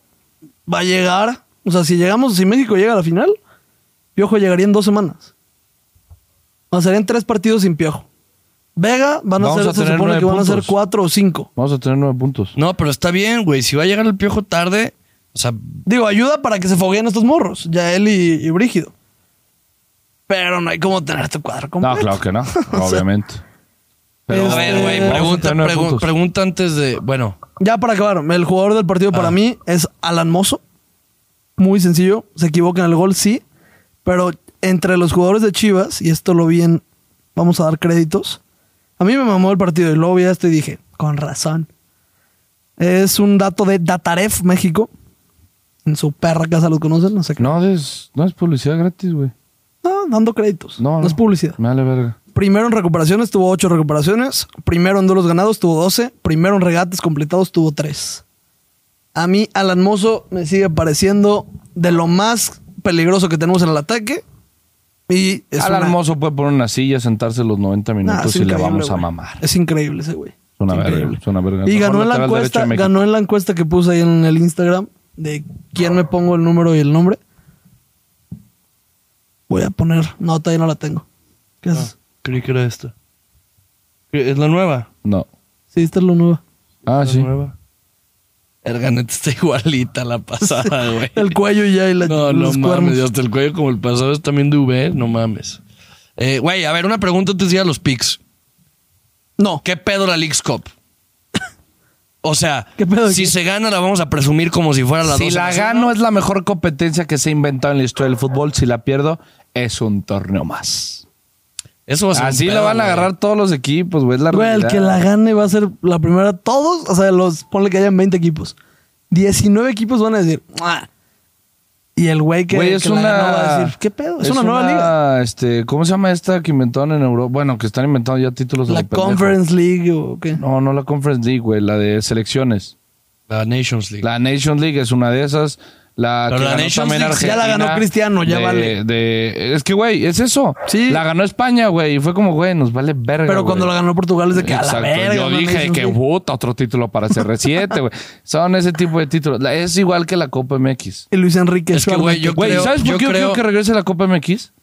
S1: va a llegar. O sea, si llegamos, si México llega a la final, Piojo llegaría en dos semanas. O sea, serían tres partidos sin Piojo. Vega van a
S3: Vamos
S1: ser,
S3: a
S1: se
S3: tener
S1: supone
S3: nueve
S1: que van a ser
S3: puntos.
S1: cuatro o cinco.
S3: Vamos a tener nueve puntos.
S2: No, pero está bien, güey. Si va a llegar el piojo tarde, o sea,
S1: Digo, ayuda para que se fogueen estos morros, ya él y, y Brígido. Pero no hay como tener tu cuadro
S3: No,
S1: completo.
S3: claro que no,
S1: O sea,
S3: obviamente.
S1: Este,
S2: a ver, güey,
S1: vamos a
S2: pregunta,
S3: tener
S2: pregu-
S3: puntos.
S2: pregunta antes de. Bueno,
S1: Ya para acabar, el jugador del partido para
S2: Ah.
S1: mí es Alan Mozo. Muy sencillo. Se equivoca en el gol, sí. Pero entre los jugadores de Chivas, y esto lo vi en. Vamos a dar créditos. A mí me mamó el partido y luego vi esto y dije, con razón. Es un dato de Dataref, México. En su perra casa lo conocen, no sé qué.
S3: No, es, no es publicidad gratis, güey.
S1: No, dando créditos.
S3: No,
S1: no es publicidad.
S3: Me vale verga.
S1: Primero en recuperaciones tuvo 8 recuperaciones. Primero en duelos ganados tuvo 12. Primero en regates completados tuvo 3. A mí, Alan Mozo me sigue pareciendo de lo más peligroso que tenemos en el ataque. Y es
S3: Alan
S1: una-
S3: Mozo puede poner una silla, sentarse los 90
S1: Nah,
S3: minutos
S1: es
S3: y le
S1: increíble,
S3: vamos a
S1: güey.
S3: mamar.
S1: Es increíble ese güey.
S3: Es una
S1: Es
S3: verga,
S1: increíble.
S3: es una verga.
S1: Y
S3: Mejor
S1: ganó en, la
S3: lateral derecho de
S1: encuesta,
S3: México.
S1: ganó en la encuesta que puse ahí en el Instagram de quién me pongo el número y el nombre. Voy a poner. No, todavía no la tengo.
S3: Ah.
S1: ¿Qué es?
S2: creí que era esta. ¿Es la nueva?
S3: No.
S1: Sí, esta es la nueva.
S3: Ah, sí.
S2: nueva. Erga, neta, está igualita a la pasada, güey.
S1: El cuello y ya y la,
S2: No, no
S1: los cuernos.
S2: mames, y hasta el cuello como el pasado es también de V, no mames. Eh, Güey, a ver, una pregunta antes de ir a los picks.
S1: No.
S2: ¿Qué pedo la League's Cup? O sea,
S1: ¿Qué pedo
S2: si
S1: qué?
S2: se gana la vamos a presumir como si fuera la
S3: Si
S2: 12
S3: la gano es la mejor competencia que se ha inventado en la historia del fútbol. Si la pierdo, es un torneo más.
S2: Eso
S1: Pues
S2: va a ser un
S3: Así la
S2: pedo,
S3: van a
S2: güey.
S3: agarrar todos los equipos, güey. Es la
S1: Güey, el
S3: realidad.
S1: que la gane va a ser la primera. Todos, o sea, los ponle que hayan 20 equipos. 19 equipos van a decir. "Mua". Y el güey que,
S3: Güey, es
S1: que la
S3: una.
S1: ganó va a decir, ¿qué pedo? Es, una, nueva liga.
S3: Este, ¿Cómo se llama esta que inventaron en Europa? Bueno, que están inventando ya títulos. a
S1: La
S3: lo pues, pendejo.
S1: Conference League o qué.
S3: No, no la Conference League, güey. La de selecciones.
S2: La Nations League.
S3: La Nation League es una de esas. La
S2: Pero
S3: que
S2: la
S3: ganó
S2: Nations
S3: también
S2: League
S1: ya la
S3: Argentina
S1: ganó Cristiano, ya
S3: de-
S1: vale.
S3: de- es que, güey, es eso.
S1: Sí.
S3: La ganó España, güey. Y fue como, güey, nos vale verga.
S1: Pero cuando la
S3: güey.
S1: ganó Portugal es de que a
S3: Exacto.
S1: la verga.
S3: Yo
S1: una
S3: dije de
S1: Nations
S3: que
S1: League.
S3: puta otro título para CR7, güey. Son ese tipo de títulos. La- Es igual que la Copa MX.
S1: Y Luis Enrique.
S2: Es que,
S1: Suárez.
S2: güey, yo
S3: Güey,
S2: creo-
S3: ¿sabes por
S2: yo
S3: qué yo
S2: creo-
S3: quiero que regrese la Copa MX?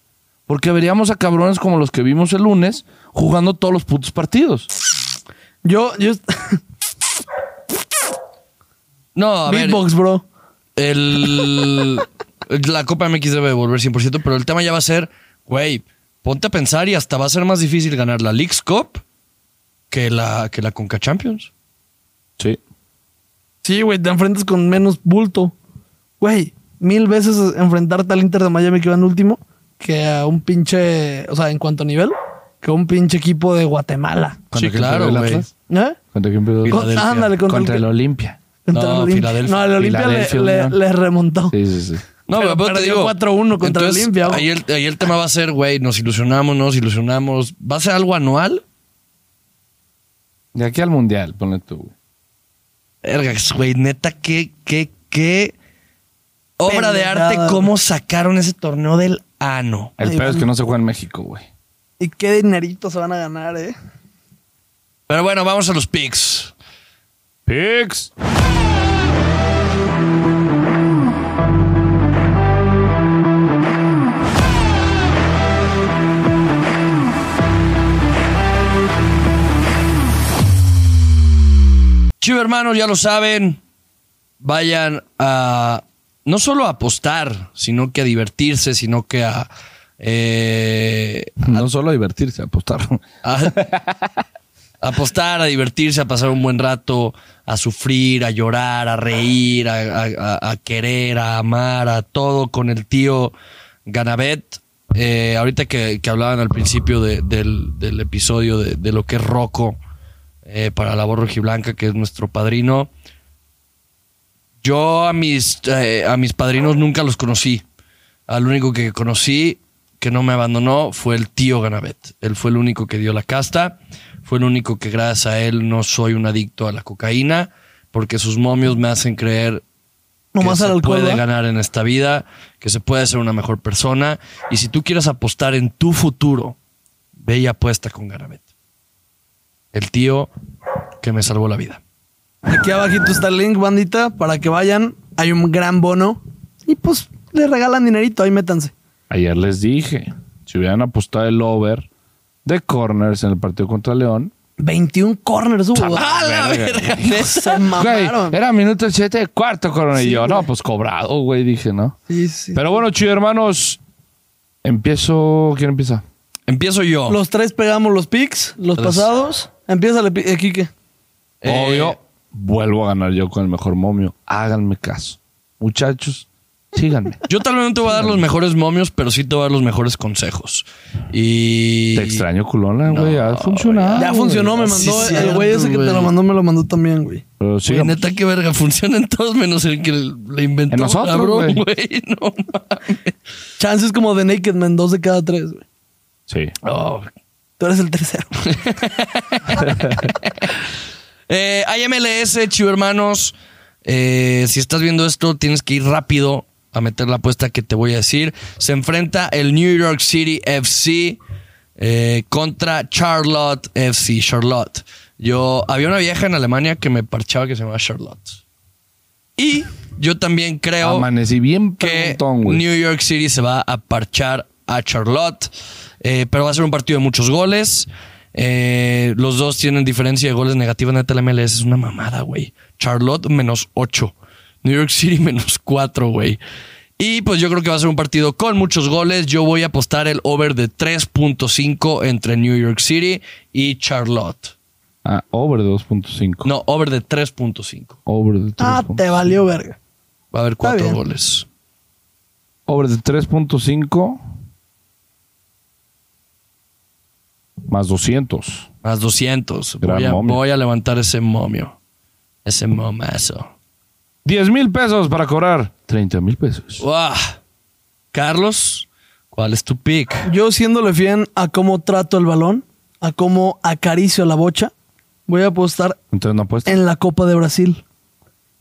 S3: Porque veríamos a cabrones como los que vimos el lunes jugando todos los putos partidos.
S1: Yo, yo.
S2: No, a ver,
S1: Beatbox, bro.
S2: el, la Copa MX debe volver 100%, pero el tema ya va a ser, güey, ponte a pensar y hasta va a ser más difícil ganar la League's Cup que la, que la Conca Champions.
S3: Sí.
S1: Sí, güey, te enfrentas con menos bulto. Güey, mil veces enfrentarte al Inter de Miami que va en último que a un pinche, o sea, en cuanto a nivel, que a un pinche equipo de Guatemala.
S2: Sí, claro, güey.
S1: ¿eh?
S3: ¿Contra quién perdió?
S1: Con-
S2: Filadelfia.
S1: ándale, contra,
S3: Contra
S1: el,
S3: el Olimpia.
S1: contra el
S2: No,
S1: Olimpia.
S2: Filadelfia.
S1: No, el Olimpia le,
S3: Filadelfia,
S1: le-
S3: ¿no?
S1: le remontó.
S3: Sí, sí, sí.
S2: No,
S1: Pero
S2: pero te
S1: perdió
S2: digo.
S1: 4-1 contra el
S2: entonces,
S1: Olimpia, güey.
S2: Ahí el, ahí el tema va a ser, güey, nos ilusionamos, nos ilusionamos. ¿Va a ser algo anual?
S3: De aquí al mundial, ponle tú, güey.
S2: Ergas, güey, neta, qué, qué, qué obra de
S1: Pendejada,
S2: arte,
S1: güey.
S2: cómo sacaron ese torneo del ano.
S3: El
S1: Ahí
S3: peor
S1: va.
S3: es que no se juega en México, güey.
S1: Y qué dinerito se van a ganar, eh.
S2: Pero bueno, vamos a los picks.
S3: Pix.
S2: Chivo hermanos, ya lo saben. Vayan a no solo a apostar, sino que a divertirse, sino que a. eh,
S3: No solo divertirse, apostar.
S2: a, A apostar, a divertirse, a pasar un buen rato, a sufrir, a llorar, a reír, a, a- a- a querer, a amar, a todo con el tío Ganabet. Eh, ahorita que, que hablaban al principio de- del, del episodio de, de lo que es Rocco eh, para la voz rojiblanca, que es nuestro padrino. Yo a mis, eh, a mis padrinos nunca los conocí. Al único que conocí que no me abandonó fue el tío Ganabet. Él fue el único que dio la casta. Fue el único que gracias a él no soy un adicto a la cocaína. Porque sus momios me hacen creer
S1: Nomás
S2: que
S1: al
S2: se
S1: alcohol.
S2: puede
S1: ¿verdad?
S2: ganar en esta vida, que se puede ser una mejor persona. Y si tú quieres apostar en tu futuro, ve y apuesta con Garabet. El tío que me salvó la vida.
S1: Aquí abajito está el link, bandita, para que vayan. Hay un gran bono. Y pues le regalan dinerito, ahí métanse.
S3: Ayer les dije, si hubieran apostado el over de corners en el partido contra León.
S1: 21 corners, hubo. Se
S3: Güey, eh.
S1: mamaron.
S3: era minuto 7 cuarto, coronel. y yo, no, pues cobrado, güey, dije, ¿no?
S1: Sí, sí.
S3: Pero bueno, chido, hermanos. Empiezo. ¿Quién empieza?
S2: Empiezo yo.
S1: Los tres pegamos los picks, los
S2: Los-
S1: pasados. Empieza el eh, Quique.
S2: Eh,
S3: Obvio, vuelvo a ganar yo con el mejor momio. Háganme caso. Muchachos, síganme.
S2: Yo tal vez no te voy a dar los mejores momios, pero sí te voy a dar los mejores consejos. Y.
S3: Te extraño, culona, güey. ha funcionado.
S1: ya funcionó, me
S2: sí,
S1: mandó el
S2: cierto,
S1: güey ese que te lo
S2: güey.
S1: mandó, me lo mandó también, güey.
S3: Pero
S2: Güey,
S3: sigamos.
S2: neta, qué verga. Funciona en todos menos el que le inventó.
S3: pues. En nosotros,
S2: cabrón,
S3: güey.
S2: güey. No mames.
S1: Chances como de Naked Man, dos de cada tres, güey.
S3: Sí.
S2: Oh,
S1: Tú eres el tercero.
S2: Eh, hay MLS, chivo hermanos. Eh, si estás viendo esto, tienes que ir rápido a meter la apuesta que te voy a decir. Se enfrenta el New York City FC eh, contra Charlotte FC. Charlotte. Yo había una vieja en Alemania que me parchaba que se llamaba Charlotte. Y yo también creo
S3: Amanecí bien
S2: que
S3: preguntón, güey.
S2: New York City se va a parchar a Charlotte, eh, pero va a ser un partido de muchos goles. Eh, los dos tienen diferencia de goles negativa neta la MLS es una mamada, güey. Charlotte menos 8, New York City menos 4, güey. Y pues yo creo que va a ser un partido con muchos goles. Yo voy a apostar el over de 3.5 entre New York City y Charlotte.
S3: Ah, over de 2.5.
S2: No, over de 3.5.
S3: Over de 3.
S1: Ah, te valió verga.
S2: Va a haber
S1: Está
S2: cuatro
S1: bien.
S2: goles.
S3: Over de 3.5 más 200.
S2: Más 200.
S3: Gran
S2: Voy a,
S3: momio.
S2: voy a levantar ese momio. Ese momazo.
S3: 10 mil pesos para cobrar 30 mil pesos.
S2: Uah. Carlos, ¿cuál es tu pick?
S1: Yo siéndole fiel a cómo trato el balón, a cómo acaricio la bocha, voy a apostar
S3: Entonces no apuestas.
S1: en la Copa de Brasil.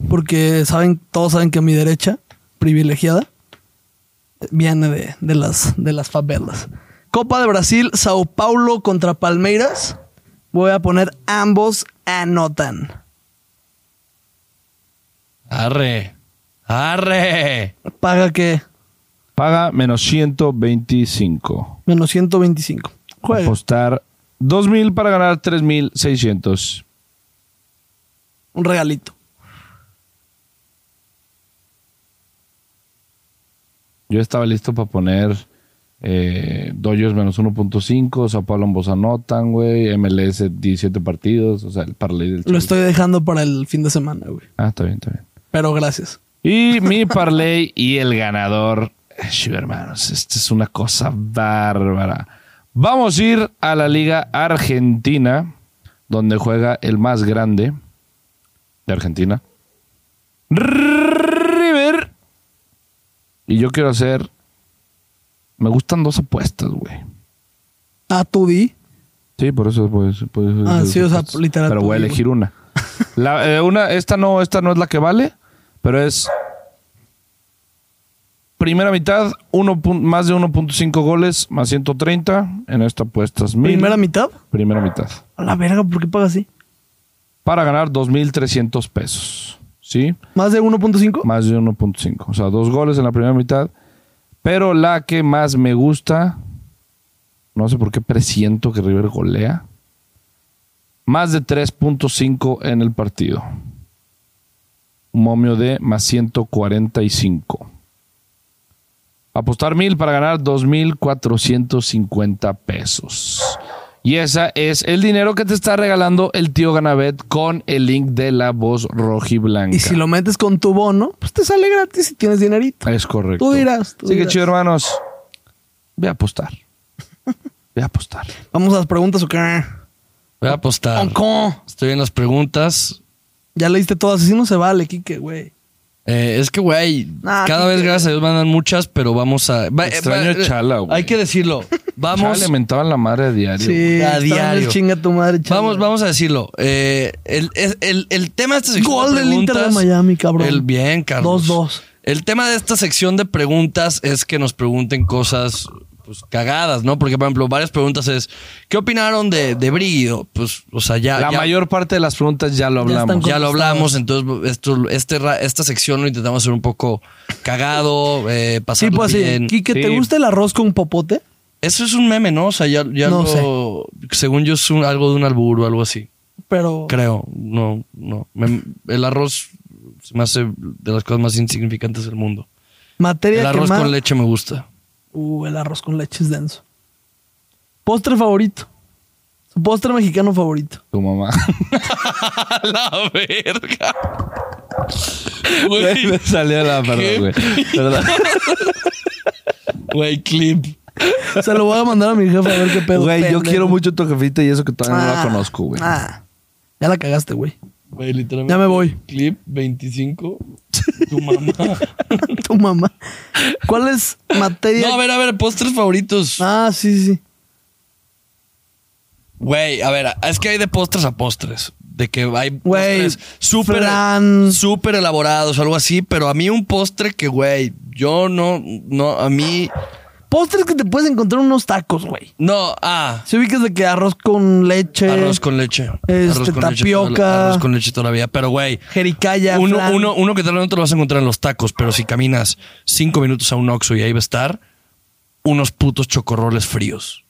S1: Porque saben, todos saben que mi derecha, privilegiada, viene de, de las, de las favelas. Copa de Brasil, Sao Paulo contra Palmeiras. Voy a poner ambos anotan.
S2: Arre. Arre.
S1: Paga que
S3: Paga menos 125.
S1: menos 125. Juega.
S3: Apostar 2 mil para ganar 3 mil 600.
S1: Un regalito.
S3: Yo estaba listo para poner eh, Dodgers menos 1.5, Sao Paulo ambos anotan, güey, MLS 17 partidos, o sea, el parlay del
S1: Lo
S3: Cholo.
S1: estoy dejando para el fin de semana, güey.
S3: Ah, está bien, está bien.
S1: Pero gracias.
S3: Y mi parlay y el ganador. Sí, hermanos, esta es una cosa bárbara. Vamos a ir a la Liga Argentina, donde juega el más grande de Argentina. River. Y yo quiero hacer... Me gustan dos apuestas, güey.
S1: A tu Ah, di.
S3: Sí, por eso. Por eso, por eso-
S1: Ah, sí, o sea,
S3: pues,
S1: literal,
S3: Pero
S1: tú
S3: voy a
S1: mismo.
S3: elegir una. La, eh, una esta, no, esta no es la que vale, pero es. Primera mitad, uno pun- más de 1.5 goles, más 130. En esta apuestas mil.
S1: Primera mitad.
S3: Primera mitad.
S1: A la verga, ¿por qué paga así?
S3: Para ganar 2.300 pesos. ¿Sí?
S1: ¿Más de 1.5?
S3: Más de 1.5. O sea, dos goles en la primera mitad. Pero la que más me gusta, no sé por qué presiento que River golea. Más de 3.5 en el partido. Un momio de más 145. Apostar mil para ganar 2.450 pesos. Y esa es el dinero que te está regalando el tío Ganabet con el link de la voz rojiblanca.
S1: Y si lo metes con tu bono, pues te sale gratis y tienes dinerito.
S3: Es correcto.
S1: Tú dirás, tú
S3: Así que
S1: dirás.
S3: chido, hermanos. Ve a apostar. Ve a apostar.
S1: Vamos a las preguntas, ¿o qué?
S2: Ah. Voy a apostar.
S1: Oncó.
S2: Estoy en las preguntas.
S1: Ya leíste todas. Así no se vale, Kike, güey.
S2: Eh, es que, güey,
S1: Nah,
S2: cada
S1: sí
S2: vez,
S1: que-
S2: gracias a Dios, mandan muchas, pero vamos a. va- eh,
S3: Extraño
S2: va-
S3: Chala, güey.
S2: Hay que decirlo. Vamos.
S3: Chale, mentaban la madre a diario. güey.
S1: Sí,
S2: A
S1: está
S2: diario.
S1: mal, Chinga tu madre, chale.
S2: Vamos, vamos a decirlo. Eh, el, es- el- el tema de esta sección
S1: Gol
S2: de
S1: del Inter de
S2: preguntas-
S1: Miami, cabrón.
S2: El bien, Carlos.
S1: 2-2.
S2: El tema de esta sección de preguntas es que nos pregunten cosas pues, cagadas, ¿no? Porque, por ejemplo, varias preguntas es: ¿qué opinaron de, de Brígido? Pues, o sea, ya.
S3: La
S2: ya-
S3: mayor parte de las preguntas ya lo
S1: Ya están
S3: hablamos.
S2: Ya lo
S1: contestadas.
S2: hablamos, entonces esto, este, ra- esta sección lo intentamos hacer un poco cagado, eh,
S1: Sí,
S2: pasarlo
S1: pues así.
S2: bien.
S1: Kike, ¿te
S3: Sí.
S1: gusta el arroz con popote?
S2: Eso es un meme, ¿no? O sea, ya, ya
S1: No
S2: lo- Según yo, es un- algo de un albur o algo así.
S1: Pero.
S2: Creo, no, no. Me- el arroz se me hace de las cosas más insignificantes del mundo.
S1: materia
S2: El arroz
S1: que más-
S2: con leche me gusta.
S1: Uh, el arroz con leche es denso. Postre favorito. Su postre mexicano favorito.
S3: Tu mamá.
S2: A la verga.
S3: Me salió la perdón, güey. Perdón.
S2: Güey, clip.
S1: Se lo voy a mandar a mi jefe a ver qué pedo.
S3: Güey, yo
S1: pendejo.
S3: quiero mucho tu jefita y eso que todavía no la
S1: Ah,
S3: conozco, güey.
S1: ah. ya la cagaste, güey.
S2: Güey, literalmente.
S1: Ya me voy.
S2: Clip 25. Tu mamá.
S1: tu mamá. ¿Cuál es materia?
S2: No, a ver, a ver, postres favoritos.
S1: Ah, sí, sí. sí.
S2: Güey, a ver, es que hay de postres a postres. De que hay
S1: Güey,
S2: postres súper
S1: flan.
S2: súper elaborados, algo así. Pero a mí un postre que, güey, yo no, no, a mí...
S1: Postres que te puedes encontrar en unos tacos, güey.
S2: No, ah,
S1: Si ubicas de que arroz con leche.
S2: arroz con leche.
S1: Este,
S2: arroz con leche
S1: tapioca.
S2: toda la- arroz con leche todavía. Pero, güey,
S1: Jericaya.
S2: uno,
S1: flan.
S2: uno, uno que tal vez no te lo vas a encontrar en los tacos, pero si caminas cinco minutos a un Oxxo y ahí va a estar, unos putos chocorroles fríos.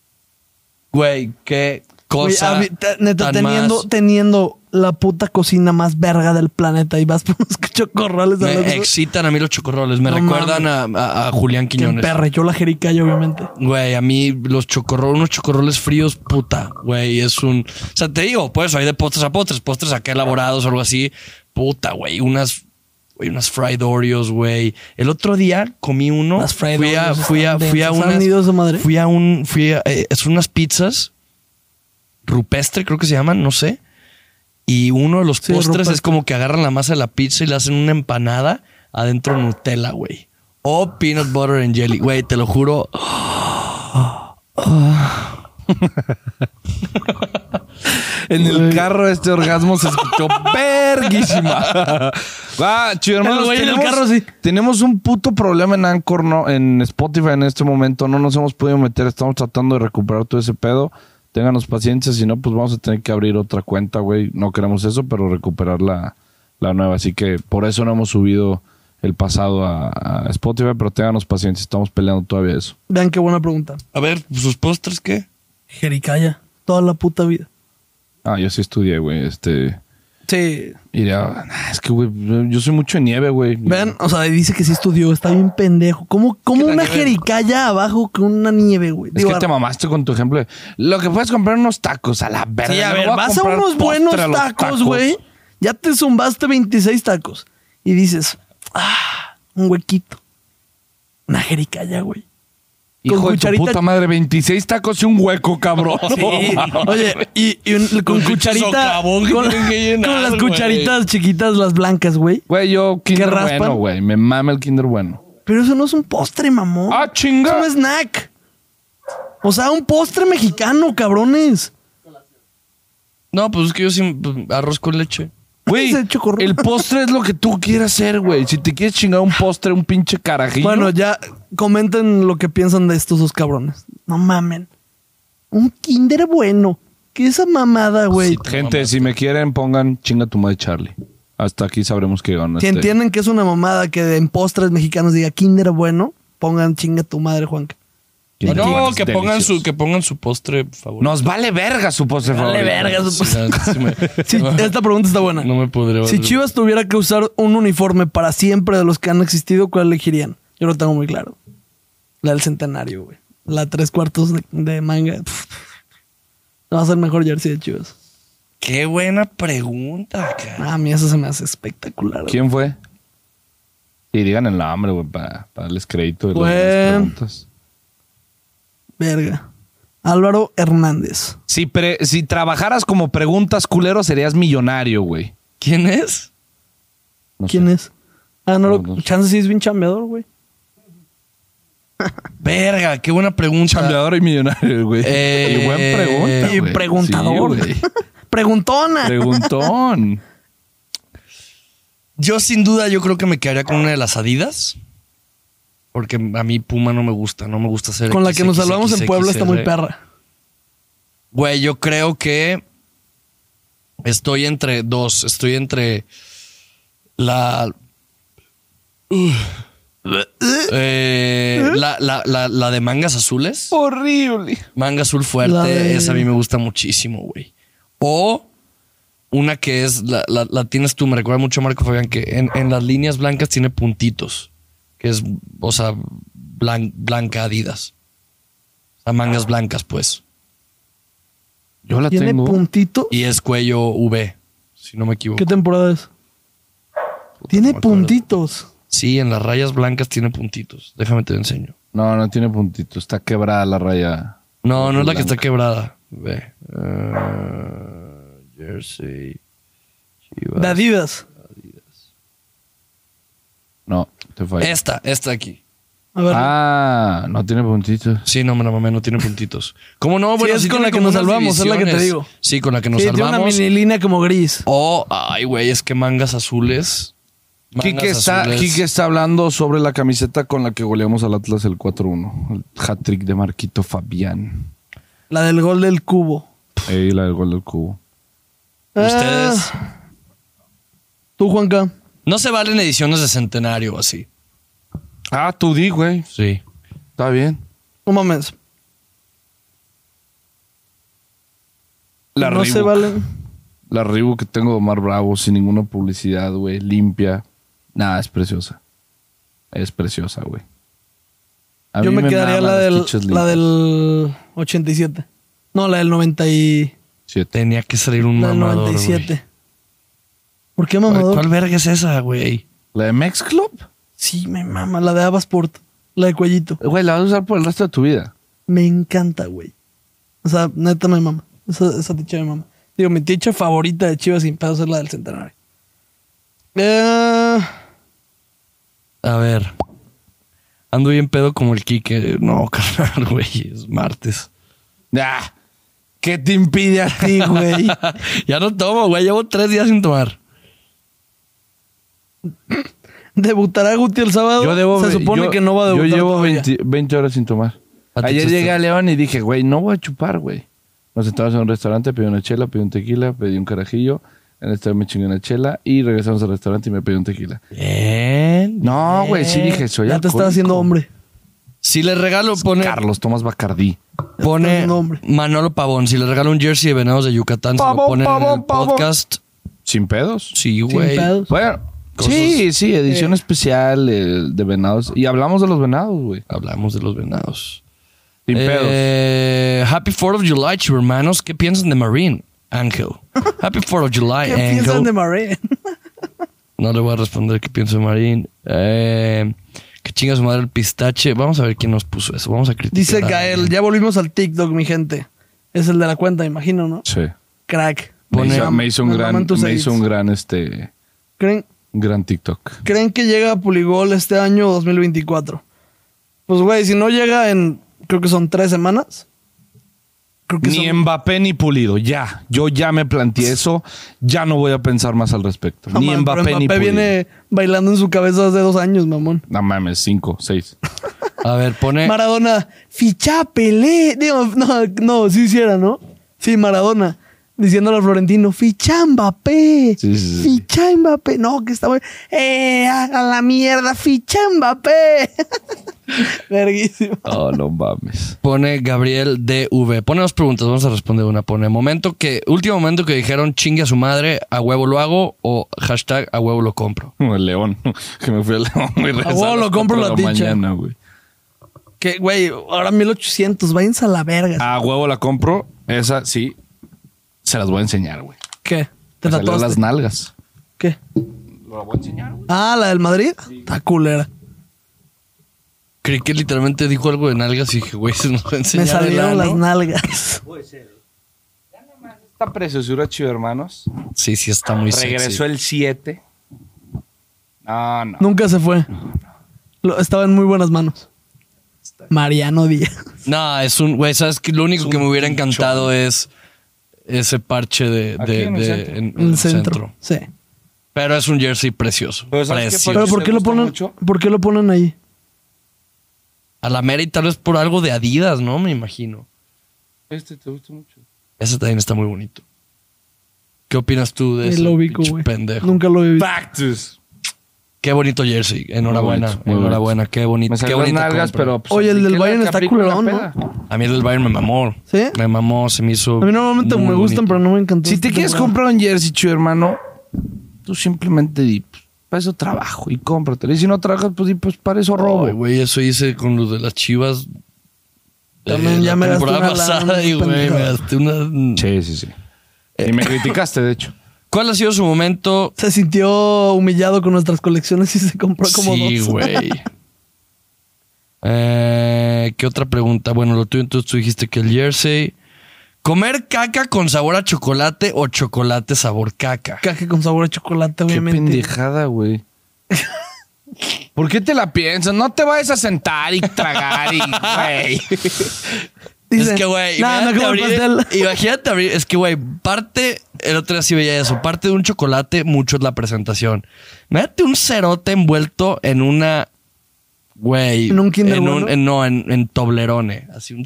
S2: Güey, qué
S1: Güey,
S2: cosa
S1: a mí, te- neta,
S2: tan
S1: teniendo,
S2: más-
S1: teniendo la puta cocina más verga del planeta y vas por unos chocorrales a
S2: Me
S1: los-
S2: excitan a mí los chocorroles. Me
S1: No
S2: recuerdan a, a- a Julián
S1: Que
S2: Quiñones.
S1: emperre, yo la jericaya, obviamente.
S2: Güey, a mí los chocorroles, unos chocorroles fríos, puta, güey, es un... O sea, te digo, pues hay de postres a postres, postres acá elaborados o algo así, puta, güey, unas... güey, unas fried Oreos, güey. El otro día comí uno.
S1: Las fried
S2: fui a,
S1: Oreos
S2: fui a,
S1: están
S2: fui a
S1: densas. ¿Han
S2: unas.
S1: ido a esa madre?
S2: Fui a un. Fui a. eh, son unas pizzas. Rupestre, creo que se llaman, no sé. Y uno de los
S1: Sí,
S2: postres es
S1: rupestre.
S2: como que agarran la masa de la pizza y le hacen una empanada adentro Nutella, güey. O peanut butter and jelly. Güey, te lo juro.
S3: En el carro este orgasmo se escuchó verguísima. Ah, chido, hermanos,
S1: El güey en el
S3: tenemos,
S1: carro, sí.
S3: tenemos un puto problema en Anchor, no, en Spotify en este momento. No nos hemos podido meter. Estamos tratando de recuperar todo ese pedo. Ténganos paciencia, si no, pues vamos a tener que abrir otra cuenta, güey. No queremos eso, pero recuperar la, la nueva. Así que por eso no hemos subido el pasado a, a Spotify, pero ténganos paciencia. Estamos peleando todavía eso.
S1: Vean qué buena pregunta.
S2: A ver, ¿sus postres qué?
S1: Jericaya, toda la puta vida.
S3: Ah, yo sí estudié, güey. Este.
S1: Sí.
S3: Y ya, ah, es que, güey, yo soy mucho en nieve, güey.
S1: Vean, o sea, dice que sí estudió, está bien pendejo. ¿Cómo, cómo
S2: Que la
S1: una
S2: nieve-
S1: jericaya abajo con una nieve, güey?
S3: Es
S1: Digo,
S3: que te mamaste con tu ejemplo. de, Lo que puedes comprar unos tacos a la verga.
S1: Sí, a
S3: no
S1: ver,
S3: voy
S1: vas a
S3: comprar
S1: unos
S3: postre
S1: buenos
S3: a los
S1: tacos, güey. Ya te zumbaste 26 tacos. Y dices, ah, un huequito. Una jericaya, güey.
S3: Hijo
S1: Con
S3: de tu
S1: cucharita-
S3: puta madre, 26 tacos y un hueco, cabrón.
S1: Oye, y, y un- con
S2: pinche
S1: cucharita.
S2: socavón que
S1: con,
S2: tienen que llenar,
S1: con las
S2: güey.
S1: cucharitas chiquitas, las blancas, güey.
S3: Güey, yo kinder
S1: raspan?
S3: bueno, güey. Me mama el kinder bueno.
S1: Pero eso no es un postre, mamón.
S3: ¡Ah, chinga!
S1: Es un snack. O sea, un postre mexicano, cabrones.
S2: No, pues es que yo sí, pues, arroz con leche.
S3: Güey,
S1: Ese chocorro-
S3: el postre es lo que tú quieras hacer, güey. Si te quieres chingar un postre, un pinche carajillo.
S1: Bueno, ya comenten lo que piensan de estos dos cabrones. No mamen. Un kinder bueno. ¿Qué esa mamada,
S2: Pues
S1: güey?
S3: gente, si me quieren, pongan chinga tu madre, Charlie. Hasta aquí sabremos que ganó.
S1: si
S3: este-
S1: entienden que es una mamada que en postres mexicanos diga kinder bueno, pongan chinga tu madre, Juanca.
S3: Kinder
S2: Ah, no,
S3: Bueno,
S2: que
S3: es
S2: pongan,
S3: delicioso.
S2: su, que pongan su postre favorito.
S3: Nos vale verga su postre favorito.
S2: Sí, la- sí me-
S1: Sí, esta pregunta está buena.
S2: No me podría.
S1: Si Chivas tuviera que usar un uniforme para siempre de los que han existido, ¿cuál elegirían? Yo lo tengo muy claro. La del centenario, güey. La tres cuartos de, de manga. Pff. ¿Cuál va a ser el mejor jersey de Chivas?
S2: Qué buena pregunta, cara.
S1: Ah, a mí eso se me hace espectacular. güey.
S3: ¿Quién fue? Y digan el nombre, güey, para, para darles crédito de las
S1: Fue-
S3: buenas preguntas.
S1: Verga. Álvaro Hernández.
S3: Si, pre- si trabajaras como preguntas culero, serías millonario, güey.
S2: ¿Quién es?
S3: No
S1: ¿Quién
S3: sé.
S1: es? Ah, no, lo,
S3: No, no sé.
S1: chance sí es bien chambeador, güey.
S2: Verga, qué buena pregunta.
S3: Chambeador y millonario, güey.
S2: Eh,
S3: y buen pregunta.
S1: y
S3: güey.
S1: preguntador.
S3: Sí, güey.
S1: Preguntona.
S3: Preguntón.
S2: Yo sin duda, yo creo que me quedaría con una de las Adidas. Porque a mí Puma no me gusta, no me gusta hacer.
S1: Con la que nos salvamos en Puebla está muy perra.
S2: Güey, yo creo que estoy entre dos. Estoy entre la.
S1: Uh.
S2: Uf. Eh, la, la- la- la de mangas azules.
S3: Horrible.
S2: Manga azul fuerte.
S1: La de-
S2: Esa a mí me gusta muchísimo, güey. O una que es. La, la- la tienes tú, me recuerda mucho a Marco Fabián, que en, en las líneas blancas tiene puntitos. Que es, o sea, blan- blanca Adidas. O sea, mangas blancas, pues.
S3: Yo la
S1: Tiene
S3: tengo. uh,
S1: puntito.
S2: Y es cuello V, si no me equivoco.
S1: ¿Qué temporada es? Tiene puntitos.
S2: Sí, en las rayas blancas tiene puntitos. Déjame te lo enseño.
S3: No, no tiene puntito. Está quebrada la raya.
S2: No, no es la que está
S3: Blanca.
S2: quebrada. Ve. Ah, jersey. Chivas.
S3: Ah.
S1: De Adidas.
S3: No, te falla.
S2: Esta, esta de aquí.
S1: A ver.
S3: Ah, no tiene puntitos.
S2: Sí, no, me la mamé, no tiene puntitos. ¿Cómo no? Bueno,
S1: es
S2: sí
S1: con
S2: tiene
S1: la que
S2: como
S1: nos
S2: unas
S1: salvamos, es la que te
S2: divisiones.
S1: digo.
S2: Sí, con la que nos
S1: sí, tiene una
S2: salvamos.
S1: mini línea como gris.
S2: Oh, ay, güey, es que mangas azules. Mangas
S3: Quique está,
S2: azules.
S3: Quique está hablando sobre la camiseta con la que goleamos al Atlas el 4-1. El hat-trick de Marquito Fabián.
S1: La del gol del cubo.
S3: Ey, la del gol del cubo.
S2: Ustedes.
S1: Ah, tú, Juanca.
S2: No se valen ediciones de centenario o así.
S3: Ah, tú di, güey.
S2: Sí.
S3: Está bien.
S1: No mames.
S3: La
S1: no se
S3: Reebok.
S1: valen.
S3: La Reebok que tengo de Omar Bravo, sin ninguna publicidad, güey. Limpia. Nada, es preciosa. Es preciosa, güey. A
S1: Yo
S3: mí
S1: me, quedaría
S3: maman
S1: la
S3: las
S1: del,
S3: pinches
S1: la
S3: limpias.
S1: del 87. No, la del 90 y,
S3: Siete.
S2: Tenía que salir un
S1: la del
S2: mamador,
S1: 97.
S2: güey.
S1: ¿Por qué
S2: ¿Cuál,
S1: mamador?
S2: cuál verga es esa, güey?
S3: ¿La de Mex Club?
S1: Sí, me mama. La de Avasport. La de cuellito.
S3: Güey, la vas a usar por el resto de tu vida.
S1: Me encanta, güey. O sea, neta me mama. Esa, esa ticha me mama. Digo, mi ticha favorita de Chivas sin pedos es la del centenario. Eh,
S2: A ver. Ando bien pedo como el Quique. No, carnal, güey, es martes.
S3: Ah, ¿Qué te impide a ti?
S1: sí, güey.
S2: ya no tomo, güey. Llevo tres días sin tomar.
S1: Debutará Guti el sábado.
S3: Yo debo,
S1: Se supone
S3: yo-
S1: que no va a debutar.
S3: Yo llevo
S1: todavía.
S3: 20, 20 horas sin tomar.
S2: A ti
S3: Ayer
S2: te
S3: llegué
S2: está-
S3: a León y dije, güey, no voy a chupar, güey. Nos sentamos en un restaurante, pedí una chela, pedí un tequila, pedí un carajillo. En el restaurante me chingué una chela y regresamos al restaurante y me pedí un tequila.
S2: Bien.
S3: No, güey, sí dije, soy
S1: Ya te
S3: alcohólico.
S1: estás haciendo hombre.
S2: Si le regalo, pone,
S3: Carlos Tomás Bacardí.
S1: estás
S2: pone
S1: haciendo hombre.
S2: Manolo Pavón. Si le regalo un jersey de Venados de Yucatán, se lo
S3: Pavón,
S2: pone en
S3: Pavón,
S2: el
S3: Pavón.
S2: podcast.
S3: Sin pedos.
S2: Sí,
S1: Sin
S2: güey.
S1: pedos.
S3: Bueno,
S2: Cosas-
S3: sí, sí, edición especial eh, de venados. Y hablamos de los venados, güey.
S2: Hablamos de los Venados.
S3: Sin pedos.
S2: Eh, Happy 4 of July, hermanos. ¿Qué piensan de Marine, Ángel? Happy 4 of July,
S1: ¿Qué
S2: Ángel.
S1: piensan de Maré?
S2: No le voy a responder qué pienso de Marín. Eh, que chinga su madre el pistache. Vamos a ver quién nos puso eso. Vamos a criticar.
S1: Dice
S2: a
S1: Gael,
S2: alguien.
S1: ya volvimos al TikTok, mi gente. Es el de la cuenta, imagino, ¿no?
S3: Sí.
S1: Crack.
S3: Me
S2: Pone-
S3: hizo, me hizo un
S1: Me
S3: gran,
S1: maman tus
S3: me hizo
S1: edits.
S3: un gran, este,
S1: ¿Creen,
S3: un gran TikTok.
S1: ¿Creen que llega a Puligol este año 2024? Pues, güey, si no llega en, creo que son tres semanas. Creo que
S3: Ni
S1: son-
S3: Mbappé ni Pulido, ya. Yo ya me planteé eso, ya no voy a pensar más al respecto.
S1: No
S3: ni
S1: mames,
S3: Mbappé,
S1: pero
S3: ni Pulido.
S1: viene bailando en su cabeza hace dos años, mamón.
S3: No mames, cinco, seis.
S2: A ver,
S3: Eh.
S2: pone.
S1: Maradona, ficha a Pelé. Digo, no, no, sí hiciera, ¿no? Sí, Maradona. Diciéndole a Florentino, ficha a Mbappé.
S3: Sí, sí, sí.
S1: Ficha a Mbappé. No, que está bueno. Eh, a a la mierda, ficha a Mbappé. Verguísimo.
S3: Oh, no mames.
S2: Pone Gabriel DV. Pone dos preguntas, vamos a responder una. Pone momento que, último momento que dijeron chingue a su madre, a huevo lo hago o hashtag a huevo lo compro.
S3: Como el león, que me fui al león y regresé
S1: huevo
S3: las
S1: lo compro
S3: cuatro de
S1: la ticha.
S3: mañana, güey.
S1: Que, güey, ahora 1800, váyanse a la verga.
S3: Ah, A huevo la compro, esa sí, se las voy a enseñar, güey.
S1: ¿Qué? ¿Te
S3: Me salieron
S1: tatuaste?
S3: las nalgas.
S1: ¿Qué?
S3: Lo voy a enseñar, güey.
S1: Ah, la del Madrid. Está culera.
S2: Creí que literalmente dijo algo de nalgas y dije, güey, se nos va a
S1: Me
S2: enseñar.
S1: salieron
S2: el
S1: las
S2: ano.
S1: nalgas.
S3: Esta preciosura, chido, hermanos.
S2: Sí, sí, está muy
S3: Regresó
S2: sexy.
S3: el 7. No, Ah, no.
S1: Nunca se fue. Lo- estaba en muy buenas manos. Mariano Díaz.
S2: No, es un, güey, ¿sabes qué? Lo único que me hubiera encantado es ese parche de,
S3: Aquí
S2: de-
S3: en el
S2: de-
S3: centro.
S2: en- en
S1: El centro. Sí.
S2: Pero es un jersey precioso.
S3: Pero ¿sabes qué
S2: precioso.
S1: Pero
S3: Sí,
S1: ¿por
S3: se
S1: qué lo
S3: gusta
S1: ponen?
S3: mucho.
S1: ¿Por qué lo ponen ahí?
S2: A la mera y tal vez por algo de Adidas, ¿no? Me imagino.
S3: Este te gusta mucho.
S2: Ese también está muy bonito. ¿Qué opinas tú de
S1: Ahí
S2: eso?
S1: lo ubico,
S2: pinche
S1: güey.
S2: Pendejo.
S1: Nunca lo he visto.
S3: Factus.
S2: Qué bonito jersey. Enhorabuena.
S3: bonito, muy bonito.
S2: enhorabuena. Qué bonito.
S3: Me
S2: qué
S3: salieron las
S2: bonita
S3: nalgas,
S2: compra.
S3: pero. pues,
S1: Oye, el
S3: así
S1: del
S3: que la
S1: Bayern
S3: que
S1: está
S3: aplico la
S1: culerón,
S3: peda.
S2: A mí el del Bayern me mamó.
S1: ¿Sí?
S2: Me mamó, se me hizo.
S1: A mí normalmente
S2: muy
S1: me gustan,
S2: bonito.
S1: pero no me encantó.
S3: Si
S1: este
S3: te quieres
S1: tema.
S3: comprar un jersey, chido, hermano, tú simplemente di, pues, para eso trabajo y cómpratelo. Y si no trabajas, pues di, pues para eso robo.
S2: Ay, güey, eso hice con los de las chivas.
S1: También ya
S2: Eh, la
S1: me gasté
S2: temporada
S1: una lana,
S2: pasada y, güey, me
S1: pendejo.
S2: gasté una.
S3: Sí, sí, sí. Y me criticaste, de hecho.
S2: ¿Cuál ha sido su momento?
S1: Se sintió humillado con nuestras colecciones y se compró como
S2: sí,
S1: dos.
S2: güey. Eh, ¿Qué otra pregunta? Bueno, lo tuyo, entonces tú dijiste que el jersey. ¿Comer caca con sabor a chocolate o chocolate sabor caca?
S1: Caja con sabor a chocolate, obviamente.
S3: Qué pendejada, güey. ¿Por qué te la piensas? No te vayas a sentar y tragar y, güey.
S1: Dice,
S2: es que, güey,
S1: "Nah, me
S2: imagínate,
S1: como el
S2: abrir-
S1: pastel".
S2: imagínate abrir. Es que, güey, parte. El otro día sí veía eso. Parte de un chocolate, mucho es la presentación. Imagínate un cerote envuelto en una. Güey.
S1: ¿En un Kinder
S2: en
S1: Bueno?
S2: en- No, en, en Toblerone. Así un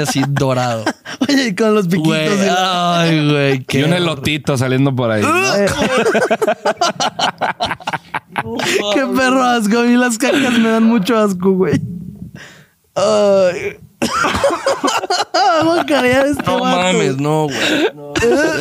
S2: así dorado.
S1: Oye, y con los piquitos.
S2: Güey. ah,
S1: y la-
S2: Ay, güey.
S3: Y
S2: qué
S3: un elotito saliendo por ahí.
S1: Qué perro asco. A mí las cajas me dan mucho asco, güey. Ay. Vamos a carear este
S2: No
S1: vato.
S2: mames, no, güey. No.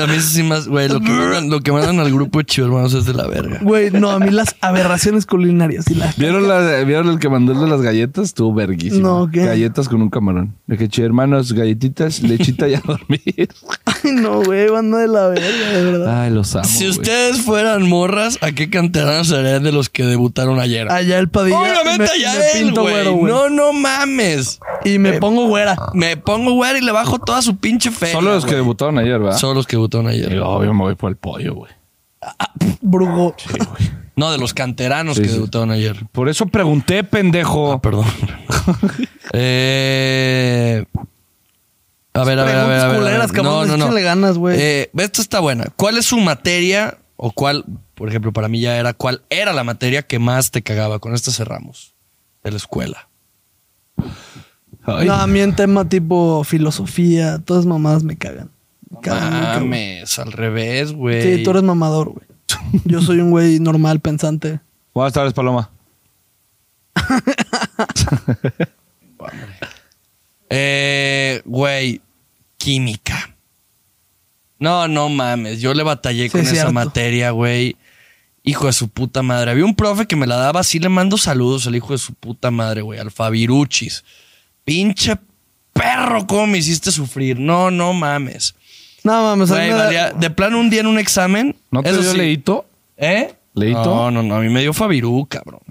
S2: A mí eso sí más, güey, lo que mandan, lo que mandan al grupo de chivo hermanos es de la verga.
S1: Güey, no, a mí las aberraciones culinarias y la...
S3: ¿Vieron, la- ¿Vieron el que mandó el de las galletas? Estuvo verguísimo.
S1: No, ¿qué?
S3: Galletas con un camarón. De que, che, hermanos, galletitas, lechita y a dormir.
S1: Ay, no, güey, banda de la verga, de verdad.
S3: Ay, los amo,
S2: Si
S3: güey.
S2: ustedes fueran morras, ¿a qué canteranos serían de los que debutaron ayer?
S1: Allá el padilla.
S2: Obviamente
S1: y me-
S2: allá
S1: y me
S2: él,
S1: pinto
S2: güey.
S1: güero, güey.
S2: No, Eh, no mames.
S1: Y me pongo güera.
S2: Me pongo güey y le bajo toda su pinche fe.
S3: Solo los que debutaron ayer, ¿verdad?
S2: Solo los que debutaron
S3: Y
S2: ayer.
S3: obvio me voy por el pollo, güey.
S1: Ah, Brujo.
S2: No, de los canteranos
S3: Sí,
S2: que
S3: sí.
S2: debutaron ayer.
S3: Por eso pregunté,
S1: Oh.
S3: pendejo.
S2: Ah, perdón. eh, a ver, a ver, a ver. a ver, a ver.
S1: Preguntas culeras, cabrón, échenle ganas, güey.
S2: Eh, esta está buena. ¿Cuál es su materia o cuál, por ejemplo, para mí ya era, cuál era la materia que más te cagaba? Con esta cerramos. De la escuela.
S3: Ay,
S1: No, a mí en tema tipo filosofía, todas mamadas me cagan. Me cagan muy cabrón.
S2: Mames, al revés, güey.
S1: Sí, tú eres mamador, güey. Yo soy un güey normal, pensante.
S3: Buenas tardes, Paloma.
S2: Eh, güey, química. No, no mames. Yo le batallé
S1: Sí,
S2: con
S1: es
S2: esa
S1: cierto.
S2: materia, güey. Hijo de su puta madre. Había un profe que me la daba así, le mando saludos al hijo de su puta madre, güey, al Fabiruchis. Pinche perro, cómo me hiciste sufrir. No, no mames.
S1: No mames, a mí
S2: Güey,
S1: me da-
S2: valía- de plano un día en un examen.
S3: ¿No te
S2: eso
S3: dio
S2: sí.
S3: leíto?
S2: ¿Eh?
S3: ¿Leíto?
S2: No, no, no. A mí me dio Fabirú, cabrón.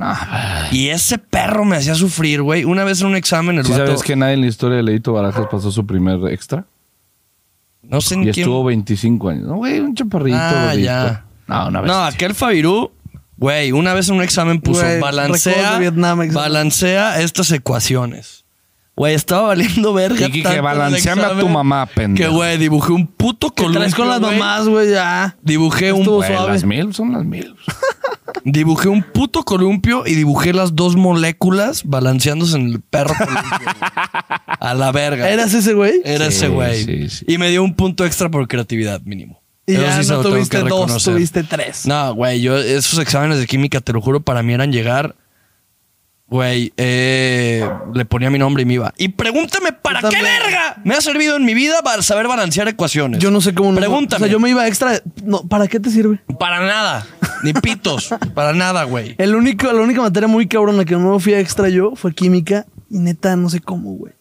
S2: Y ese perro me hacía sufrir, güey. Una vez en un examen, el
S3: ¿Sí
S2: vato-
S3: sabes que nadie en la historia de Leito Barajas pasó su primer extra?
S2: No sé
S3: Y
S2: en quién.
S3: estuvo 25 años. No, güey, un chaparrito.
S2: Ah,
S3: gordito.
S2: ya.
S3: No, una vez.
S2: No, aquel Fabirú, güey, una vez en un examen puso
S1: Güey, recuerdos
S2: balancea,
S1: de Vietnam, examen.
S2: balancea estas ecuaciones. Güey, estaba valiendo verga.
S3: Y que
S2: tanto el
S3: balanceame a
S2: examen
S3: tu mamá, pendejo.
S2: Que, güey, dibujé un puto
S1: ¿Qué
S2: columpio.
S1: traes con las
S2: güey.
S1: mamás, güey, ya.
S2: Dibujé un,
S1: Estuvo
S3: Güey,
S1: suave.
S3: las mil son las mil.
S2: dibujé un puto columpio y dibujé las dos moléculas balanceándose en el perro columpio. güey. a la verga.
S1: ¿Eras ese güey?
S2: Era
S3: Sí,
S2: ese güey.
S3: sí, sí.
S2: Y me dio un punto extra por creatividad, mínimo.
S1: Y
S2: Eso
S1: ya
S2: sí se
S1: no
S2: lo tengo que
S1: tuviste dos,
S2: reconocer.
S1: tuviste tres.
S2: No, güey, yo esos exámenes de química, te lo juro, para mí eran llegar. Güey, eh, le ponía mi nombre y me iba. Y pregúntame, ¿para
S1: Yo
S2: qué
S1: también.
S2: verga me ha servido en mi vida para saber balancear ecuaciones?
S1: Yo no sé cómo. no-
S2: Pregúntame.
S1: O sea, yo me iba extra. No, ¿para qué te sirve?
S2: Para nada. Ni pitos. para nada, güey.
S1: El único, la única materia muy cabrona que no fui a extra yo fue química. Y neta, no sé cómo, güey.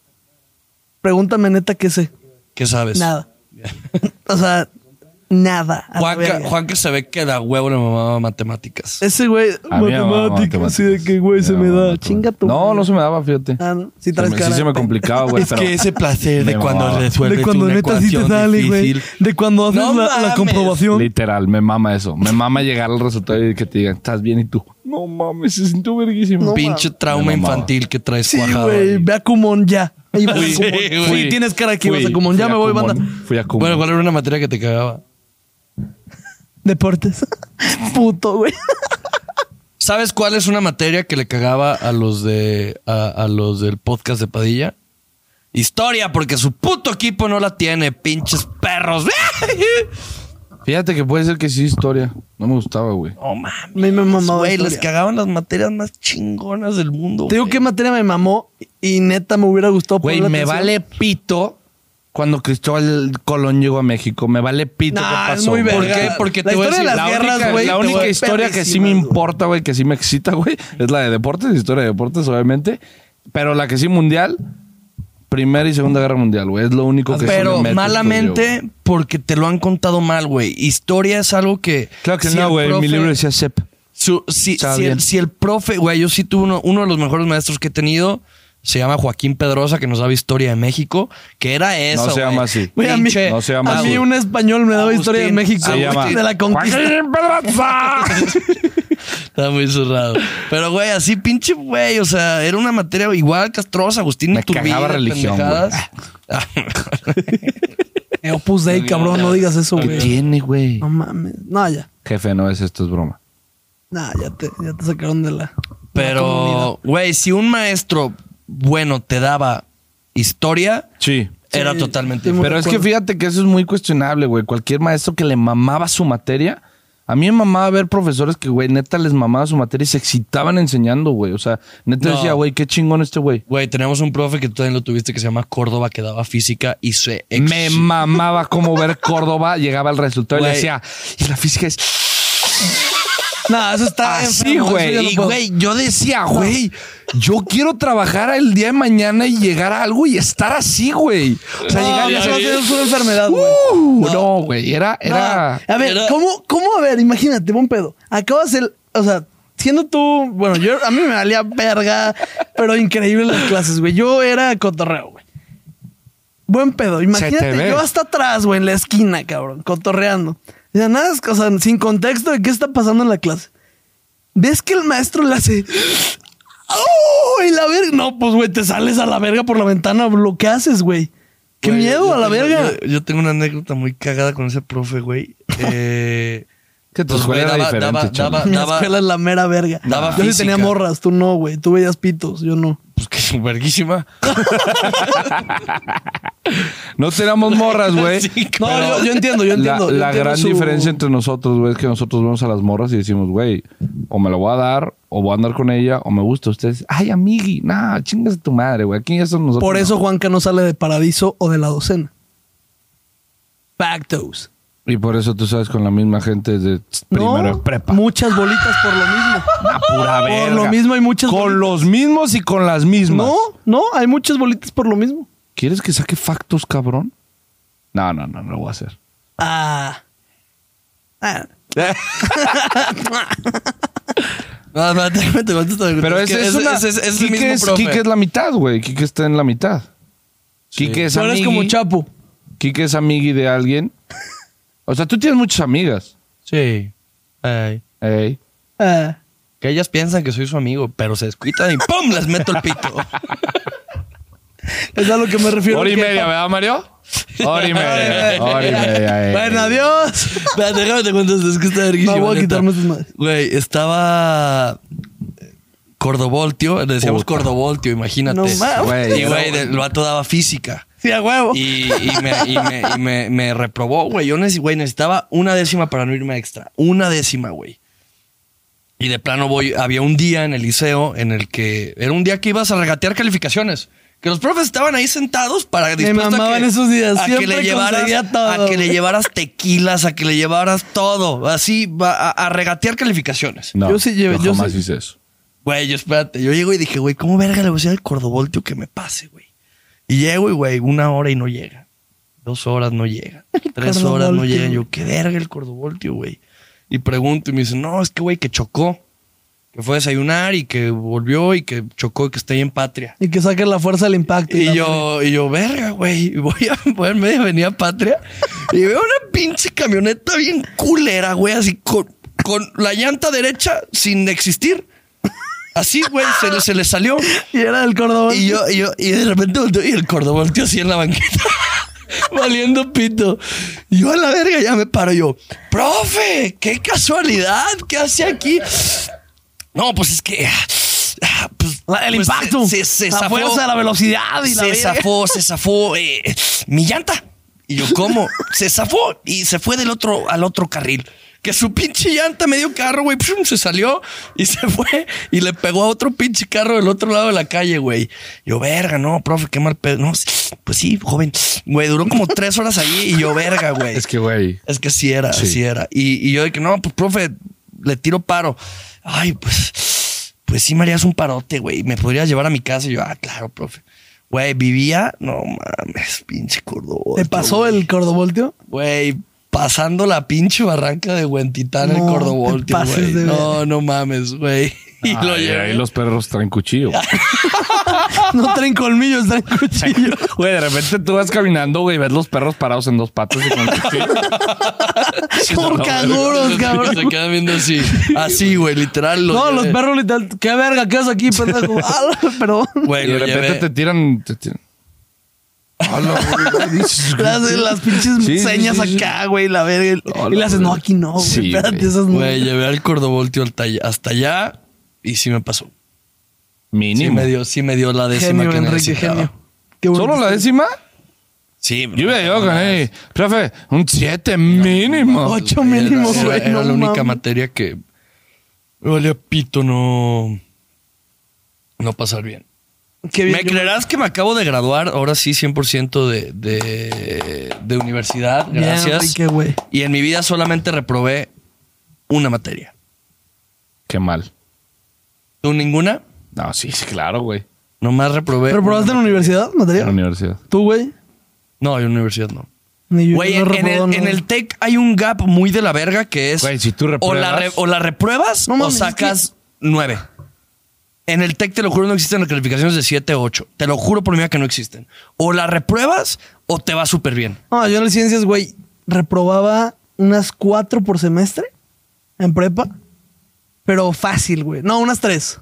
S1: Pregúntame, neta, qué sé.
S2: Pues, ¿Qué sabes?
S1: Nada. o sea, nada. a la
S2: Juanca,
S1: verga.
S2: Juanca se ve que da huevo le mamaba matemáticas.
S1: Ese güey,
S3: A mí me mamaba
S1: matemáticas, así de que, güey,
S3: Me
S1: se me
S3: mamaba
S1: da.
S3: matemáticas.
S1: Chinga tu
S3: No,
S1: madre.
S3: no se me daba, fíjate.
S1: Ah, ¿no? Sí traes
S3: se me, sí
S1: cara
S3: se me
S1: de-
S3: complicaba, güey. pero-
S2: placer
S3: Me mamaba.
S1: De cuando neta sí te sale, güey. De cuando haces
S2: No
S1: la, la
S2: mames.
S1: comprobación.
S3: Literal, me mama eso. Me mama llegar al resultado y que te digan, estás bien y tú. No mames, se sintió verguísimo.
S1: No
S2: Pinche trauma
S3: Me mamaba.
S2: infantil que traes
S1: Sí,
S2: cuajado.
S1: güey.
S2: ahí.
S1: Ve a Kumon ya. Ahí vas a
S2: Sí,
S1: Kumon.
S2: güey.
S1: Sí, tienes cara que
S3: Fui-
S1: ibas a Kumon.
S3: fui
S1: Ya
S3: a
S1: me voy,
S3: Kumon,
S1: banda.
S3: Fui a Kumon.
S2: Bueno, ¿cuál era una materia que te cagaba?
S1: Deportes. Puto, güey.
S2: ¿Sabes cuál es una materia que le cagaba a los de a, a los del podcast de Padilla? Historia, porque su puto equipo no la tiene, pinches perros.
S3: Fíjate que puede ser que sí, historia. No me gustaba, güey.
S2: No Oh, mames.
S1: A mí me mamaba
S2: Güey, les
S1: historia.
S2: cagaban las materias más chingonas del mundo.
S1: Te digo
S2: güey.
S1: qué materia me mamó y neta me hubiera gustado
S3: Güey,
S1: ponerle
S3: me
S1: atención.
S3: vale pito cuando Cristóbal Colón llegó a México. Me vale pito
S1: Nah,
S3: qué
S1: es
S3: pasó.
S1: muy
S3: güey.
S2: ¿Por
S1: verga.
S2: qué? Porque
S1: La
S2: te voy a
S1: historia
S2: decir
S1: de las guerras,
S2: única-
S1: güey,
S3: la
S1: te
S3: única
S1: voy a-
S3: historia que sí
S1: Perrísimas,
S3: me
S1: güey.
S3: importa, güey, que sí me excita, güey, es la de deportes, historia de deportes, obviamente. Pero la que sí mundial, Primera y Segunda Guerra Mundial, güey. Es lo único que sí me
S2: Pero
S3: mete estudio,
S2: malamente
S3: güey.
S2: porque te lo han contado mal, güey. Historia es algo que.
S3: Claro que
S2: si
S3: no,
S2: el
S3: güey. Mi
S2: profe-
S3: libro decía SEP.
S2: su- si,
S3: Está
S2: si
S3: bien.
S2: el, si el profe, güey, yo sí tuve uno, uno de los mejores maestros que he tenido. Se llama Joaquín Pedrosa, que nos daba historia de México, que era eso.
S3: se
S2: güey.
S3: llama así.
S1: Güey, a mí,
S2: Pinche-
S3: No se llama
S1: a
S3: así.
S1: mí un español me daba historia de
S2: Agustín,
S1: México.
S2: se
S1: güey,
S3: llama-
S1: De la conquista.
S3: ¡Joaquín Pedraza!
S2: Está muy cerrado. Pero, güey, así pinche, güey. O sea, era una materia igual castrosa, Agustín
S3: Me
S2: Iturbide,
S3: cagaba religión, Ah.
S2: pendejadas. Ah,
S1: Eh, Opus Dei, cabrón, no digas eso,
S3: ¿Qué
S1: güey.
S3: tiene, güey?
S1: No mames. No, ya.
S3: Jefe, no es esto, es broma.
S1: No, ya te, ya te sacaron de la.
S2: Pero, güey, si un maestro bueno te daba historia,
S3: Sí.
S2: era
S1: Sí,
S2: totalmente
S1: sí,
S2: diferente.
S1: muy-
S3: Pero es que
S1: acuerdo.
S3: fíjate que eso es muy cuestionable, güey. Cualquier maestro que le mamaba su materia. A mí me mamaba ver profesores que, güey, neta les mamaba su materia y se excitaban enseñando, güey. O sea, neta
S2: No.
S3: decía, güey, qué chingón este güey.
S2: Güey, tenemos un profe que tú también lo tuviste que se llama Córdoba, que daba física y se ex-
S3: Me mamaba cómo ver Córdoba llegaba al resultado y
S2: Güey.
S3: le decía, y la física es
S1: No, eso está.
S3: así,
S1: Ah, enfermo, eso ya
S3: güey.
S1: no
S3: Y,
S1: puedo.
S3: güey, yo decía, güey, yo quiero trabajar el día de mañana y llegar a algo y estar así, güey. O sea,
S1: No,
S3: llegar y
S1: eso
S3: hacer-
S1: es una enfermedad, güey.
S3: Uh, no, güey, era, era.
S1: No, a ver,
S2: era-
S1: ¿cómo, ¿cómo? A ver, imagínate, buen pedo. Acabas el. O sea, siendo tú. Bueno, yo a mí me valía verga, pero increíble las clases, güey. Yo era cotorreo, güey. Buen pedo.
S3: ve.
S1: Imagínate, yo hasta atrás, güey, en la esquina, cabrón, cotorreando. O sea, nada, o sea, sin contexto de qué está pasando en la clase. ¿Ves que el maestro le hace. ¡Oh! Y la verga. No, pues, güey, te sales a la verga por la ventana. Lo que haces, güey. Qué
S2: Güey,
S1: miedo
S2: yo-
S1: a la
S2: yo-
S1: verga.
S2: Yo, yo tengo una anécdota muy cagada con ese profe, güey. Eh,
S3: Que tu
S2: pues,
S3: escuela
S2: güey,
S3: era
S2: daba-
S3: diferente,
S2: daba-
S3: chavo.
S2: daba-
S1: Mi escuela es la mera verga.
S2: daba
S1: yo sí
S2: física.
S1: tenía morras, tú no, güey. Tú veías pitos, yo no.
S2: Pues que su verguísima.
S3: No teníamos morras, güey.
S2: Sí,
S1: No,
S3: pero
S1: yo, yo entiendo, yo entiendo.
S3: La,
S1: yo
S3: la
S1: entiendo
S3: gran
S1: su-
S3: diferencia entre nosotros, güey, es que nosotros vemos a las morras y decimos, güey, o me la voy a dar, o voy a andar con ella, o me gusta. Ustedes, ay, amigui, nah, chingas a tu madre, güey. Aquí eso nosotros.
S1: Por
S3: no.
S1: eso Juanca no sale de Paradiso o de la docena. Factos.
S3: Y por eso tú sabes con la misma gente de primero de
S1: No,
S3: prepa.
S1: muchas bolitas por lo mismo.
S3: Una pura
S1: por
S3: verga.
S1: lo mismo hay muchas
S3: Con
S1: bolitas.
S3: los mismos y con las mismas.
S1: No, no, hay muchas bolitas por lo mismo.
S3: ¿Quieres que saque factos, cabrón? No, no, no, no lo voy a hacer.
S1: Ah. Ah.
S2: No, no, te, te contesto, te
S3: Pero ese
S2: que
S3: es, una-
S2: ese- ese es el
S3: Quique
S2: mismo
S3: es-
S2: profe.
S3: Quique es la mitad, güey. Quique está en la mitad. Quique es
S1: Tú eres
S3: amigui.
S1: como Chapo.
S3: Quique es amigui de alguien. O sea, tú tienes muchas amigas.
S2: Sí. Ay.
S3: Ey.
S1: Ah.
S2: Que ellas piensan que soy su amigo, pero se descuitan y ¡pum! Les meto el pito.
S1: Es a lo que me refiero.
S3: Hora y
S1: que-
S3: media, ¿verdad, Mario? Hora y media. Hora y media. ey.
S1: Bueno, adiós.
S2: Espérate, déjame te cuento, es que está verguísima.
S1: No, voy a
S2: neta.
S1: quitarme tus madres.
S2: Güey, estaba Cordovoltio, le decíamos Cordovoltio, imagínate.
S1: No mames.
S3: Güey,
S2: y güey, el vato daba física.
S1: Sí, a huevo.
S2: Y, y me, y me- y me- me reprobó, güey. Yo neces- güey, necesitaba una décima para no irme extra. Una décima, güey. Y de plano voy, había un día en el liceo en el que era un día que ibas a regatear calificaciones. Que los profes estaban ahí sentados para dispuestos
S1: mamaban esos días.
S2: a que
S1: Siempre
S2: le llevaras
S1: conseguía todo,
S2: a que le
S1: güey.
S2: llevaras tequilas, a que le llevaras todo, así va- a, a regatear calificaciones.
S3: No,
S1: Yo sí llevé- yo
S3: jamás
S1: sí-
S3: hice eso.
S2: Güey, yo espérate, yo llego y dije, güey, ¿cómo verga le voy a decir al cordovoltio que me pase, güey? Y llego y, güey, una hora y no llega. Dos horas no llega. Tres
S1: Cordovoltio.
S2: horas no llega. Yo, qué verga el cordovoltio, güey. Y pregunto y me dicen, no, es que, güey, que chocó. Que fue a desayunar y que volvió y que chocó y que está ahí en patria.
S1: Y que saque la fuerza del impacto.
S2: Y
S1: la
S2: yo, y yo, verga, güey. Y voy a, voy a media avenida Patria y veo una pinche camioneta bien culera, güey, así con, con la llanta derecha sin existir. Así, güey, se le, se le salió.
S1: madre. Y era del Córdoba.
S2: Y yo, y yo, y de repente volteo y el Córdoba volteó así en la banqueta, valiendo pito. Y Yo a la verga ya me paro yo, profe, qué casualidad, ¿qué hace aquí? No, pues es que. ah, Pues,
S1: La- el
S2: pues,
S1: impacto.
S2: Se, se
S1: la
S2: zafó.
S1: fuerza, la velocidad y la
S2: Se
S1: verga.
S2: zafó, se zafó eh, mi llanta. Y yo, ¿cómo? se zafó y se fue del otro al otro carril. Que su pinche llanta, medio carro, güey, pshum, se salió y se fue y le pegó a otro pinche carro del otro lado de la calle, güey. Yo, verga, no, profe, qué mal pedo. No, sí, pues sí, joven. Güey, duró como tres horas allí y yo, verga, güey.
S3: Es que, güey.
S2: Es que sí era, sí,
S3: Sí.
S2: era. Y, y yo de que no, pues profe, le tiro paro. Ay, pues, pues sí me harías un parote, güey. Me podrías llevar a mi casa. Y yo, ah, claro, profe. Güey, vivía, no mames, pinche cordobol.
S1: ¿Te pasó el cordovoltio?
S2: Güey, pasando la pinche barranca de Huentitán, el
S1: No,
S2: cordobol.
S1: te pases
S2: güey.
S1: de
S2: No, no mames, güey. Y lo
S3: Ay,
S2: llevé.
S3: ahí los perros traen cuchillo.
S1: No traen colmillos, traen cuchillo.
S3: Güey, de repente tú vas caminando, güey, y ves los perros parados en dos patas y con cuchillo.
S1: Por canguros,
S2: Se
S1: cabrón.
S2: quedan viendo así. Así, güey, literal. lo
S1: No,
S2: llevé.
S1: los perros literal. ¿Qué verga? ¿Qué haces aquí, pendejo? Ah, perdón.
S2: Güey,
S3: y de
S2: lo
S3: repente
S2: llevé.
S3: te tiran. Te tiran. Hola, Ah, güey, güey.
S1: Las, las pinches
S3: Sí, sí,
S1: señas
S3: sí, sí.
S1: acá, güey, la verga.
S3: Hola,
S1: y le haces, no,
S3: güey.
S1: aquí no, güey.
S3: Sí,
S1: Espérate,
S3: güey.
S1: esas no.
S2: Güey, llevé al cordovoltio hasta allá, hasta allá y sí me pasó. Sí
S3: Mínimo.
S2: me dio, sí me dio la décima
S1: genio,
S2: que
S1: Enrique,
S2: necesitaba.
S1: genio. Qué bueno.
S3: ¿Solo la décima?
S2: Sí.
S3: Yo hubiera llegado con él. Profe, un 7 mínimo.
S1: Ocho
S2: Era-
S1: mínimo,
S2: era-
S1: güey.
S2: Era,
S1: no
S2: la única
S1: mames.
S2: materia que me valía pito no, no pasar bien.
S1: Qué bien,
S2: ¿Me
S1: qué
S2: creerás que me acabo de graduar ahora sí 100% de, de, de universidad?
S1: Bien,
S2: Gracias.
S1: Enrique, güey.
S2: y en mi vida solamente reprobé una materia.
S3: Qué mal.
S2: ¿Tú ninguna?
S3: No, sí, sí, claro, güey.
S2: Nomás reprobé.
S1: ¿Pero probaste en la universidad,
S3: En la
S1: material?
S3: universidad.
S1: ¿Tú, güey?
S2: No, en universidad no.
S1: Ni yo,
S2: Güey,
S1: yo no
S2: en, en
S1: reprobado
S2: el, en
S1: nada.
S2: el TEC hay un gap muy de la verga que es.
S3: Güey, si tú
S2: o la, re-
S3: repruebas-
S2: o la repruebas
S1: No
S2: o
S1: mames, es
S2: sacas nueve. En el TEC, te lo juro, no existen las calificaciones de 7 o 8. Te lo juro por mí que no existen. O la repruebas o te va súper bien.
S1: No, yo en las ciencias, güey, reprobaba unas cuatro por semestre en prepa. Pero fácil, güey. No, unas tres.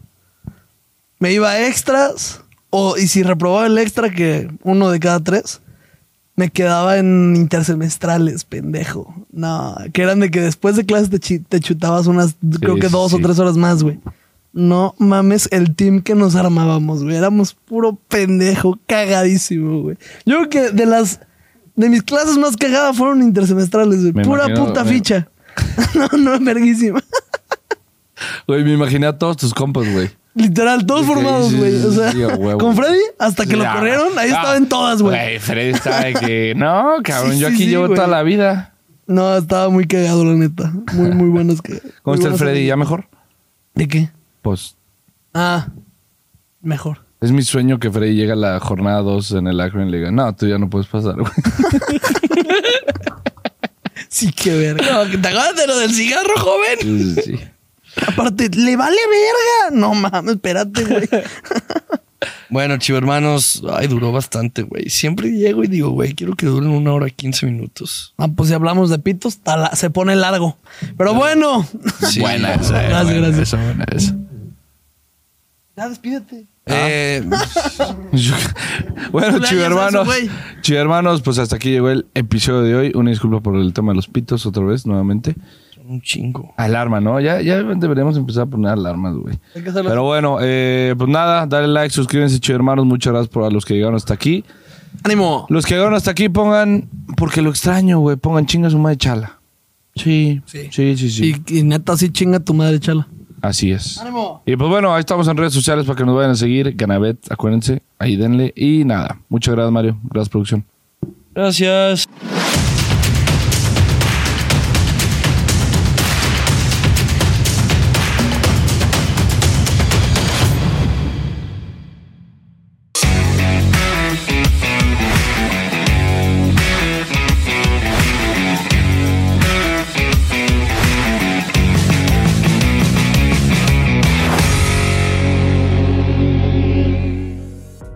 S1: Me iba a extras. O, y si reprobaba el extra, que uno de cada tres, me quedaba en intersemestrales, pendejo. No, que eran de que después de clases te, chi- te chutabas unas, creo que
S3: sí,
S1: dos o
S3: sí.
S1: tres horas más, güey. No mames el team que nos armábamos, güey. Éramos puro pendejo, cagadísimo, güey. Yo creo que de las. De mis clases más cagadas fueron intersemestrales, güey.
S3: Me
S1: Pura
S3: imagino,
S1: puta
S3: me-
S1: ficha. no, no, verguísima.
S3: Güey, me imaginé a todos tus compas, güey.
S1: Literal, todos
S3: Sí,
S1: formados,
S3: sí,
S1: güey.
S3: sí,
S1: o sea,
S3: sí, a huevo.
S1: con Freddy, hasta que
S3: Ya.
S1: lo corrieron, ahí
S3: Ah,
S1: estaba en todas, güey.
S3: Güey, Freddy estaba de que, no, cabrón,
S1: Sí,
S3: yo
S1: sí,
S3: aquí
S1: sí,
S3: llevo
S1: güey.
S3: toda la vida.
S1: No, estaba muy cagado, la neta. Muy, muy buenos que. muy
S3: ¿Cómo está el
S1: buenos
S3: Freddy?
S1: amigos.
S3: ¿Ya mejor?
S1: ¿De qué?
S3: Pues
S1: Ah, mejor.
S3: es mi sueño que Freddy llegue a la jornada 2 en el Akron y le diga, no, tú ya no puedes pasar, güey.
S1: Sí, qué verga.
S2: No, ¿Te acuerdas de lo del cigarro, joven?
S3: Sí, sí, sí.
S1: Aparte, le vale verga. No mames, espérate, güey.
S2: Bueno, chivo hermanos, ay, duró bastante, güey. Siempre llego y digo, güey, quiero que duren una hora 15 minutos.
S1: Ah, pues si hablamos de pitos, tala- se pone largo. Pero bueno.
S2: Sí.
S3: Buena esa,
S1: Gracias,
S3: buena
S1: gracias.
S3: esa, buena esa.
S1: Ya despídete.
S2: Eh,
S3: Yo- bueno,
S1: Cumpleaños
S3: chivo hermanos,
S1: a su güey.
S3: chivo hermanos, pues hasta aquí llegó el episodio de hoy. Una disculpa por el tema de los pitos otra vez, nuevamente.
S2: un chingo.
S3: Alarma, ¿no? Ya, ya deberíamos empezar a poner alarmas, güey.
S1: Hay que hacerlo.
S3: Pero bueno, eh, pues nada, dale like, suscríbanse, chido hermanos. Muchas gracias por a los que llegaron hasta aquí.
S1: Ánimo.
S3: Los que llegaron hasta aquí pongan, porque lo extraño, güey, pongan chinga su madre chala. Sí, sí, sí, sí.
S1: Y, y neta, sí chinga tu madre, chala.
S3: Así es.
S1: Ánimo.
S3: Y pues bueno, ahí estamos en redes sociales para que nos vayan a seguir. Ganabet, acuérdense, ahí denle. Y nada, muchas gracias, Mario. Gracias, producción.
S2: Gracias.